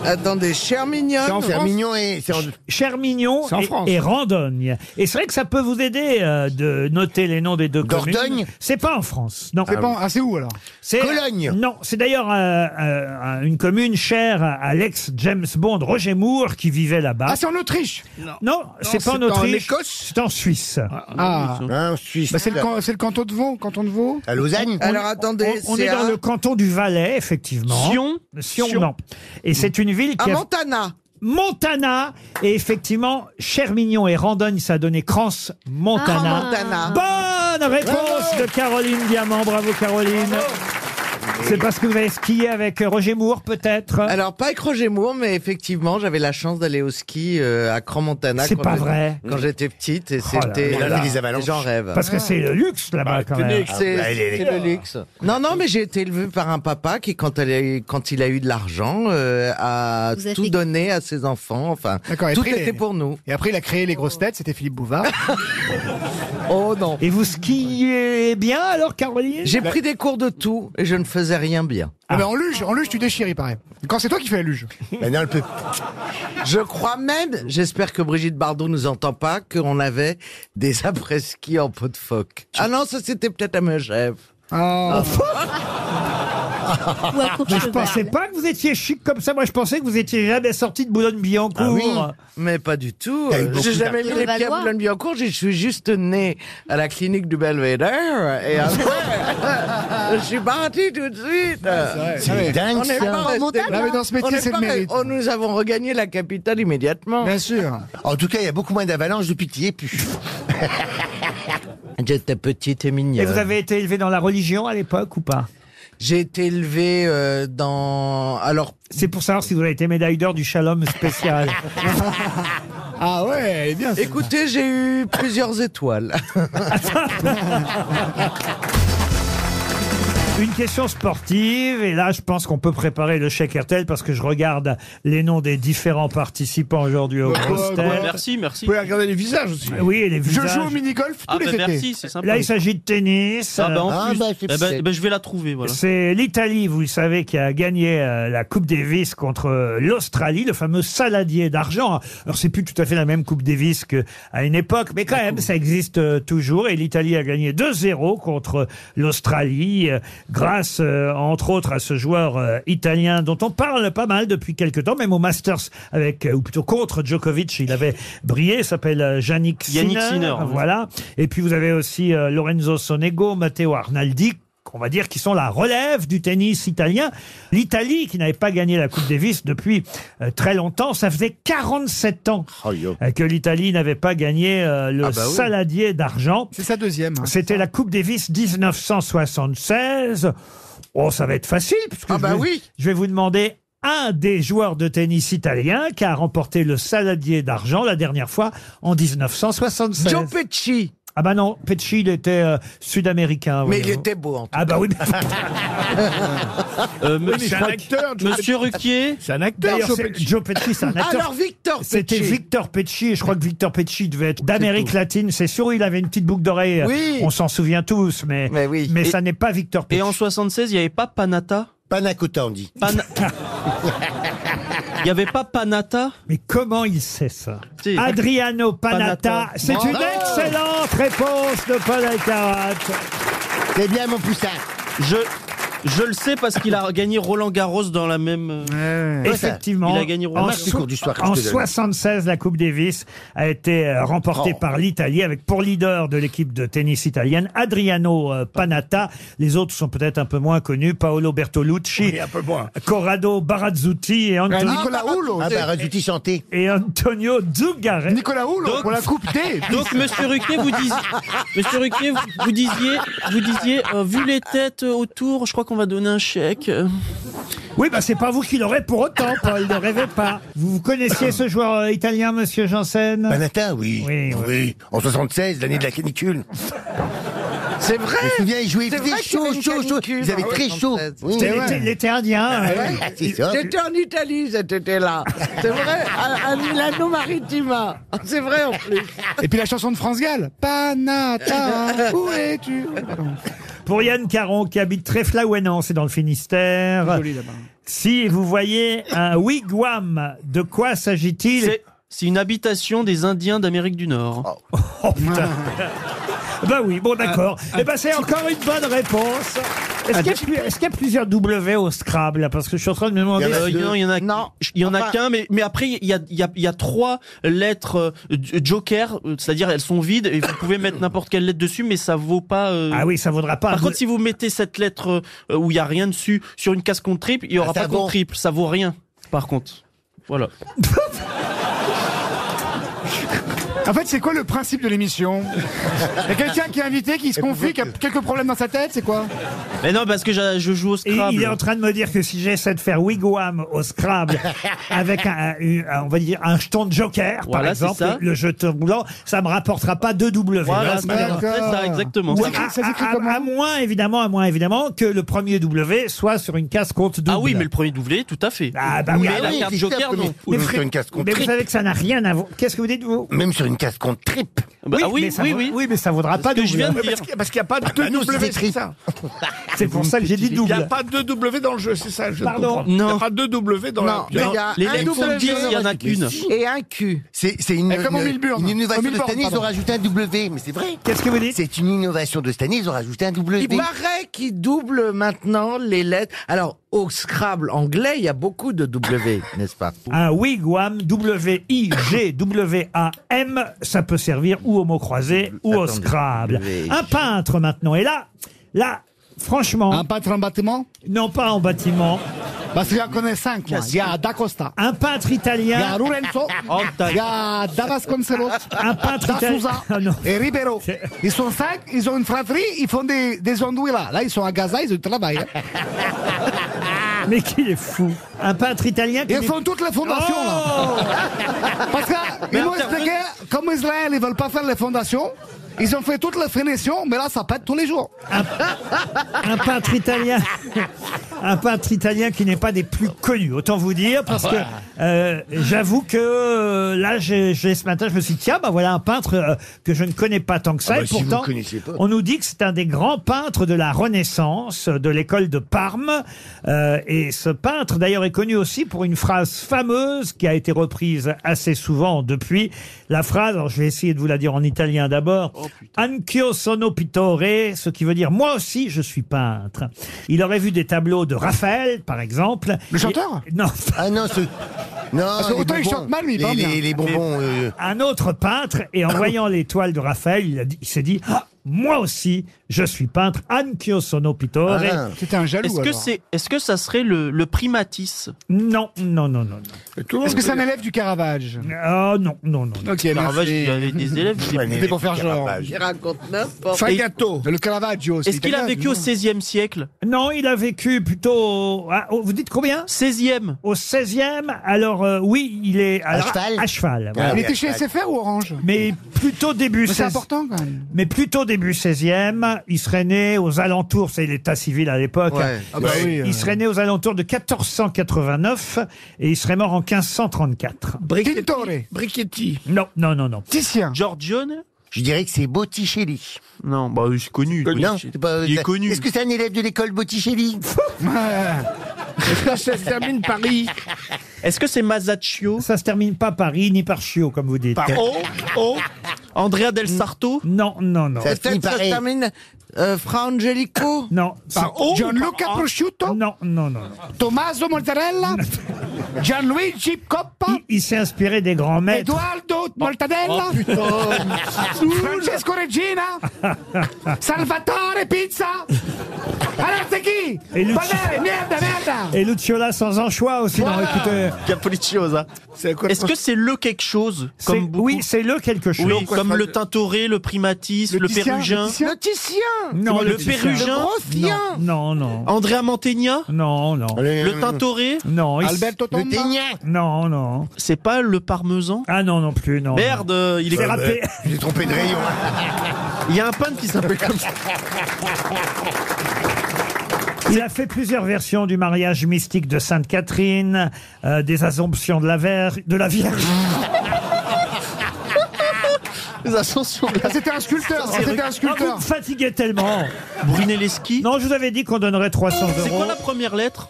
S3: Attendez, cher mignonne.
S5: C'est mignon et... c'est en-
S2: Chermignon
S5: C'est en
S2: et,
S5: France.
S2: et Randogne. Et c'est vrai que ça peut vous aider euh, de noter les noms des deux
S5: Dordogne
S2: communes. C'est pas en France, non.
S4: C'est pas- Ah c'est où alors
S2: C'est-
S5: Cologne.
S2: Non, c'est d'ailleurs euh, euh, une commune chère à l'ex James Bond Roger Moore qui vivait là-bas.
S4: Ah c'est en Autriche
S2: non, c'est pas en Autriche, c'est en Suisse.
S4: Ah,
S5: Hein, en Suisse.
S4: bah, c'est le, can- c'est le canton de Vaud, canton de Vaud
S5: À Lausanne
S3: Alors
S2: On,
S3: attendez,
S2: on
S3: c'est
S2: est dans
S3: à,
S2: le canton du Valais, effectivement.
S7: Sion
S2: Sion,
S7: Sion.
S2: non. Et c'est une ville
S3: à
S2: qui a
S3: Montana.
S2: Montana. Et effectivement, Chermignon et Randogne, ça a donné Crans, Montana.
S3: Montana.
S2: Bonne réponse de Caroline Diamant. Bravo, Caroline. C'est parce que vous avez skié avec euh, Roger Moore, peut-être
S3: Alors, pas avec Roger Moore, mais effectivement, j'avais la chance d'aller au ski euh, à Cran-Montana.
S2: C'est
S3: quand
S2: pas
S3: j'étais-
S2: vrai.
S3: Quand j'étais petite, et
S2: Oh là
S3: c'était.
S2: là.
S3: euh, J'en rêve.
S2: Parce que c'est le luxe
S4: Bah,
S2: là-bas quand même.
S3: C'est c'est le luxe. Non, non, mais j'ai été élevé par un papa qui, quand, elle a eu- quand il a eu de l'argent, euh, a
S4: Vous avez
S3: tout
S4: fait-
S3: donné à ses enfants. Enfin,
S4: D'accord, et
S3: tout
S4: après, il
S3: était
S4: est-
S3: pour nous.
S4: Et après, il a créé les grosses têtes, c'était Philippe Bouvard.
S3: oh non.
S2: Et vous skiez bien alors, Caroline
S3: J'ai pris des cours de tout et je ne faisais rien bien.
S4: Ah, mais en luge, en luge, tu déchires, il paraît. Quand c'est toi qui fais la luge.
S3: Ben non, elle peut. Je crois même, j'espère que Brigitte Bardot nous entend pas, qu'on avait des après-ski en peau de phoque. Ah non, ça c'était peut-être à mes chefs.
S4: Ah.
S3: Ah.
S2: Mais je pensais pas que vous étiez chic comme ça. Moi, je pensais que vous étiez jamais sorti de Boulogne-Billancourt.
S3: Ah oui, mais pas du tout.
S2: T'as eu beaucoup
S3: J'ai jamais mis
S2: d'acteurs.
S3: les
S2: Le
S3: pieds à
S2: Valois.
S3: Boulogne-Billancourt. Je suis juste né à la clinique du Belvédère et après, je suis parti tout de suite.
S4: vrai. C'est
S5: Ah,
S4: dingue,
S3: On est
S4: ça.
S3: pas resté-
S4: Remontable, hein. Non, mais dans ce métier,
S3: on est
S4: c'est le
S3: pas-
S4: mérite.
S3: oh, nous avons regagné la capitale immédiatement.
S4: Bien sûr.
S5: En tout cas, il y a beaucoup moins d'avalanches depuis qu'il n'y est plus.
S3: J'étais petite et mignonne.
S2: Et vous avez été élevé dans la religion à l'époque ou pas
S3: J'ai été élevé euh, dans. Alors.
S2: C'est pour savoir si vous avez été médaille d'or du shalom spécial.
S4: Ah ouais, bien.
S3: Écoutez, j'ai eu plusieurs étoiles.
S2: Une question sportive, et là je pense qu'on peut préparer le chèque RTL parce que je regarde les noms des différents participants aujourd'hui au grosses têtes.
S7: Merci, merci.
S6: Vous pouvez regarder les visages aussi.
S2: Oui, et les visages.
S6: Je joue au mini-golf tous
S7: Ah
S6: les
S7: bah
S6: étés.
S7: merci, c'est sympa.
S2: Là il s'agit de tennis.
S7: Ah bah en
S2: Euh,
S7: plus, eh ben- eh ben, je vais la trouver, voilà.
S2: C'est l'Italie, vous le savez, qui a gagné euh, la Coupe Davis contre euh, l'Australie, le fameux saladier d'argent. Alors c'est plus tout à fait la même Coupe Davis qu'à une époque, mais
S7: Ah,
S2: quand même ça existe euh, toujours. Et l'Italie a gagné 2-0 contre l'Australie, euh, grâce euh, entre autres à ce joueur euh, italien dont on parle pas mal depuis quelques temps, même au Masters avec euh, ou plutôt contre Djokovic, il avait brillé. il S'appelle euh, Yannick Sinner.
S7: Yannick Sinner, oui.
S2: voilà. Et puis vous avez aussi euh, Lorenzo Sonego, Matteo Arnaldi. On va dire qui sont la relève du tennis italien. L'Italie, qui n'avait pas gagné la Coupe Davis depuis euh, très longtemps, ça faisait 47 ans euh, que l'Italie n'avait pas gagné euh, le
S4: Oh, Ah bah oui.
S2: saladier d'argent.
S4: C'est sa deuxième. hein.
S2: C'était la Coupe Davis 1976. Oh, ça va être facile. puisque
S4: Ah bah
S2: je vais-
S4: oui.
S2: Je vais vous demander un des joueurs de tennis italien qui a remporté le saladier d'argent la dernière fois en 1976.
S3: Joe Pesci.
S2: Ah bah non, Pesci, il était euh, sud-américain.
S3: Mais il
S2: voyez-vous.
S3: était beau en tout
S2: Ah bah oui.
S7: Euh,
S2: Oui, mais
S7: monsieur-
S2: c'est un acteur, Joe
S7: Monsieur Ruquier.
S6: C'est un
S2: D'ailleurs, c'est- Joe Pesci, c'est un acteur.
S3: Ah, Alors Victor Pesci.
S2: C'était Victor Pecci, et je crois que Victor Pecci devait être d'Amérique latine, c'est sûr, il avait une petite boucle d'oreille, euh,
S3: Oui.
S2: on s'en souvient tous, mais, mais,
S7: Et-
S2: ça n'est pas Victor Pecci.
S7: Et en 76, il n'y avait pas Panata
S5: Panacota, on dit.
S7: Pana- Il n'y avait pas Panata
S2: Mais comment il sait ça
S7: Si.
S2: Adriano Panata,
S7: Panatta.
S2: c'est
S7: Bravo.
S2: une excellente réponse de Paul Alcarat.
S5: C'est bien, mon poussin.
S7: Je, je le sais parce qu'il a gagné Roland Garros dans la même. euh,
S2: Effectivement,
S7: Il a gagné Roland
S2: en,
S7: Garros.
S5: du cours du soir que je
S2: en
S5: te donne.
S2: 76, la Coupe Davis a été euh, remportée
S5: Oh.
S2: par l'Italie avec pour leader de l'équipe de tennis italienne Adriano euh, Panatta. Les autres sont peut-être un peu moins connus, Paolo Bertolucci,
S6: Et un peu moins.
S2: Corrado Barazzutti et, Anto-
S4: Nicolas Hulot.
S5: Ah bah, Razouti chanté.
S2: et Antonio Zugarra.
S4: Nicolas Hulot,
S7: Donc-
S4: pour la coupe D.
S7: Donc, monsieur Ruquier, vous disiez, monsieur Ruquier, vous, vous disiez, vous disiez euh, vu les têtes euh, autour, je crois qu'on va donner un chèque. euh.
S2: Oui, bah c'est pas vous qui l'aurez pour autant, Paul, ne rêvez pas. Vous, vous connaissiez ce joueur euh, italien, monsieur Janssen
S5: Panata, oui.
S2: Oui, oui.
S5: En 76, l'année de la canicule.
S3: C'est vrai.
S5: Je me souviens, ils jouaient
S3: C'est
S5: il
S3: vrai
S5: faisait
S3: qu'il y avait
S5: chaud,
S3: une
S5: chaud, chaud.
S3: canicule Ah
S5: Ils avaient
S4: Ah
S3: en
S5: très chaud.
S3: 76.
S5: Oui.
S2: C'était l'été- L'été indien. hein.
S5: Ah, c'est ça.
S3: J'étais en Italie cet été-là. C'est vrai, à, à Milano Maritima. C'est vrai en plus.
S4: Et puis la chanson de France Gall. Panata, où es-tu Pardon.
S2: Pour Yann Caron, qui habite Tréflaouénan, c'est dans le Finistère.
S4: Joli là-bas.
S2: Si vous voyez un wigwam, de quoi s'agit-il
S7: C'est, c'est une habitation des Indiens d'Amérique du Nord.
S2: Oh putain Bah oui, bon d'accord. Eh ben c'est encore une bonne réponse. Est-ce qu'il y, a plus- est-ce qu'il y a plusieurs W au Scrabble là Parce que je suis en train de me demander.
S5: Il y en a
S7: Euh, Il y en a- il y en a,
S3: Non.
S7: il y en a
S3: Enfin-
S7: qu'un, mais, mais après, il y a, il y a- il y a trois lettres euh, j- joker, euh, c'est-à-dire elles sont vides et vous pouvez mettre n'importe quelle lettre dessus, mais ça vaut pas. euh,
S2: Ah oui, ça vaudra pas.
S7: Par
S2: un
S7: contre, si vous mettez cette lettre euh, où il n'y a rien dessus sur une case contre triple, il n'y aura
S5: Ah, ça
S7: pas contre
S5: vaut.
S7: triple. Ça vaut rien, par contre. Voilà.
S4: En fait, c'est quoi le principe de l'émission Il y a quelqu'un qui est invité, qui se confie, qui a quelques problèmes dans sa tête, c'est quoi
S7: Mais non, parce que j'a- je joue au
S2: Et
S7: Scrabble.
S2: il est en train de me dire que si j'essaie de faire Wigwam au Scrabble avec un, un- on va dire un jeton de Joker, par
S7: Voilà, c'est
S2: exemple,
S7: ça.
S2: le jeton blanc, ça me rapportera pas 2 W.
S7: Voilà, c'est D'accord. ça, exactement.
S2: Ou
S7: Ça
S2: à,
S7: s'écrit- ça s'écrit
S2: à- à- à moins évidemment, à moins évidemment que le premier W soit sur une case compte double.
S7: Ah oui, mais le premier doublé, tout à fait.
S2: Ah bah oui,
S7: mais
S2: ah
S7: la
S2: oui,
S7: carte
S2: c'est
S7: Joker,
S2: clair que
S7: non.
S2: Mais frère, mais vous savez que ça n'a rien à voir. Qu'est-ce que vous dites vous
S5: Même sur une case contre triple.
S7: Bah ah oui,
S2: mais ça
S7: oui,
S2: vaut-
S7: oui.
S2: mais ça vaudra pas
S7: que
S2: double.
S7: je viens de
S2: hein.
S7: dire.
S6: Parce qu'il y a- Parce qu'il n'y a pas de
S2: bah non, c'est
S6: W,
S2: écrit.
S6: c'est ça.
S2: C'est pour ça que j'ai dit
S6: Il n'y a
S2: double.
S6: pas de W dans le jeu, c'est ça. Je
S2: Pardon.
S6: comprends. Il n'y a pas de W dans
S3: Non,
S6: la.
S3: mais il y a
S7: Les
S3: un
S7: lettres sont
S3: W
S7: dix, il y en a qu'une.
S3: Et un Q.
S5: C'est c'est une,
S4: Et comme au
S5: une-
S4: Milburn.
S5: une
S4: Au
S5: innovation de
S4: Milburn,
S5: cette année, ils
S4: pardon.
S5: ont rajouté un W, mais c'est vrai.
S2: Qu'est-ce que vous dites
S5: C'est une innovation de cette année, ils ont rajouté un W.
S3: Il paraît qu'il double maintenant les lettres. Alors, au Scrabble anglais, il y a beaucoup de W, n'est-ce pas
S2: Un wigwam, W-I-G-W-A-M, ça peut servir ou au mot croisé ou au
S5: Attendez,
S2: Scrabble.
S5: W-I-G.
S2: Un peintre maintenant. Et là, là, franchement,
S4: Un peintre en bâtiment
S2: non pas en bâtiment,
S4: Parce que j'en connais cinq, moi. Il y a Da Costa,
S2: un peintre
S4: il y a
S2: italien.
S4: Rurenzo,
S7: Oh, t'as-
S4: il y a Davasconcelos,
S2: Un peintre
S4: Da
S2: italien.
S4: Souza
S2: Ah, non.
S4: et Ribeiro. Ils sont cinq, ils ont une fratrie, ils font des, des andouillas. Là, ils sont à Gaza, ils ont du travail. hein.
S2: Mais qu'il est fou. Un peintre italien qui Oh
S4: Ils
S2: n'est-
S4: font toute la fondation, là. Parce qu'ils m'ont expliqué, comme Israël, ils veulent pas faire les fondations, ils ont fait toutes les finitions, mais là, ça pète tous les jours.
S2: un peintre italien, un peintre italien qui n'est pas des plus connus, autant vous dire, parce que euh, j'avoue que euh, là, j'ai j'ai- ce matin, je me suis dit, tiens, bah voilà un peintre euh, que je ne connais pas tant que ça,
S5: Ah bah,
S2: et
S5: si vous
S2: pourtant,
S5: le connaissez pas.
S2: on nous dit que c'est un des grands peintres de la Renaissance, euh, de l'école de Parme, Euh, et ce peintre, d'ailleurs, est connu aussi pour une phrase fameuse qui a été reprise assez souvent depuis. La phrase, alors je vais essayer de vous la dire en italien d'abord. Anch'io sono pittore, ce qui veut dire moi aussi je suis peintre. Il aurait vu des tableaux de Raphaël, par exemple.
S4: Le chanteur
S2: Et- Non,
S5: Ah non, ce. Non,
S4: que
S5: les
S4: autant il
S5: bonbons-
S4: chante mal, mais il
S5: les,
S4: parle
S5: les-
S4: bien.
S5: les bonbons. euh,
S2: un autre peintre, et en voyant les toiles de Raphaël, il, a dit- il s'est dit Ah, Moi aussi je suis peintre, anch'io sono pittore.
S5: ah.
S4: C'était un jaloux.
S7: Est-ce que,
S4: alors.
S7: c'est, est-ce que ça serait le, le primatis
S2: Non, non, non, non. non.
S4: Est-ce que c'est un élève du Caravage
S2: Ah, non, non, non. non.
S4: Ok,
S7: Caravage,
S4: merci.
S7: il avait des élèves. il est-
S4: C'était pour faire genre.
S3: Il raconte n'importe
S6: Fagato.
S4: Le Caravaggio, c'est
S7: Est-ce qu'il a
S4: italien,
S7: vécu au
S4: non
S7: 16e siècle
S2: Non, il a vécu plutôt. au- ah, au- vous dites combien
S7: 16e
S2: Au 16e, alors euh, oui, il est alors,
S5: cheval
S2: À cheval. voilà.
S5: Ah
S4: Il
S5: oui,
S4: était chez
S5: à-
S4: SFR ou Orange
S2: Mais plutôt début
S4: Mais c'est
S2: 16e.
S4: important quand même.
S2: Mais plutôt début 16e, il serait né aux alentours, c'est l'état civil à l'époque.
S5: Ouais.
S4: Ah bah oui.
S5: euh.
S2: Il serait né aux alentours de 1489 et il serait mort en 1534.
S4: Tintore,
S6: Brichetti.
S2: Non, non, non, non.
S4: Titien.
S7: Giorgione
S5: Je dirais que c'est Botticelli.
S7: Non, bah c'est connu.
S5: Non,
S7: Botticelli.
S5: c'est pas-
S7: il est connu.
S5: Est-ce que c'est un élève de l'école Botticelli
S6: Est-ce que ça se termine Paris
S7: Est-ce que c'est Masaccio
S2: Ça se termine pas par I ni par Chio, comme vous dites.
S6: par O O
S7: Andrea del Sarto
S2: Non, non, non.
S5: Ça se finit
S3: Peut-être
S5: par
S3: ça se
S5: E.
S3: termine euh, Fra Angelico.
S2: Non.
S6: Par O
S4: Ah, Gianluca
S2: Ah.
S6: Par A
S4: Prosciutto,
S2: Non, non, non.
S4: Tommaso Mortarella, Gianluigi Coppa,
S2: Il, il s'est inspiré des grands maîtres. Oh.
S4: Eduardo Mortadella, Francesco Regina, Salvatore Pizza. Alors c'est qui
S2: Et Lucio.
S4: Padre, merde, merde
S2: Et Lucciola sans anchois aussi dans écoutez,
S7: Capricciosa.
S6: C'est quoi
S7: Est-ce que c'est le quelque chose
S2: c'est-
S7: comme beaucoup
S2: Oui, c'est le quelque chose.
S7: Oui, comme le Tintoré, le Primatis, le,
S4: Titien,
S7: Pérugin,
S4: le Titien.
S3: Le Titien
S2: Non,
S7: le
S2: Titien.
S7: Pérugin.
S3: Grossien
S2: Non, non,
S7: Andrea Mantegna,
S2: non, non.
S7: le Tintoré.
S2: Non, il-
S4: Alberto
S5: Le
S4: Tomba.
S5: Ténia.
S2: Non, non.
S7: C'est pas le Parmesan
S2: Ah non, non plus, non.
S7: Merde, euh, il est
S2: C'est râpé.
S5: J'ai trompé de rayon.
S7: Il y a un peintre qui s'appelle comme ça.
S2: Il a fait plusieurs versions du mariage mystique de Sainte Catherine, euh, des Assomptions de la, Ver- de la Vierge.
S7: Les ascensions de la-
S4: Ah, C'était un sculpteur,
S7: c'est
S4: c'était un
S2: Ah, vous
S4: sculpteur.
S2: me fatiguez tellement.
S7: Brunelleschi.
S2: Non, je vous avais dit qu'on donnerait 300
S7: C'est
S2: euros.
S7: quoi la Ah. première lettre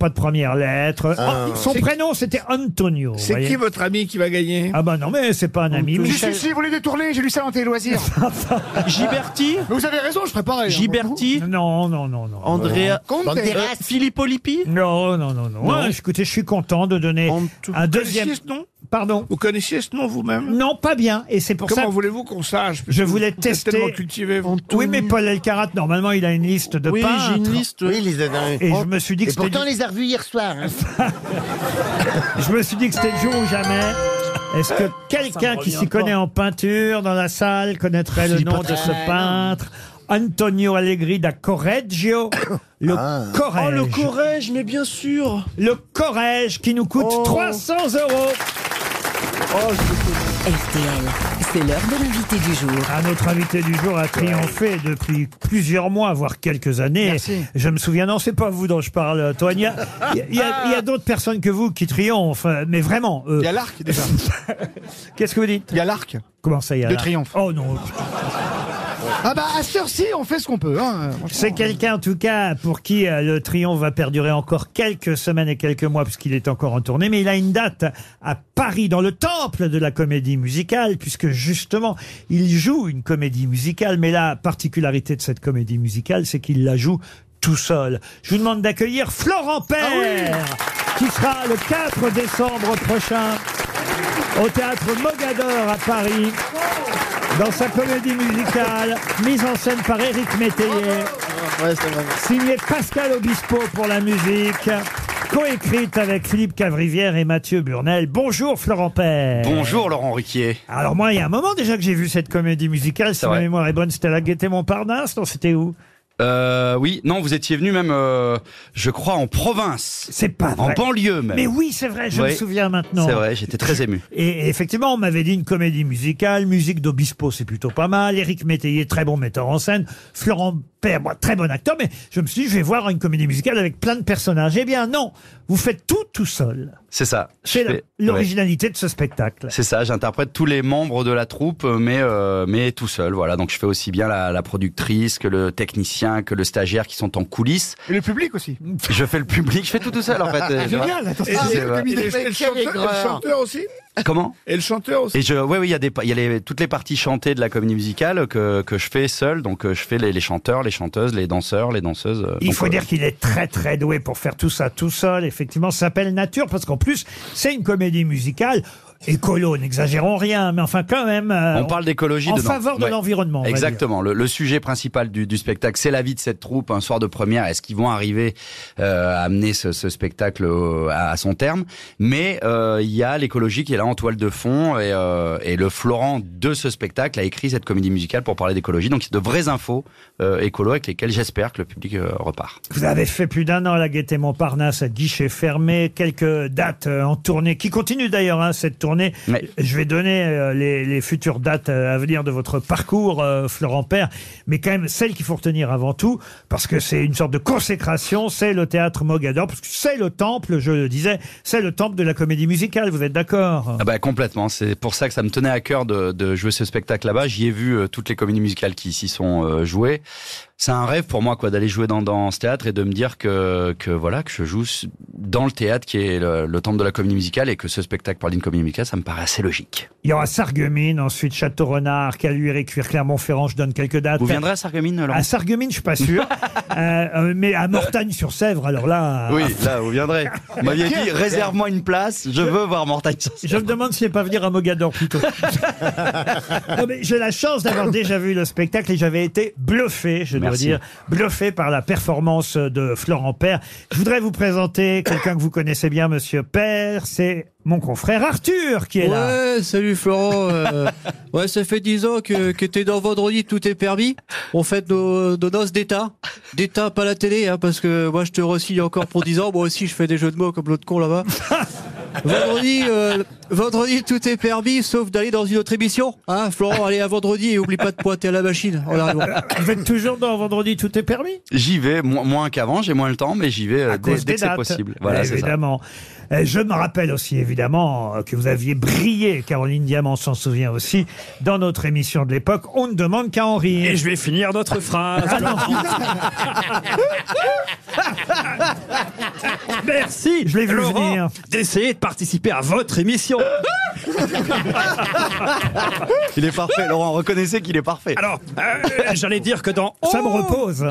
S2: Pas de première lettre. Oh, son prénom, c'était Antonio. vous
S6: C'est
S2: voyez.
S6: qui votre ami qui va gagner
S2: Ah bah non, mais c'est pas un ami.
S4: Si,
S2: Michel.
S4: si, si, vous les détournez, j'ai lu ça dans tes loisirs.
S7: Giberti
S4: Mais vous avez raison, je
S7: hein,
S4: préparais.
S7: Giberti
S2: Non, non, non, non.
S7: Andrea
S4: Conte.
S7: Euh, Filippo Lippi
S2: Non, non, non, non. Ouais, écoutez, je suis content de donner
S7: Anto-
S2: un
S6: Vous connaissiez
S2: deuxième.
S6: ce nom
S2: Pardon.
S6: Vous connaissiez ce nom vous-même
S2: Non, pas bien. Et c'est pour ça.
S6: Comment voulez-vous qu'on sache
S2: Je voulais
S6: Vous êtes
S2: tester-
S6: tellement cultivé. vous.
S2: Oui, mais Paul Elkarat, normalement, il a une liste de
S7: Oui, j'ai
S2: peintres.
S7: une liste.
S5: Oui, les a-
S2: Et je me suis dit que
S5: Et
S2: c'était
S5: pourtant, on les a revus hier soir. hein.
S2: je me suis dit que c'était le jour ou jamais. Est-ce que quelqu'un qui s'y connaît en peinture dans la salle connaîtrait le
S17: Si,
S2: nom
S17: pas
S2: de ce
S17: très bien.
S2: peintre Antonio Allegri da Correggio. Le
S5: Ah.
S2: Corrège.
S17: Oh, le
S2: Corrège, mais bien sûr. Le Corrège qui nous coûte
S7: Oh.
S2: 300 euros.
S4: Oh,
S10: RTL, c'est l'heure de l'invité du jour.
S2: Ah, notre invité du jour a triomphé depuis plusieurs mois, voire quelques années.
S17: Merci.
S2: Je me souviens, non, c'est pas vous dont je parle, Toania. Il y a, il y a- il y a d'autres personnes que vous qui triomphent, euh, mais vraiment. Ah. Il y a l'arc déjà. Qu'est-ce que vous dites Il y a l'arc. Comment ça, il y a
S4: De
S2: l'arc
S4: triomphe.
S2: Oh non.
S4: Ah bah à ce heure-ci, on fait ce qu'on peut. Hein, franchement.
S2: C'est quelqu'un, en tout cas, pour qui euh, le triomphe va perdurer encore quelques semaines et quelques mois, puisqu'il est encore en tournée. Mais il a une date à Paris, dans le temple de la comédie musicale, puisque justement, il joue une comédie musicale. Mais la particularité de cette comédie musicale, c'est qu'il la joue tout seul. Je vous demande d'accueillir Florent Père, qui sera le 4 décembre prochain au théâtre Mogador à Paris, dans sa comédie musicale, mise en scène par Éric Métayer. Signé Pascal Obispo pour la musique, coécrite avec Philippe Cavrivière et Mathieu Burnel. Bonjour Florent Père.
S18: Bonjour Laurent Ruquier.
S2: Alors moi, il y a un moment déjà que j'ai vu cette comédie musicale, si ma mémoire est bonne, c'était à la Gaîté Montparnasse, non c'était où
S18: Euh, oui, non, vous étiez venu même, euh, je crois, en province.
S2: C'est pas
S18: En
S2: vrai.
S18: banlieue même.
S2: Mais oui, c'est vrai, je me
S18: Oui.
S2: souviens maintenant.
S18: C'est vrai, j'étais très ému.
S2: Et effectivement, on m'avait dit une comédie musicale, musique d'Obispo, c'est plutôt pas mal. Éric Métayer, très bon metteur en scène. Florent Père, moi, très bon acteur. Mais je me suis dit, je vais voir une comédie musicale avec plein de personnages. Eh bien, non, vous faites tout tout seul.
S18: C'est ça.
S2: C'est
S18: Je
S2: la-
S18: fais- ouais.
S2: l'originalité de ce spectacle.
S18: C'est ça, j'interprète tous les membres de la troupe, mais, euh, mais tout seul. Voilà, donc je fais aussi bien la, la productrice que le technicien, que le stagiaire qui sont en coulisses.
S4: Et le public aussi. Ah,
S18: Je fais le public, je fais tout tout seul en fait. Euh,
S4: Génial,
S18: voilà.
S4: attends,
S18: Et
S4: c'est
S18: c'est-
S4: comme
S6: Et
S4: idée.
S6: le, et le chanteur, et le chanteur aussi
S18: Comment
S6: Et le chanteur aussi
S18: Et je, ouais, oui, il y a des, pa- il y a les- toutes les parties chantées de la comédie musicale que, que je fais seul. Donc, euh, je fais les, les chanteurs, les chanteuses, les danseurs, les danseuses. euh,
S2: Il
S18: donc,
S2: faut
S18: euh,
S2: dire qu'il est très très doué pour faire tout ça tout seul. Effectivement, ça s'appelle Nature parce qu'en plus, c'est une comédie musicale. Écolo, n'exagérons rien, mais enfin quand même. euh,
S18: on parle d'écologie
S2: En
S18: dedans.
S2: faveur de
S18: Ouais.
S2: l'environnement. on va dire.
S18: Exactement. Le, le sujet principal du, du spectacle, c'est la vie de cette troupe. Un soir de première, est-ce qu'ils vont arriver euh, à amener ce, ce spectacle au- à, à son terme Mais euh, il y a l'écologie qui est là en toile de fond et, euh, et le Florent de ce spectacle a écrit cette comédie musicale pour parler d'écologie. Donc, c'est de vraies infos euh, écolo avec lesquelles j'espère que le public euh, repart.
S2: Vous avez fait plus d'un an à la Gaîté Montparnasse, à guichet fermé, quelques dates euh, en tournée, qui continue d'ailleurs hein, cette tournée. Je vais donner euh, les, les futures dates euh, à venir de votre parcours, euh, Florent Père, mais quand même celle qu'il faut retenir avant tout, parce que c'est une sorte de consécration, c'est le théâtre Mogador, parce que c'est le temple, je le disais, c'est le temple de la comédie musicale, vous êtes d'accord
S18: Ah bah complètement, c'est pour ça que ça me tenait à cœur de, de jouer ce spectacle là-bas. J'y ai vu euh, toutes les comédies musicales qui s'y sont euh, jouées. C'est un rêve pour moi quoi d'aller jouer dans, dans ce théâtre et de me dire que, que voilà que je joue s- dans le théâtre qui est le, le temple de la comédie musicale et que ce spectacle parle d'une comédie musicale, ça me paraît assez logique.
S2: Il y aura Sarguemine, ensuite Château-Renard, Caluire et Cuire, Clermont-Ferrand, je donne quelques dates.
S18: Vous viendrez à Sarreguemines, Laurent
S2: À Sarguemine, je suis pas sûr. Euh, euh, mais à Mortagne-sur-Sèvre, alors là. ah,
S18: Oui, là vous viendrez. Vous m'aviez dit
S2: Tiens.
S18: réserve-moi une place, je veux voir Mortagne.
S2: Je me demande si je vais pas venir à Mogador plutôt. Non, mais J'ai la chance d'avoir déjà vu le spectacle et j'avais été bluffé, je dois
S18: Merci.
S2: dire, bluffé par la performance de Florent Père. Je voudrais vous présenter quelqu'un que vous connaissez bien, Monsieur Père. C'est mon confrère Arthur qui est là.
S19: Ouais, salut Florent. euh, ouais, ça fait 10 ans que, que t'es dans Vendredi, tout est permis. On fête nos, nos noces d'État. D'État, pas la télé, hein, parce que moi je te re-signe encore pour 10 ans. Moi aussi je fais des jeux de mots comme l'autre con là-bas. Vendredi, euh, vendredi, tout est permis, sauf d'aller dans une autre émission. Hein, Florent, allez à vendredi et oublie pas de pointer à la machine. Oh en arrivant.
S2: Vous êtes toujours dans Vendredi, tout est permis
S18: J'y vais mo- moins qu'avant, j'ai moins le temps, mais j'y vais euh, dès,
S2: cause
S18: dès
S2: des
S18: que c'est
S2: dates.
S18: possible. Voilà, c'est ça.
S2: évidemment. Euh, Je me rappelle aussi, évidemment, euh, que vous aviez brillé, Caroline Diamant s'en souvient aussi, dans notre émission de l'époque, On ne demande qu'à en rire. Ah Et je vais finir notre phrase.
S17: Merci,
S2: je l'ai
S17: vu venir. D'essayer de participer à votre émission.
S18: Il est parfait, Laurent, reconnaissez qu'il est parfait.
S17: Alors, euh, j'allais dire que dans
S2: Ça me repose.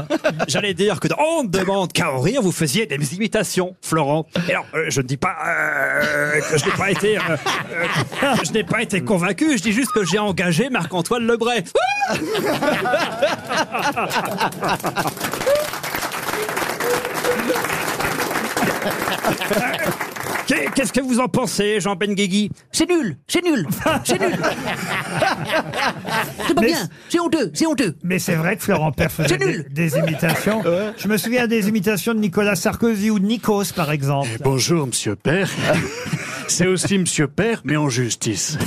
S17: J'allais dire que dans On ne demande qu'à en rire, vous faisiez des imitations, Florent. Et alors, euh, je ne dis pas euh, que je n'ai pas été, euh, euh, que je n'ai pas été convaincu. Je dis juste que j'ai engagé Marc-Antoine Lebray. Qu'est- Qu'est-ce que vous en pensez, Jean Benguigui C'est nul, c'est nul, c'est nul.
S2: C'est pas bien, c'est honteux, c'est honteux. Mais c'est vrai que Florent Père faisait des, des imitations. Je me souviens des imitations de Nicolas Sarkozy ou de Nikos, par exemple.
S20: Eh, Bonjour, monsieur Père. C'est aussi monsieur Père, mais en justice.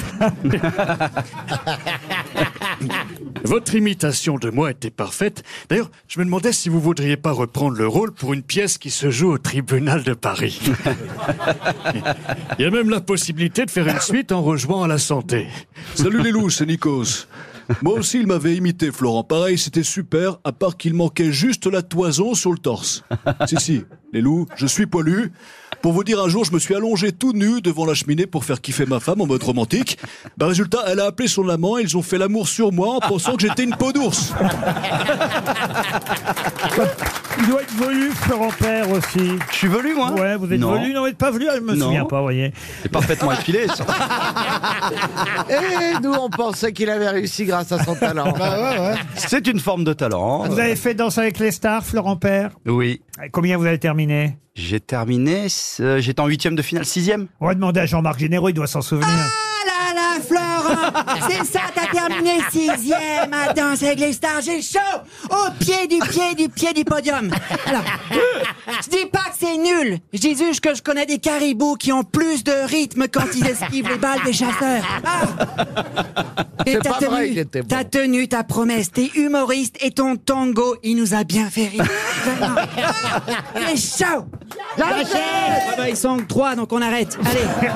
S20: Votre imitation de moi était parfaite. D'ailleurs, je me demandais si vous voudriez pas reprendre le rôle pour une pièce qui se joue au tribunal de Paris. Il y a même la possibilité de faire une suite en rejoignant à la santé.
S21: Salut les loups, c'est Nikos. Moi aussi, il m'avait imité, Florent. Pareil, c'était super, à part qu'il manquait juste la toison sur le torse. Si, si, les loups, je suis poilu. Pour vous dire, un jour, je me suis allongé tout nu devant la cheminée pour faire kiffer ma femme en mode romantique. Bah, résultat, elle a appelé son amant, ils ont fait l'amour sur moi en pensant que j'étais une peau d'ours.
S2: Il doit être velu, Florent Père aussi. Je suis velu, moi Ouais, vous êtes
S18: Non.
S2: velu. Non, vous n'êtes pas velu, ah, je me
S18: Non.
S2: souviens pas, vous voyez.
S18: C'est parfaitement effilé.
S3: Et Eh, nous, on pensait qu'il avait réussi grâce à son talent.
S2: Bah,
S18: C'est une forme de talent.
S2: Vous avez fait Danse avec les stars, Florent Père
S18: Oui.
S2: Euh, Combien vous avez terminé
S18: J'ai terminé. euh, J'étais en huitième de finale, sixième.
S2: On va demander à Jean-Marc Généraux, il doit s'en souvenir.
S22: Ah là là, Florent C'est ça, t'as terminé sixième à danser avec les stars. J'ai chaud au pied du pied du pied du podium. Alors, je dis pas que c'est nul. Je dis juste que je connais des caribous qui ont plus de rythme quand ils esquivent les balles des chasseurs. Ah Et
S3: C'est
S22: t'as
S3: pas
S22: tenu,
S3: vrai, il était bon.
S22: T'as tenu ta promesse, t'es humoriste et ton tango, il nous a bien fait rire. Vraiment. J'ai chaud
S3: Lâchez
S22: Ah bah, Ils sont que trois, donc on arrête. Allez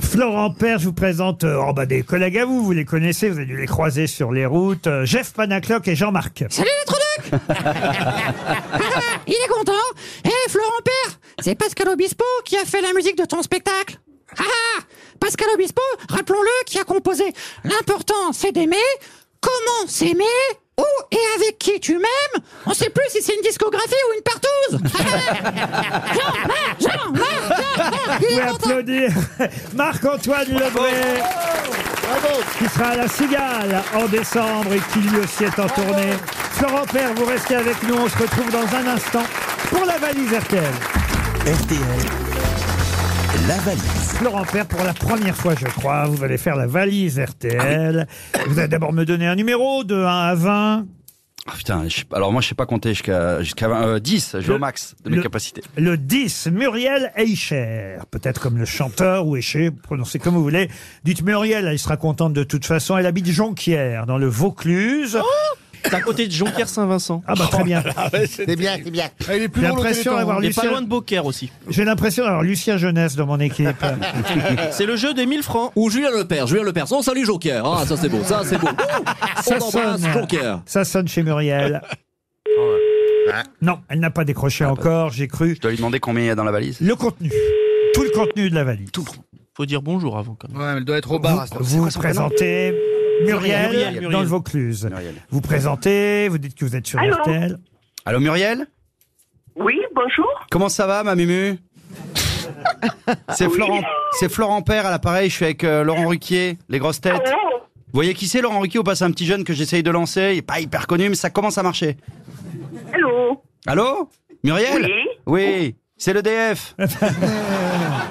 S2: Florent Père, je vous présente euh, oh, bah, des collègues à vous, vous les connaissez, vous avez dû les croiser sur les routes. euh, Jeff Panacloc et Jean-Marc.
S23: Salut les Troducs Il est content Eh Florent Père C'est Pascal Obispo qui a fait la musique de ton spectacle Ah ah Pascal Obispo, rappelons-le, qui a composé L'important c'est d'aimer, comment s'aimer, où et avec qui tu m'aimes On sait plus si c'est une discographie ou une partouze Jean, Jean, Marc, Jean, Marc, il
S2: Vous
S23: est
S2: pouvez
S23: content.
S2: applaudir Marc-Antoine Lebré, qui sera à la Cigale en décembre et qui lui aussi est en tournée. Florent Père, vous restez avec nous, on se retrouve dans un instant pour la valise RTL.
S1: La valise.
S2: Florent Père, pour la première fois, je crois, vous allez faire la valise RTL. Vous allez d'abord me donner un numéro de 1 à 20.
S18: Ah, putain, je sais pas- alors moi, je sais pas compter jusqu'à jusqu'à vingt- euh, 10. Je vais au max de mes
S2: le-
S18: capacités.
S2: Le 10, Muriel Eicher. Peut-être comme le chanteur ou Eicher, prononcez comme vous voulez. Dites Muriel, elle sera contente de toute façon. Elle habite Jonquière, dans le Vaucluse.
S7: C'est à côté de Jonquière-Saint-Vincent.
S2: Ah bah très bien.
S7: C'est Ah, bien, c'est bien.
S2: Il est plus J'ai long, le l'impression Téléthon. d'avoir
S7: Il est
S2: Lucien-
S7: pas loin de Beaucaire aussi.
S2: J'ai l'impression d'avoir Lucien Jeunesse dans mon équipe.
S7: C'est le jeu des 1000 francs.
S19: Ou Julien Lepers, Julien Lepers. Oh, salut Joker. Ah, ça c'est beau, ça c'est beau. Ouh,
S2: Ça
S19: on embrasse
S2: sonne.
S19: Joker.
S2: Ça sonne chez Muriel. Non, elle n'a pas décroché encore, j'ai cru. Je
S18: dois lui demander combien il y a dans la valise.
S2: Le contenu. Tout le contenu de la valise. Tout.
S7: Faut dire bonjour avant quand même.
S19: Ouais, mais elle doit être au
S2: bar. Vous vous présentez Muriel,
S7: Muriel, Muriel.
S2: dans le Vaucluse. Vous présentez, vous dites que vous êtes sur
S18: Allô
S2: RTL.
S18: Allô, Muriel
S12: Oui, bonjour.
S18: Comment ça va, ma Mumu C'est Florent, c'est Florent Père à l'appareil. Je suis avec euh, Laurent Ruquier, les grosses têtes. Vous voyez qui c'est Laurent Ruquier ou pas C'est un petit jeune que j'essaye de lancer. Il est pas hyper connu, mais ça commence à marcher.
S12: Allô
S18: Allô Muriel
S12: Oui.
S18: Oui, c'est le DF.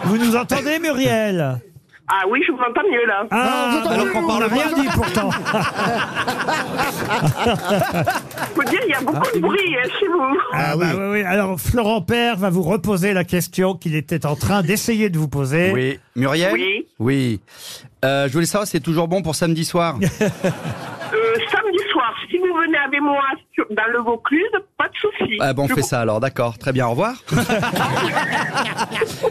S2: Vous nous entendez, Muriel
S12: Ah oui, je vous entends mieux là.
S2: Ah, alors qu'on parle rien dit pourtant.
S12: Faut dire, il y a beaucoup de bruit hein, chez vous.
S2: Ah, bah, oui. oui, Alors, Florent Père va vous reposer la question qu'il était en train d'essayer de vous poser.
S18: Oui. Muriel
S12: Oui.
S18: Oui. Euh, je voulais savoir, c'est toujours bon pour samedi soir
S12: Euh, samedi soir, si vous venez avec moi sur- dans le Vaucluse, pas de souci.
S18: Ah bon, on
S12: Je
S18: fait
S12: vous-
S18: ça alors, d'accord. Très bien, au revoir.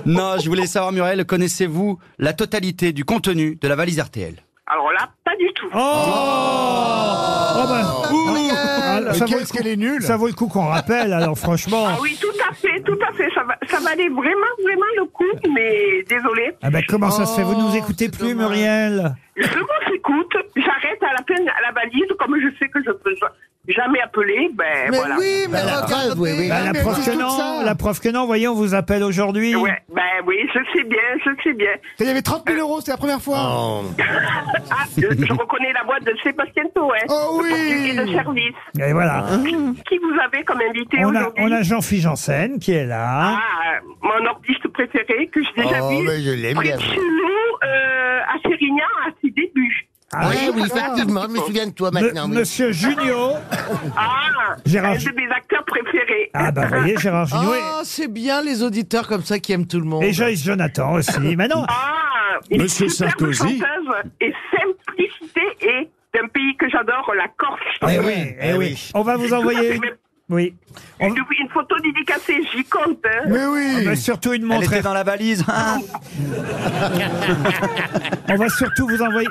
S18: non, je voulais savoir, Muriel, connaissez-vous la totalité du contenu de la valise RTL
S12: Alors là, pas du
S2: Oh
S12: tout.
S2: bah. Ah, là, ça vaut le coup- Ça vaut le coup qu'on rappelle, alors franchement.
S12: Ah oui, tout à fait, tout à fait. Ça, va, ça valait vraiment, vraiment le coup, mais désolé.
S2: Ah ben, comment ça se fait Vous
S12: Oh,
S2: nous écoutez plus, Muriel
S12: Je vous écoute, j'arrête à la peine à la valise, comme je sais que je peux jamais appeler, ben
S3: Mais
S12: voilà.
S3: oui, mais
S12: ben,
S3: regardez,
S2: Bah, la preuve que non, la preuve que non, voyez, on vous appelle aujourd'hui.
S12: Ben oui, je sais bien, je sais bien.
S4: Il y avait 30 000 euros, c'est la première fois.
S2: Oh.
S12: Ah, je, je reconnais la voix de Sébastien Toé.
S4: Oh oui.
S12: Le portugais de service.
S2: Et voilà.
S12: Hein? Qui vous avez comme invité
S2: Hein On a, Hein
S12: aujourd'hui
S2: on a Jean-Philippe Janssen qui est là.
S12: Ah, mon artiste préféré que j'ai déjà
S5: Oh,
S12: vu.
S5: mais je l'aime
S12: près
S5: bien.
S12: de chez nous, euh, à Sérignan, à ses débuts.
S5: Ah oui, oui, effectivement, je me souviens de toi maintenant. oui.
S2: Monsieur Junio.
S12: Ah,
S2: Gérard-
S12: un de mes acteurs préférés.
S2: Ah bah voyez, Gérard Jugnot est-
S3: Oh, c'est bien les auditeurs comme ça qui aiment tout le monde.
S2: Et Joyce Jonathan aussi. Mais non.
S12: Ah, une
S2: Monsieur
S12: superbe
S2: Sarkozy.
S12: chanteuse Et simplicité et d'un pays que j'adore, la Corse.
S2: Eh oui, eh oui. On va vous envoyer. une- Oui.
S12: Une, une photo dédicacée, j'y compte. hein.
S2: Ah bah, surtout une montre.
S18: était dans la valise.
S2: On va surtout vous envoyer.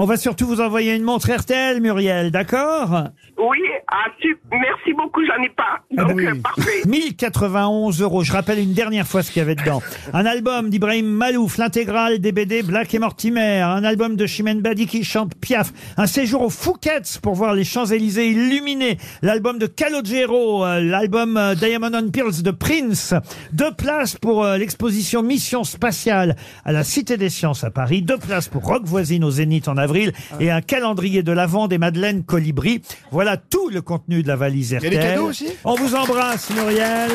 S2: On va surtout vous envoyer une montre RTL, Muriel, d'accord
S12: Oui, ah, tu- merci beaucoup, j'en ai
S2: Ah,
S12: pas.
S2: bah
S12: Donc, euh, parfait.
S2: 1091 euros. Je rappelle une dernière fois ce qu'il y avait dedans. Un album d'Ibrahim Malouf, l'intégrale des BD Black et Mortimer. Un album de Chimène Badi qui chante Piaf. Un séjour aux Fouquet's pour voir les Champs-Élysées illuminés. L'album de Calogero. euh, L'album euh, Diamond on Pearls de Prince. Deux places pour euh, l'exposition Mission Spatiale à la Cité des Sciences à Paris. Deux places pour Rock Voisine au Zénith en avril.
S4: Ah.
S2: Et un calendrier de l'Avent des Madeleines Colibri. Voilà tout le contenu de la valise
S4: Il y a des
S2: RTL.
S4: cadeaux aussi
S2: On vous embrasse, Muriel.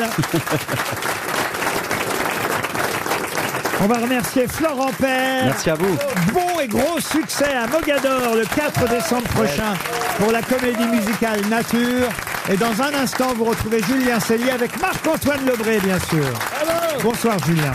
S2: On va remercier Florent Père.
S18: Merci à vous.
S2: Bon et gros succès à Mogador le 4 décembre prochain pour la comédie musicale Nature. Et dans un instant, vous retrouvez Julien Cellier avec Marc-Antoine Lebré, bien sûr. Bonsoir, Julien.